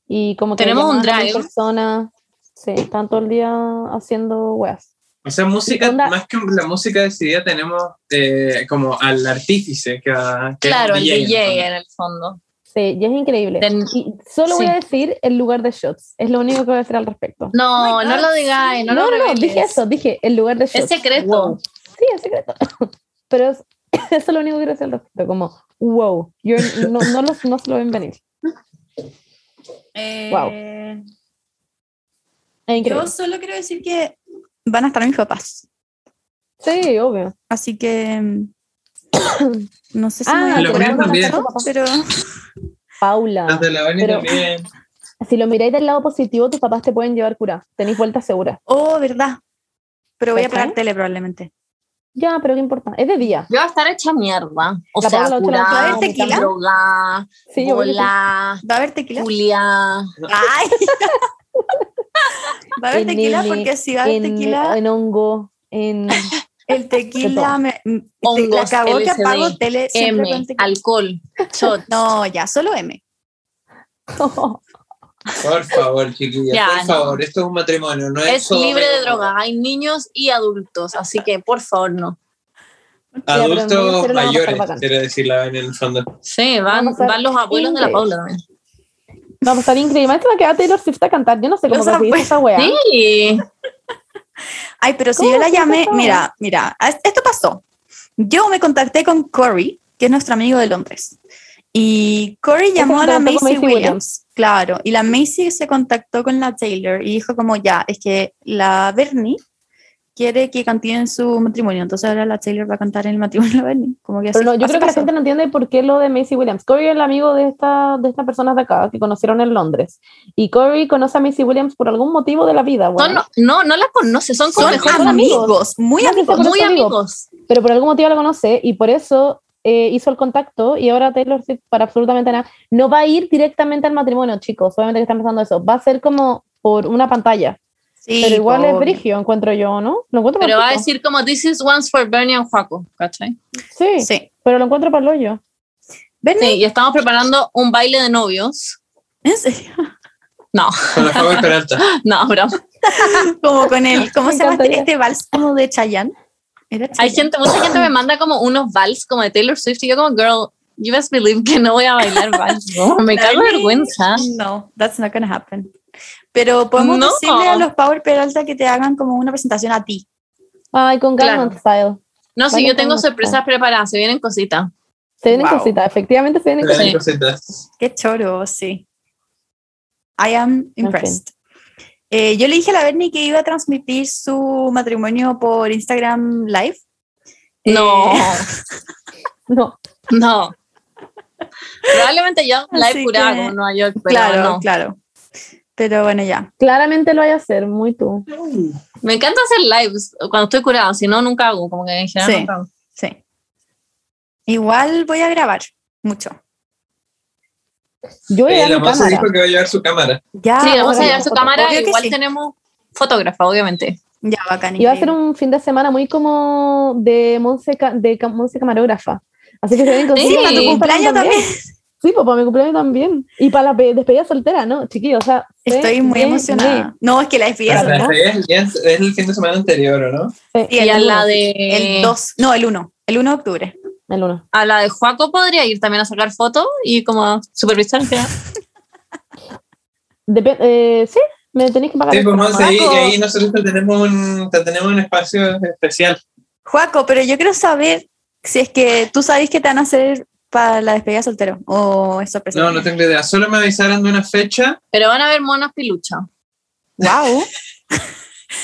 [SPEAKER 2] y como que...
[SPEAKER 1] Tenemos un
[SPEAKER 2] llamaban a mil
[SPEAKER 1] drive.
[SPEAKER 2] personas. sí, estaban todo el día haciendo weas.
[SPEAKER 4] Esa música,
[SPEAKER 2] Onda-
[SPEAKER 4] más que la música decidida, tenemos eh, como al artífice que, va- que es
[SPEAKER 1] Claro, el
[SPEAKER 4] entonces.
[SPEAKER 1] DJ en el fondo.
[SPEAKER 2] Sí, y es increíble.
[SPEAKER 1] Ten-
[SPEAKER 2] Y solo voy
[SPEAKER 1] sí.
[SPEAKER 2] a decir el lugar de shots. Es lo único que voy a decir al respecto.
[SPEAKER 1] No,
[SPEAKER 5] my
[SPEAKER 1] no
[SPEAKER 5] God,
[SPEAKER 1] lo digáis, no,
[SPEAKER 2] No, no,
[SPEAKER 1] lo
[SPEAKER 2] no,
[SPEAKER 1] reveles.
[SPEAKER 2] dije eso, dije el lugar de shots.
[SPEAKER 1] Es secreto.
[SPEAKER 2] Sí, es secreto. *laughs* Pero es- *coughs* eso es lo único que quiero decir al respecto. Como, wow, yo no, no, los, no se lo ven
[SPEAKER 1] *laughs*
[SPEAKER 2] venir. Wow.
[SPEAKER 5] Eh,
[SPEAKER 2] Es increíble.
[SPEAKER 5] Yo solo quiero decir que van a estar mis papás.
[SPEAKER 2] Sí, obvio.
[SPEAKER 5] Así que mm, *coughs* no sé si
[SPEAKER 2] Ah,
[SPEAKER 5] me voy a
[SPEAKER 4] Los
[SPEAKER 5] acordar
[SPEAKER 4] míos también.
[SPEAKER 5] tanto, pero
[SPEAKER 2] Paula,
[SPEAKER 4] Los de la Bani
[SPEAKER 2] ah, Pero- *laughs*
[SPEAKER 4] también.
[SPEAKER 2] si lo miráis del lado positivo, tus papás te pueden llevar cura. Tenéis vuelta segura.
[SPEAKER 5] oh, verdad. Pero voy a
[SPEAKER 2] ¿Cachai?
[SPEAKER 5] pagar tele probablemente.
[SPEAKER 2] Ya, pero qué importa. Es de día.
[SPEAKER 1] Yo voy a estar hecha mierda. O
[SPEAKER 2] La
[SPEAKER 1] sea,
[SPEAKER 2] Paula Ochoa la
[SPEAKER 1] curada,
[SPEAKER 5] otra vez tequila.
[SPEAKER 1] drogada,
[SPEAKER 2] Sí, yo voy a
[SPEAKER 1] volá,
[SPEAKER 5] ¿Va a haber tequila?
[SPEAKER 1] culiá.
[SPEAKER 2] *laughs*
[SPEAKER 5] Ay. Va a haber
[SPEAKER 2] En
[SPEAKER 5] tequila
[SPEAKER 2] el-
[SPEAKER 5] porque si va a haber
[SPEAKER 2] en,
[SPEAKER 5] tequila,
[SPEAKER 2] en hongo, en... *laughs*
[SPEAKER 5] el tequila
[SPEAKER 2] todo.
[SPEAKER 5] me, m- te- la
[SPEAKER 1] Hongos,
[SPEAKER 5] cagó que
[SPEAKER 1] LSD,
[SPEAKER 5] apago tele siempre
[SPEAKER 1] M,
[SPEAKER 5] con tequila.
[SPEAKER 1] alcohol,
[SPEAKER 5] *laughs*
[SPEAKER 1] shot.
[SPEAKER 5] No, ya, solo M.
[SPEAKER 4] Por favor, chiquilla,
[SPEAKER 1] Ya,
[SPEAKER 4] por
[SPEAKER 1] no.
[SPEAKER 4] favor, esto es un matrimonio, no es,
[SPEAKER 1] Es libre de
[SPEAKER 4] solo
[SPEAKER 1] droga. Hay niños y adultos, así que por favor no.
[SPEAKER 2] Ya, pero en
[SPEAKER 4] Adultos
[SPEAKER 2] serio la vamos a pasar
[SPEAKER 4] mayores,
[SPEAKER 2] bacán.
[SPEAKER 4] quiere decir la Bani en el fondo.
[SPEAKER 1] Sí, van,
[SPEAKER 2] Vamos a
[SPEAKER 1] van los abuelos de la
[SPEAKER 2] increíble.
[SPEAKER 1] Paula también.
[SPEAKER 2] No, pues estar increíble. Más encima que va a Taylor Swift a cantar. Yo no sé cómo
[SPEAKER 5] Los
[SPEAKER 2] conseguiste
[SPEAKER 5] abuelos.
[SPEAKER 2] esa weá.
[SPEAKER 1] pues, Sí.
[SPEAKER 5] Ay, pero si
[SPEAKER 2] ¿Cómo
[SPEAKER 5] yo la
[SPEAKER 2] siempre
[SPEAKER 5] llamé,
[SPEAKER 2] pasa?
[SPEAKER 5] mira, mira, as- esto pasó. Yo me contacté con Corey, que es nuestro amigo de Londres. Y Corey llamó a la
[SPEAKER 2] contactó
[SPEAKER 5] Macy,
[SPEAKER 2] con Maisie
[SPEAKER 5] Williams.
[SPEAKER 2] Williams.
[SPEAKER 5] claro. Y la Macy se contactó con la Taylor y dijo como, ya, es que la Bernie quiere que en su matrimonio. Entonces ahora la Taylor va a cantar en el matrimonio de la Bernie. Como que
[SPEAKER 2] Pero
[SPEAKER 5] así-
[SPEAKER 2] no, yo
[SPEAKER 5] así
[SPEAKER 2] creo que la
[SPEAKER 5] pasó.
[SPEAKER 2] gente no entiende por qué lo de Macy Williams. Corey es el amigo de esta de estas personas de acá que conocieron en Londres. Y Corey conoce a Macy Williams por algún motivo de la vida,
[SPEAKER 1] Son-
[SPEAKER 2] bueno,
[SPEAKER 1] no, no las conoce, son como
[SPEAKER 5] Son
[SPEAKER 1] mejores
[SPEAKER 2] am-
[SPEAKER 5] amigos,
[SPEAKER 2] amigos.
[SPEAKER 5] muy
[SPEAKER 2] No,
[SPEAKER 5] amigos.
[SPEAKER 2] sí, sí,
[SPEAKER 1] muy
[SPEAKER 2] son amigos.
[SPEAKER 1] amigos.
[SPEAKER 2] Pero por algún motivo la conoce y por eso eh, hizo el contacto y ahora Taylor Swift para absolutamente nada no va a ir directamente al matrimonio, chicos. Obviamente que están pensando eso. Va a ser como por una pantalla.
[SPEAKER 5] Sí,
[SPEAKER 2] pero igual es
[SPEAKER 5] pobre.
[SPEAKER 2] brigio, encuentro yo, ¿no? Lo encuentro
[SPEAKER 1] Pero va a
[SPEAKER 2] perfecto.
[SPEAKER 1] decir como This is once for Bernie and Juaco, ¿cachai?
[SPEAKER 2] Sí,
[SPEAKER 5] Sí.
[SPEAKER 2] pero lo encuentro para el hoyo.
[SPEAKER 5] Bernie,
[SPEAKER 1] Sí, y estamos preparando un baile de novios. *laughs*
[SPEAKER 5] ¿en serio? *laughs*
[SPEAKER 1] No,
[SPEAKER 4] Con la Fabio
[SPEAKER 2] *laughs*
[SPEAKER 4] Esperanza.
[SPEAKER 1] no, bro.
[SPEAKER 5] Como con el, ¿cómo
[SPEAKER 2] Me
[SPEAKER 5] se llama
[SPEAKER 2] encantaría.
[SPEAKER 5] este vals como de Chayanne? Era
[SPEAKER 1] Hay
[SPEAKER 5] Chayanne.
[SPEAKER 1] gente, mucha
[SPEAKER 5] *clears throat*
[SPEAKER 1] gente me manda como unos vals como de Taylor Swift y yo como, girl, you best believe que no voy a bailar
[SPEAKER 5] *laughs*
[SPEAKER 1] vals. ¿no? Me cago en
[SPEAKER 5] Dani.
[SPEAKER 1] vergüenza.
[SPEAKER 5] No, that's not gonna happen. Pero podemos
[SPEAKER 1] ¿Ah? No.
[SPEAKER 5] decirle a los Power Peralta que te hagan como una presentación a ti.
[SPEAKER 2] Ay, con
[SPEAKER 1] Claro.
[SPEAKER 2] Gangnam Style.
[SPEAKER 1] No, si
[SPEAKER 2] Vale,
[SPEAKER 1] yo tengo
[SPEAKER 2] vamos a-
[SPEAKER 1] sorpresas preparadas, se vienen cositas.
[SPEAKER 2] Se vienen
[SPEAKER 5] Wow.
[SPEAKER 2] cositas, efectivamente se vienen
[SPEAKER 4] Pero
[SPEAKER 2] cositas.
[SPEAKER 4] hay cositas.
[SPEAKER 5] Qué choro, sí. I am impressed. Eh, yo le dije a la Bernie que iba a transmitir su matrimonio por Instagram Live.
[SPEAKER 1] No, *laughs*
[SPEAKER 5] Eh,
[SPEAKER 2] *laughs* No,
[SPEAKER 1] no. Probablemente yo la
[SPEAKER 5] Así
[SPEAKER 1] he curado
[SPEAKER 5] que-
[SPEAKER 1] en Nueva York, pero
[SPEAKER 5] claro,
[SPEAKER 1] no.
[SPEAKER 5] claro. Pero bueno, ya.
[SPEAKER 2] claramente lo vaya a hacer, muy tú.
[SPEAKER 1] Me encanta hacer lives cuando estoy curada, si no, nunca hago, como que en general
[SPEAKER 5] Sí.
[SPEAKER 1] nunca hago.
[SPEAKER 5] Sí. Igual voy a grabar mucho.
[SPEAKER 2] Yo voy a
[SPEAKER 4] Eh, la
[SPEAKER 2] llevar mi
[SPEAKER 4] Monse
[SPEAKER 2] cámara.
[SPEAKER 4] dijo que va a llevar su cámara.
[SPEAKER 5] Ya,
[SPEAKER 1] sí, vamos a
[SPEAKER 2] obvio,
[SPEAKER 1] llevar su
[SPEAKER 2] foto.
[SPEAKER 1] cámara,
[SPEAKER 5] Ah, Obvio que
[SPEAKER 1] igual
[SPEAKER 5] sí.
[SPEAKER 1] tenemos fotógrafa, obviamente.
[SPEAKER 5] Ya, bacán.
[SPEAKER 2] Y va a ser
[SPEAKER 5] increíble.
[SPEAKER 2] un fin de semana muy como de Monse, ca- de ca- Monse camarógrafa. Así que se vienen cositas.
[SPEAKER 1] Sí,
[SPEAKER 2] para tu
[SPEAKER 1] para tu
[SPEAKER 5] cumpleaños
[SPEAKER 2] Sí, pues para mi cumpleaños también. Y para la pe- despedida soltera, ¿no? Chiquillos, o sea. se
[SPEAKER 5] Estoy muy
[SPEAKER 2] viene.
[SPEAKER 5] emocionada. No, es que la despedida
[SPEAKER 4] Ah,
[SPEAKER 5] es
[SPEAKER 2] ¿no?
[SPEAKER 4] Es, es- es el fin de semana anterior, ¿o ¿no?
[SPEAKER 2] Sí,
[SPEAKER 5] Sí,
[SPEAKER 1] Y a
[SPEAKER 5] el
[SPEAKER 1] la
[SPEAKER 5] uno.
[SPEAKER 1] de.
[SPEAKER 5] el 2, no, el 1, el 1 de octubre.
[SPEAKER 2] el uno.
[SPEAKER 1] A la de Juaco podría ir también a sacar fotos y como supervisar. ¿qué?
[SPEAKER 2] Depe- eh, sí, me tenéis que pagar.
[SPEAKER 4] Sí,
[SPEAKER 2] el
[SPEAKER 4] pues Monse, ahí,
[SPEAKER 5] Marco.
[SPEAKER 4] ahí nosotros te tenemos, un, te tenemos un espacio especial.
[SPEAKER 5] Juaco, pero yo quiero saber Si es que tú sabes que te van a hacer para la despedida soltero o es sorpresa.
[SPEAKER 4] No, no tengo idea. Solo me avisaron de una fecha,
[SPEAKER 1] Pero van a haber monas
[SPEAKER 5] *laughs*
[SPEAKER 1] piluchas.
[SPEAKER 5] Wow.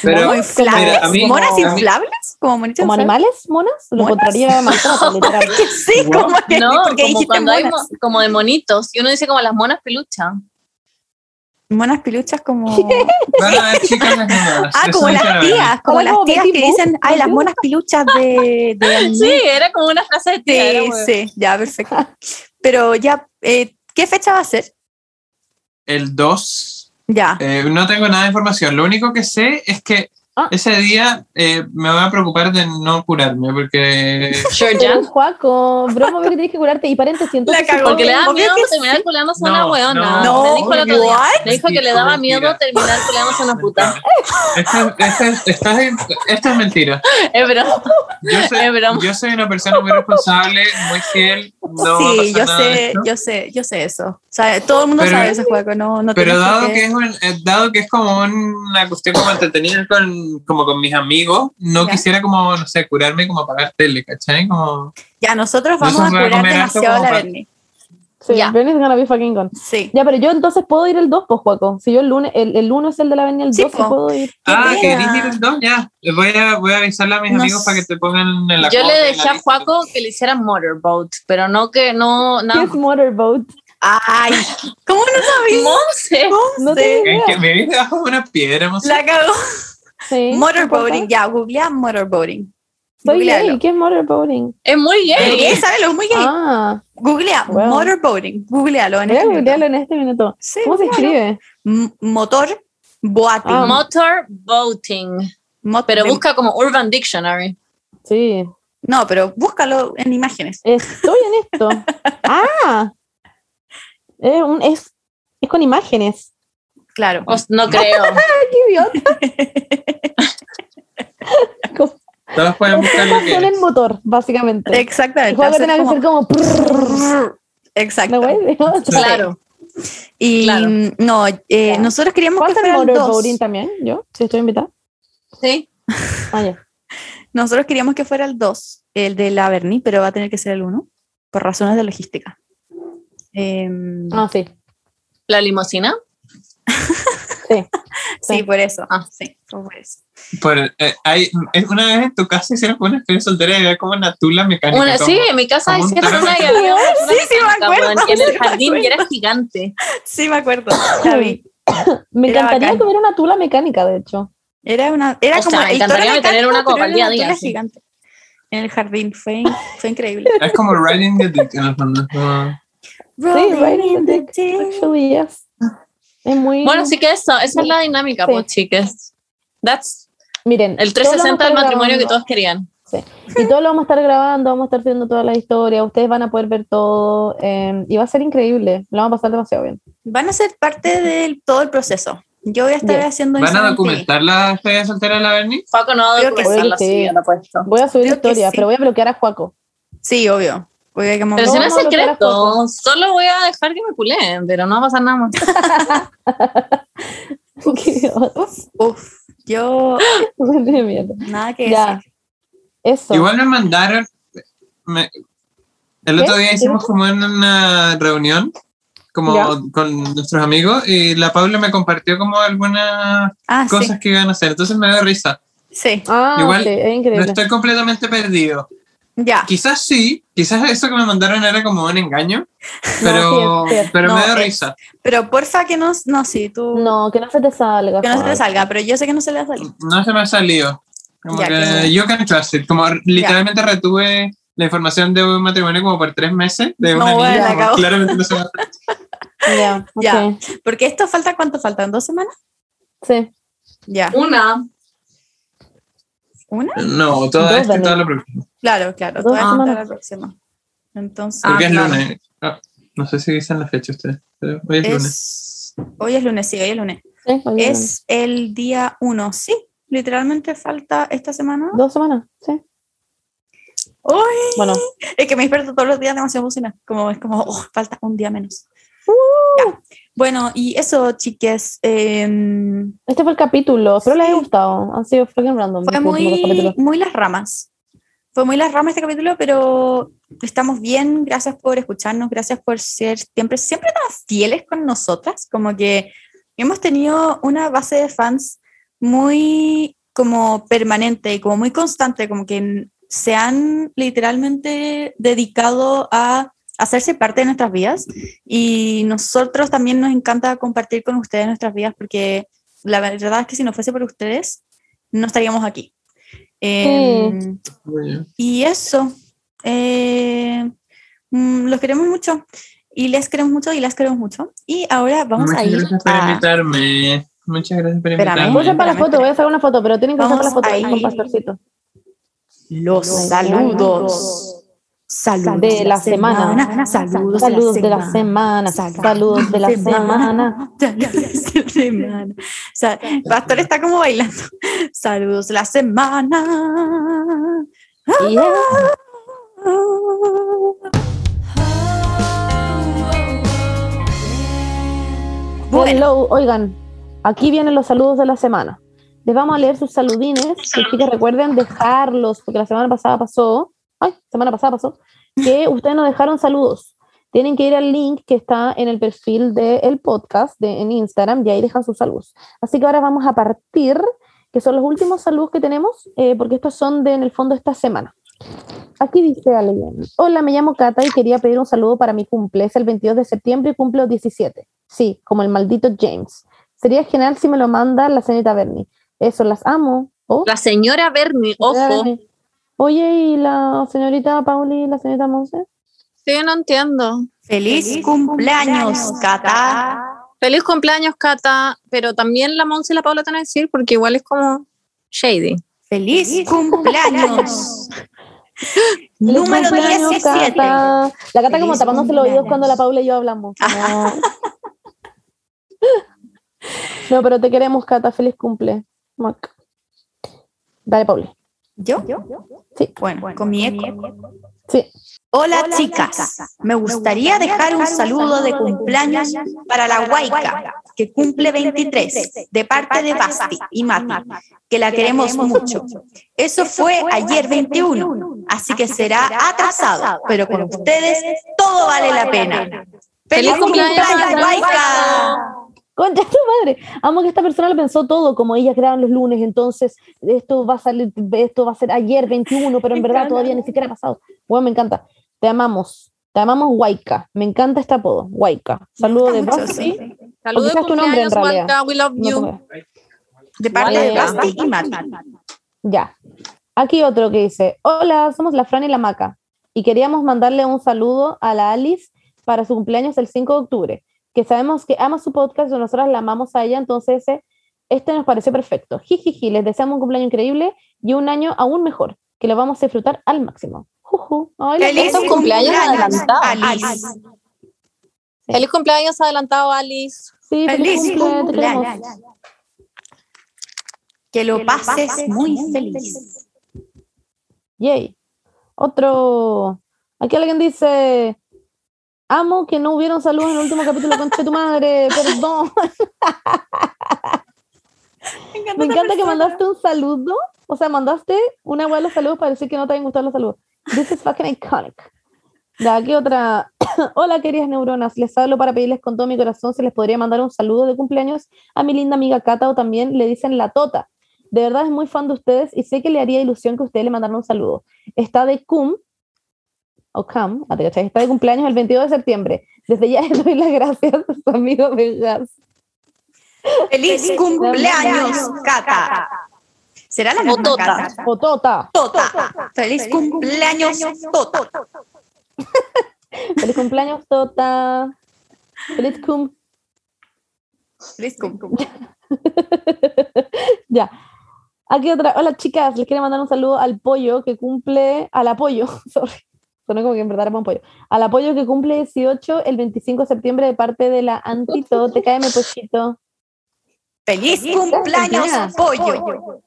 [SPEAKER 4] pero
[SPEAKER 5] ¿Monos inflables?
[SPEAKER 4] mira, a mí-
[SPEAKER 5] ¿Monas
[SPEAKER 4] a mí-
[SPEAKER 5] inflables? ¿Como monitos
[SPEAKER 7] ¿Como
[SPEAKER 5] inflables?
[SPEAKER 7] animales, monas? Lo
[SPEAKER 5] ¿Monas?
[SPEAKER 7] encontraría más
[SPEAKER 5] *laughs*
[SPEAKER 7] tonto, literal.
[SPEAKER 5] Que sí,
[SPEAKER 6] Wow.
[SPEAKER 5] como que
[SPEAKER 1] No,
[SPEAKER 5] porque
[SPEAKER 1] como
[SPEAKER 5] dijiste
[SPEAKER 1] cuando hay
[SPEAKER 5] monas.
[SPEAKER 1] mo- como de monitos. Y uno dice como las monas peluchas.
[SPEAKER 5] Monas piluchas como...
[SPEAKER 1] *laughs*
[SPEAKER 4] van a haber chicas desnudas.
[SPEAKER 5] Ah,
[SPEAKER 4] Eso
[SPEAKER 5] como
[SPEAKER 4] me
[SPEAKER 5] las
[SPEAKER 4] dijeron.
[SPEAKER 5] tías, como
[SPEAKER 7] Como
[SPEAKER 5] las tías que
[SPEAKER 7] Betty Boop,
[SPEAKER 5] dicen, ay, las monas piluchas de...
[SPEAKER 1] *laughs*
[SPEAKER 5] de
[SPEAKER 1] Sí, era como una frase de tía. era
[SPEAKER 5] Sí,
[SPEAKER 1] muy-
[SPEAKER 5] sí, ya, perfecto. Pero ya, eh, ¿qué fecha va a ser?
[SPEAKER 4] El 2.
[SPEAKER 5] Ya.
[SPEAKER 4] eh, no tengo nada de información. Lo único que sé es que
[SPEAKER 2] Ah.
[SPEAKER 4] ese día eh, me voy a preocupar de no curarme porque
[SPEAKER 1] *laughs* Sure,
[SPEAKER 2] Pero, Juaco, broma, ve que tienes que curarte. Y paréntesis, entonces,
[SPEAKER 5] La cagó.
[SPEAKER 1] Porque le daba
[SPEAKER 5] Obvio
[SPEAKER 1] miedo
[SPEAKER 5] que sí.
[SPEAKER 1] terminar culeándose a
[SPEAKER 4] No,
[SPEAKER 1] una weona.
[SPEAKER 5] no,
[SPEAKER 1] me dijo el otro día.
[SPEAKER 5] what?
[SPEAKER 1] Me dijo que le daba miedo terminar culeándose a una puta.
[SPEAKER 4] Esto, esto es- esto es- esto es mentira.
[SPEAKER 1] Es broma.
[SPEAKER 4] Yo
[SPEAKER 1] Es
[SPEAKER 4] soy,
[SPEAKER 1] broma.
[SPEAKER 4] yo soy una persona muy responsable, muy fiel. Eh, No va a
[SPEAKER 5] sí,
[SPEAKER 4] pasar
[SPEAKER 5] yo
[SPEAKER 4] nada de
[SPEAKER 5] sé,
[SPEAKER 4] esto.
[SPEAKER 5] yo sé, yo sé eso. O sea, todo el mundo
[SPEAKER 4] Pero-
[SPEAKER 5] sabe ese juego, no, no
[SPEAKER 4] Pero
[SPEAKER 5] tienes por
[SPEAKER 4] dado
[SPEAKER 5] qué-
[SPEAKER 4] que, es un- eh, dado que es como una cuestión como entretenida con, como con mis amigos, no
[SPEAKER 5] Ya.
[SPEAKER 4] quisiera como, no sé, curarme como pagar tele, ¿cachai? Como,
[SPEAKER 5] Ya, nosotros vamos
[SPEAKER 4] Nosotros
[SPEAKER 5] a
[SPEAKER 4] vamos a
[SPEAKER 5] curar
[SPEAKER 4] comer harto
[SPEAKER 5] demasiado
[SPEAKER 4] como
[SPEAKER 5] la
[SPEAKER 4] para-
[SPEAKER 5] Berni.
[SPEAKER 2] sí,
[SPEAKER 1] Ya.
[SPEAKER 2] Bernie's gonna be fucking gone.
[SPEAKER 5] Sí.
[SPEAKER 2] Ya, pero yo entonces puedo ir el 2, pues, Juaco. Si yo el lunes, el, el 1 es el de la avenida, el
[SPEAKER 5] Sí,
[SPEAKER 2] 2 sí,
[SPEAKER 5] po.
[SPEAKER 2] puedo ir.
[SPEAKER 4] ah,
[SPEAKER 5] pena.
[SPEAKER 4] ¿querés ir el don? Ya. Les Voy a, voy a avisarle a mis
[SPEAKER 5] No
[SPEAKER 4] amigos para que te pongan en la
[SPEAKER 1] Yo le
[SPEAKER 4] copia, en la
[SPEAKER 1] dejé a
[SPEAKER 4] lista.
[SPEAKER 1] Juaco que le hicieran motorboat, pero no que no
[SPEAKER 2] ¿Qué
[SPEAKER 1] nada.
[SPEAKER 2] es motorboat?
[SPEAKER 5] Ay, ¿cómo no sabía?
[SPEAKER 1] Monse.
[SPEAKER 2] No
[SPEAKER 5] Sí.
[SPEAKER 2] tengo
[SPEAKER 4] Es que
[SPEAKER 2] idea.
[SPEAKER 4] me vi debajo de una piedra, no sé.
[SPEAKER 5] La cagó.
[SPEAKER 2] Sí,
[SPEAKER 5] Motorboating, ya, googlea motorboating.
[SPEAKER 2] Soy
[SPEAKER 5] Googlealo.
[SPEAKER 2] gay. ¿Qué es motorboating?
[SPEAKER 1] Es muy
[SPEAKER 5] Pero
[SPEAKER 1] gay.
[SPEAKER 5] ¿qué? ¿Sabes? muy gay.
[SPEAKER 2] Ah,
[SPEAKER 5] Googlea
[SPEAKER 2] Bueno.
[SPEAKER 5] motorboating, googlealo en
[SPEAKER 2] voy a
[SPEAKER 5] este
[SPEAKER 2] googlearlo
[SPEAKER 5] momento.
[SPEAKER 2] en este minuto.
[SPEAKER 5] Sí,
[SPEAKER 2] ¿Cómo se
[SPEAKER 5] googlealo.
[SPEAKER 2] escribe?
[SPEAKER 5] M- Motor boating.
[SPEAKER 2] Ah,
[SPEAKER 1] Motorboating.
[SPEAKER 5] Mot-
[SPEAKER 1] Pero
[SPEAKER 5] de-
[SPEAKER 1] busca como Urban Dictionary.
[SPEAKER 2] Sí,
[SPEAKER 5] No, pero búscalo en imágenes.
[SPEAKER 2] estoy en
[SPEAKER 5] *laughs*
[SPEAKER 2] esto. Ah, es, un- es, es con imágenes.
[SPEAKER 5] Claro.
[SPEAKER 1] O-
[SPEAKER 5] *laughs*
[SPEAKER 1] no creo.
[SPEAKER 2] ¡Qué idiota!
[SPEAKER 4] Todos pueden buscar lo que
[SPEAKER 2] Son el motor, básicamente. El
[SPEAKER 5] Eh, Exactamente.
[SPEAKER 2] juego
[SPEAKER 5] hacer
[SPEAKER 2] tiene que ser como.
[SPEAKER 5] como-
[SPEAKER 2] Una
[SPEAKER 5] Exacto.
[SPEAKER 2] wea idiota.
[SPEAKER 1] Claro.
[SPEAKER 5] Y
[SPEAKER 1] Claro.
[SPEAKER 5] mm, no, eh,
[SPEAKER 2] Ya.
[SPEAKER 5] nosotros queríamos que
[SPEAKER 2] ¿Cuánto
[SPEAKER 5] fueran dos.
[SPEAKER 2] motorboating también? ¿Yo? ¿Si estoy invitada?
[SPEAKER 1] Sí.
[SPEAKER 2] Ah, ya.
[SPEAKER 5] Nosotros queríamos que fuera el 2, el de la Berni, pero va a tener que ser el 1, por razones de logística. Em,
[SPEAKER 2] Ah, sí.
[SPEAKER 1] La limusina.
[SPEAKER 5] sí,
[SPEAKER 2] sí.
[SPEAKER 5] por eso.
[SPEAKER 1] Ah.
[SPEAKER 5] Sí, fue por eso. *laughs*
[SPEAKER 4] por, eh, hay, eh, Una vez en tu casa hicieron como una experiencia soltera y había como una tula mecánica.
[SPEAKER 1] Una,
[SPEAKER 4] como-
[SPEAKER 1] sí, en mi casa
[SPEAKER 4] como un
[SPEAKER 1] hicieron
[SPEAKER 4] tarro.
[SPEAKER 1] una y había una
[SPEAKER 5] Sí, sí, me
[SPEAKER 1] mecánica,
[SPEAKER 5] acuerdo,
[SPEAKER 1] weón, En
[SPEAKER 5] sí,
[SPEAKER 1] el
[SPEAKER 5] me
[SPEAKER 1] jardín y era
[SPEAKER 5] acuerdo.
[SPEAKER 1] gigante.
[SPEAKER 5] Sí,
[SPEAKER 1] *clears throat*
[SPEAKER 5] me acuerdo. la vi.
[SPEAKER 2] Me
[SPEAKER 5] Era
[SPEAKER 2] encantaría
[SPEAKER 5] bacán.
[SPEAKER 2] comer una tula mecánica, de hecho.
[SPEAKER 5] Era una. Era
[SPEAKER 1] O
[SPEAKER 5] como
[SPEAKER 1] sea, me
[SPEAKER 5] el toro
[SPEAKER 1] encantaría
[SPEAKER 5] mecánico,
[SPEAKER 1] tener una
[SPEAKER 5] pero
[SPEAKER 1] copa al
[SPEAKER 5] era
[SPEAKER 1] día a
[SPEAKER 5] una
[SPEAKER 1] día,
[SPEAKER 5] tela
[SPEAKER 1] sí.
[SPEAKER 5] gigante. En el jardín. Fue, in- fue increíble.
[SPEAKER 4] Es como riding the dick en el fondo. como-
[SPEAKER 2] Sí,
[SPEAKER 5] Rolling
[SPEAKER 2] right in
[SPEAKER 5] in
[SPEAKER 2] the
[SPEAKER 5] the deep.
[SPEAKER 2] actually, yes. Es muy.
[SPEAKER 1] Bueno, así que eso, esa es la dinámica,
[SPEAKER 2] Sí.
[SPEAKER 1] pues, chicas. That's
[SPEAKER 2] Miren,
[SPEAKER 1] el
[SPEAKER 2] todo lo
[SPEAKER 1] 360 del
[SPEAKER 2] vamos a estar
[SPEAKER 1] matrimonio que
[SPEAKER 2] grabando.
[SPEAKER 1] todos querían.
[SPEAKER 2] Y todo lo vamos a estar grabando, vamos a estar haciendo toda la historia, ustedes van a poder ver todo. eh, y va a ser increíble, lo vamos a pasar demasiado bien.
[SPEAKER 5] Van a ser parte de todo el proceso. Yo voy a estar
[SPEAKER 2] Bien.
[SPEAKER 5] haciendo
[SPEAKER 4] ¿Van a
[SPEAKER 5] Instagram TV.
[SPEAKER 4] documentar la despedida soltera de la Berni?
[SPEAKER 1] Paco no va a
[SPEAKER 5] Creo que
[SPEAKER 1] documentar la
[SPEAKER 2] sí.
[SPEAKER 1] suya, lo apuesto.
[SPEAKER 2] Voy a subir
[SPEAKER 5] Creo que
[SPEAKER 2] historia,
[SPEAKER 5] sí.
[SPEAKER 2] pero voy a bloquear a
[SPEAKER 5] *laughs*
[SPEAKER 2] Juaco.
[SPEAKER 5] Sí, obvio. Obvio que vamos-
[SPEAKER 1] Pero si no es
[SPEAKER 2] vamos a bloquear a
[SPEAKER 1] secreto,
[SPEAKER 2] Juaco.
[SPEAKER 1] solo voy a dejar que me culen, pero no va a pasar nada más.
[SPEAKER 5] *laughs*
[SPEAKER 2] *laughs* Qué idiota,
[SPEAKER 5] Uf, uf. Yo,
[SPEAKER 2] de mierda.
[SPEAKER 5] nada que
[SPEAKER 2] ya,
[SPEAKER 5] decir.
[SPEAKER 2] eso.
[SPEAKER 4] Igual me mandaron. me- el
[SPEAKER 2] ¿Qué?
[SPEAKER 4] otro día
[SPEAKER 2] ¿Qué
[SPEAKER 4] hicimos como en una reunión como
[SPEAKER 2] Ya.
[SPEAKER 4] con nuestros amigos y la Paula me compartió como algunas
[SPEAKER 5] Ah,
[SPEAKER 4] cosas que iban a hacer, entonces me da risa.
[SPEAKER 5] sí, sí,
[SPEAKER 2] ah,
[SPEAKER 4] igual
[SPEAKER 2] ok, es
[SPEAKER 4] No
[SPEAKER 2] increíble.
[SPEAKER 4] estoy completamente perdido.
[SPEAKER 5] ya.
[SPEAKER 4] Quizás sí, quizás eso que me mandaron era como un
[SPEAKER 5] *laughs*
[SPEAKER 4] engaño, pero,
[SPEAKER 2] sí es cierto.
[SPEAKER 4] pero
[SPEAKER 5] No,
[SPEAKER 4] me da
[SPEAKER 5] es-
[SPEAKER 4] risa.
[SPEAKER 5] Pero porfa que no, no, sí, tú,
[SPEAKER 2] No, que no se te salga.
[SPEAKER 5] que no se te
[SPEAKER 2] Juaco.
[SPEAKER 5] salga, pero yo sé que no se le va a salir.
[SPEAKER 4] No se me ha salido. Como
[SPEAKER 5] Ya,
[SPEAKER 4] que
[SPEAKER 5] qué bueno.
[SPEAKER 4] you can trust it. Como literalmente retuve la información de un matrimonio como por tres meses de
[SPEAKER 5] No,
[SPEAKER 4] una
[SPEAKER 5] bueno,
[SPEAKER 4] niña.
[SPEAKER 5] la
[SPEAKER 4] como
[SPEAKER 5] acabo.
[SPEAKER 4] claramente no se me-
[SPEAKER 2] Ya, ok,
[SPEAKER 5] Ya. Porque esto falta, ¿cuánto faltan? ¿Dos semanas?
[SPEAKER 2] Sí,
[SPEAKER 5] Ya.
[SPEAKER 1] Una.
[SPEAKER 5] ¿Una?
[SPEAKER 4] No, todo
[SPEAKER 2] Dos,
[SPEAKER 4] esto y
[SPEAKER 2] Daniel.
[SPEAKER 4] todo lo próximo.
[SPEAKER 5] Claro, claro.
[SPEAKER 2] Dos
[SPEAKER 5] Todavía falta
[SPEAKER 2] semanas.
[SPEAKER 5] la próxima. Entonces,
[SPEAKER 2] Ah,
[SPEAKER 4] Porque es
[SPEAKER 5] claro.
[SPEAKER 4] lunes. Ah, no sé si dicen la fecha ustedes, pero hoy es, lunes.
[SPEAKER 5] Es- hoy es lunes, sí, hoy es lunes.
[SPEAKER 2] sí, muy bien.
[SPEAKER 5] Es el día uno, sí. Literalmente falta esta semana.
[SPEAKER 2] Dos semanas, sí.
[SPEAKER 5] Uy,
[SPEAKER 2] Bueno,
[SPEAKER 5] es que me despierto todos los días demasiado bucina. Como es como, oh, falta un día menos. Ya. Bueno, y eso, chiques. em,
[SPEAKER 2] este fue el capítulo, espero les haya
[SPEAKER 5] Sí.
[SPEAKER 2] gustado. Han sido fucking random.
[SPEAKER 5] Fue
[SPEAKER 2] los últimos dos
[SPEAKER 5] muy,
[SPEAKER 2] capítulos.
[SPEAKER 5] muy las ramas. fue muy las ramas este capítulo, pero estamos bien. Gracias por escucharnos, gracias por ser siempre, siempre tan fieles con nosotras. Como que hemos tenido una base de fans muy como permanente y como muy constante, como que se han literalmente dedicado a hacerse parte de nuestras vidas y nosotros también nos encanta compartir con ustedes nuestras vidas porque la verdad es que si no fuese por ustedes no estaríamos aquí. Eh, Y eso, eh, mm, los queremos mucho y les queremos mucho y las queremos mucho y ahora vamos
[SPEAKER 4] Muchas
[SPEAKER 5] a ir
[SPEAKER 4] gracias por
[SPEAKER 5] a...
[SPEAKER 4] invitarme. Muchas gracias por
[SPEAKER 5] Espérame.
[SPEAKER 4] invitarme.
[SPEAKER 2] Posen para la foto, voy a sacar una foto, pero tienen que hacer
[SPEAKER 5] Vamos
[SPEAKER 2] la foto
[SPEAKER 5] ahí.
[SPEAKER 2] con pastorcito.
[SPEAKER 5] Los saludos. Saludos
[SPEAKER 2] De la semana.
[SPEAKER 5] Saludos,
[SPEAKER 2] Saludos de la semana.
[SPEAKER 5] Semana.
[SPEAKER 2] Saludos de la semana.
[SPEAKER 5] Saludos de *laughs* la semana. Sa- Pastor está como bailando. *laughs* Saludos de la semana.
[SPEAKER 2] Yeah.
[SPEAKER 5] Bueno,
[SPEAKER 2] Hello, oigan, aquí vienen los saludos de la semana. Les vamos a leer sus saludines, que chicas recuerden dejarlos, porque la semana pasada pasó, ay, semana pasada pasó, que ustedes nos dejaron saludos. Tienen que ir al link que está en el perfil del podcast de, en Instagram y ahí dejan sus saludos. Así que ahora vamos a partir, que son los últimos saludos que tenemos, eh, porque estos son de, en el fondo, esta semana. Aquí dice alguien, hola, me llamo Cata y quería pedir un saludo para mi cumple. Es el 22 de septiembre y cumplo 17. Sí, como el maldito James. Sería genial si me lo manda la señorita Bernie. Eso, las amo. Oh,
[SPEAKER 1] La señora Bernie,
[SPEAKER 2] señora
[SPEAKER 1] ojo.
[SPEAKER 2] Bernie. Oye, ¿y la señorita Pauli y la señorita Monse?
[SPEAKER 1] Sí, no entiendo.
[SPEAKER 5] feliz, cumpleaños, Cata.
[SPEAKER 1] Feliz cumpleaños, Cata, pero también la Monse y la Paula tienen que decir porque igual es como shady.
[SPEAKER 5] Feliz, cumpleaños. Número
[SPEAKER 2] Feliz cumpleaños,
[SPEAKER 5] 17.
[SPEAKER 2] Cata. La Cata como
[SPEAKER 5] Feliz
[SPEAKER 2] tapándose los oídos
[SPEAKER 5] cumpleaños.
[SPEAKER 2] cuando la Paula y yo hablamos. No. No, pero te queremos, Cata. Feliz cumple. Mac. Dale, Pauli.
[SPEAKER 5] ¿Yo?
[SPEAKER 2] Sí.
[SPEAKER 5] Bueno, con mi eco.
[SPEAKER 2] Sí.
[SPEAKER 5] Hola, chicas, me gustaría dejar un saludo de cumpleaños para la Guaica, que cumple 23, de parte de Basti y Mati, que la queremos mucho. Eso fue ayer 21, así que será atrasado, pero con ustedes todo vale la pena. ¡Feliz cumpleaños, Guaica!
[SPEAKER 2] Concha tu madre. Amo que esta persona lo pensó todo, como ellas graban los lunes, entonces esto va a salir, esto va a ser ayer 21, pero en verdad todavía ni siquiera ha pasado. Bueno, me encanta. Te amamos. Te amamos Waika. Me encanta este apodo, Waika. Saludo de
[SPEAKER 5] Mucho,
[SPEAKER 2] vos.
[SPEAKER 5] sí.
[SPEAKER 2] ¿sí?
[SPEAKER 1] Saludos
[SPEAKER 2] Porque ese es tu nombre, en
[SPEAKER 1] cumpleaños,
[SPEAKER 2] realidad.
[SPEAKER 1] Juanca, we love
[SPEAKER 2] No
[SPEAKER 1] you.
[SPEAKER 2] tengo-
[SPEAKER 5] De parte de
[SPEAKER 2] Guaica.
[SPEAKER 5] Basti y Mati.
[SPEAKER 2] Ya. Aquí otro que dice, hola, somos la Fran y la Maca y queríamos mandarle un saludo a la Alice para su cumpleaños el 5 de octubre, que sabemos que ama su podcast y nosotras la amamos a ella, entonces eh, este nos pareció perfecto. Jijiji, les deseamos un cumpleaños increíble y un año aún mejor, que lo vamos a disfrutar al máximo. Juju. Ay, les
[SPEAKER 5] ¡Feliz
[SPEAKER 2] gusta.
[SPEAKER 1] Estos cumpleaños
[SPEAKER 5] cumpleaños,
[SPEAKER 1] adelantados.
[SPEAKER 5] Alice!
[SPEAKER 1] Feliz cumpleaños adelantado, Alice.
[SPEAKER 2] Sí, feliz
[SPEAKER 5] ¡Feliz
[SPEAKER 2] cumple, te queremos.
[SPEAKER 5] cumpleaños! Que lo pases muy feliz.
[SPEAKER 2] Yay. Otro. Aquí alguien dice, amo que no hubieron saludos en el último capítulo, concha de tu madre, perdón. *laughs* Me encanta que mandaste un saludo, o sea, mandaste una hueá de los saludos para decir que no te habían gustado los saludos. This is fucking iconic. De aquí otra. *clears throat* Hola, queridas neuronas. Les hablo para pedirles con todo mi corazón si les podría mandar un saludo de cumpleaños a mi linda amiga Cata o también le dicen la Tota. De verdad es muy fan de ustedes y sé que le haría ilusión que ustedes le mandaran un saludo. Está de cum o cam, a ver, está de cumpleaños el 22 de septiembre. Desde ya *laughs* les doy las gracias a sus amigos Vegas.
[SPEAKER 5] ¡Feliz cumpleaños, Cata! ¿Será la misma
[SPEAKER 1] Totota.
[SPEAKER 5] Cata?
[SPEAKER 2] Potota,
[SPEAKER 5] Tota. ¡Feliz cumpleaños, Tota!
[SPEAKER 2] feliz cumpleaños Tota. Feliz cum.
[SPEAKER 5] ¡Feliz cumpleaños!
[SPEAKER 2] ya. Aquí Ah, otra. Hola chicas, les quiero mandar un saludo al pollo que cumple, al apoyo, *laughs* sorry. Sonó como que en verdad era para un pollo. Al apoyo que cumple 18 el 25 de septiembre de parte de la Antito. Te cae mi pollito.
[SPEAKER 5] *laughs* ¡Feliz cumpleaños, Pollo!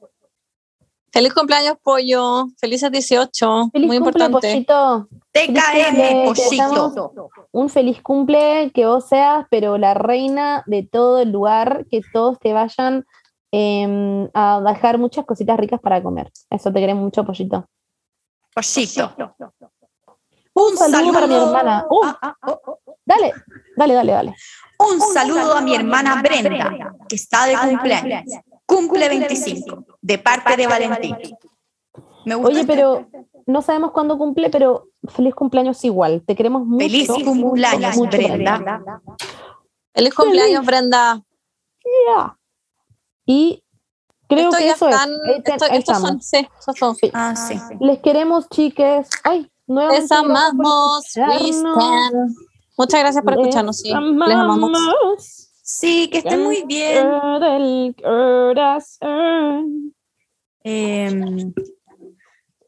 [SPEAKER 1] Feliz cumpleaños, Pollo. Felices 18.
[SPEAKER 2] Feliz
[SPEAKER 1] Muy
[SPEAKER 2] cumple,
[SPEAKER 1] importante.
[SPEAKER 2] pollito.
[SPEAKER 5] ¡Te cae
[SPEAKER 2] Feliz cumple, te
[SPEAKER 5] Pollito!
[SPEAKER 2] un feliz cumple, que vos seas, pero la reina de todo el lugar, que todos te vayan em, a dejar muchas cositas ricas para comer. Eso te queremos mucho, pollito.
[SPEAKER 5] Osito.
[SPEAKER 7] Un saludo para mi hermana. Uh,
[SPEAKER 5] Ah, ah, oh,
[SPEAKER 7] dale, dale, dale, dale.
[SPEAKER 5] Un saludo a mi hermana Brenda, que está de cumpleaños. Cumple 25, de parte de Valentín. Me gusta
[SPEAKER 2] Oye,
[SPEAKER 5] este-
[SPEAKER 2] pero no sabemos cuándo cumple, pero feliz cumpleaños igual. Te queremos mucho.
[SPEAKER 5] Feliz cumpleaños, Brenda.
[SPEAKER 1] Feliz cumpleaños, Brenda.
[SPEAKER 2] Ya. Y creo
[SPEAKER 1] Esto
[SPEAKER 2] que
[SPEAKER 1] ya
[SPEAKER 2] eso es.
[SPEAKER 1] están.
[SPEAKER 2] Ahí te-
[SPEAKER 1] esto-
[SPEAKER 2] ahí
[SPEAKER 1] estos
[SPEAKER 2] estamos.
[SPEAKER 1] son. Sí, estos son.
[SPEAKER 5] Ah, sí.
[SPEAKER 2] Les queremos, chiques. Ay, nuevamente.
[SPEAKER 1] Les
[SPEAKER 2] gracias por
[SPEAKER 1] amamos. We
[SPEAKER 2] escucharnos.
[SPEAKER 1] stand. Muchas gracias por
[SPEAKER 2] Les
[SPEAKER 1] escucharnos. Sí,
[SPEAKER 2] amamos.
[SPEAKER 1] les amamos.
[SPEAKER 5] Sí, que estén muy bien.
[SPEAKER 2] Eh, del corazón.
[SPEAKER 5] Eh,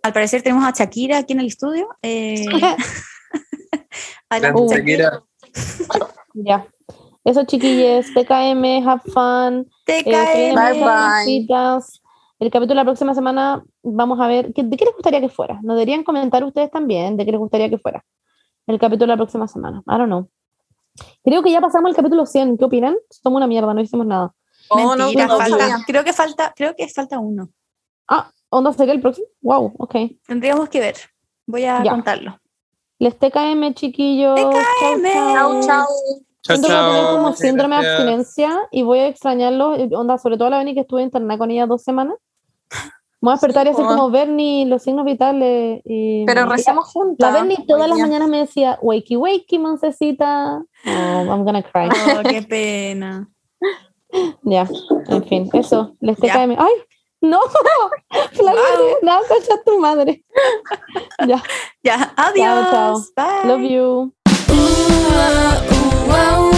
[SPEAKER 5] al parecer tenemos a Shakira aquí en el estudio.
[SPEAKER 1] *laughs*
[SPEAKER 5] Eh, adelante,
[SPEAKER 4] Gracias,
[SPEAKER 5] Shakira.
[SPEAKER 4] Shakira.
[SPEAKER 2] Ya. Eso, chiquilles. TKM, have fun.
[SPEAKER 5] Te
[SPEAKER 2] Eh,
[SPEAKER 5] caemos.
[SPEAKER 2] tenemos
[SPEAKER 1] Bye, bye.
[SPEAKER 2] cositas. El capítulo de la próxima semana vamos a ver qué- de qué les gustaría que fuera. Nos deberían comentar ustedes también de qué les gustaría que fuera. El capítulo de la próxima semana. I don't know. Creo que ya pasamos el capítulo 100. ¿Qué opinan? Somos una mierda, no hicimos nada.
[SPEAKER 1] Oh, no,
[SPEAKER 5] Mentira,
[SPEAKER 1] no
[SPEAKER 5] falta-
[SPEAKER 1] sabía.
[SPEAKER 5] creo que falta, creo que falta uno.
[SPEAKER 2] ¿Onda sería el próximo? Wow, ok.
[SPEAKER 5] Tendríamos que ver. Voy a
[SPEAKER 2] Ya.
[SPEAKER 5] contarlo.
[SPEAKER 2] Les TKM, chiquillos. Chau,
[SPEAKER 5] TKM.
[SPEAKER 1] Chao, chao.
[SPEAKER 4] Chao,
[SPEAKER 2] Siento que voy a tener
[SPEAKER 4] chao.
[SPEAKER 2] como
[SPEAKER 4] muchas
[SPEAKER 2] síndrome de
[SPEAKER 4] gracias.
[SPEAKER 2] abstinencia y voy a extrañarlos, eh, onda, sobre todo a la Berni que estuve internada con ella dos semanas. Me voy a despertar y hacer
[SPEAKER 1] po.
[SPEAKER 2] como Bernie los signos vitales. Y
[SPEAKER 1] Pero
[SPEAKER 2] y
[SPEAKER 1] recemos
[SPEAKER 2] La
[SPEAKER 1] juntas.
[SPEAKER 2] Bernie todas
[SPEAKER 1] hoy
[SPEAKER 2] las
[SPEAKER 1] día.
[SPEAKER 2] mañanas me decía, wakey, wakey, moncecita. Oh, I'm gonna cry.
[SPEAKER 5] Oh, qué pena.
[SPEAKER 2] ya, en fin, eso. Les
[SPEAKER 5] Ya.
[SPEAKER 2] TKM. ¡Ay! ¡No! *laughs* Flavia, no, concha tu madre. ya,
[SPEAKER 5] Ya, adiós.
[SPEAKER 2] chao.
[SPEAKER 5] Bye.
[SPEAKER 2] love you.
[SPEAKER 3] Wow, wow,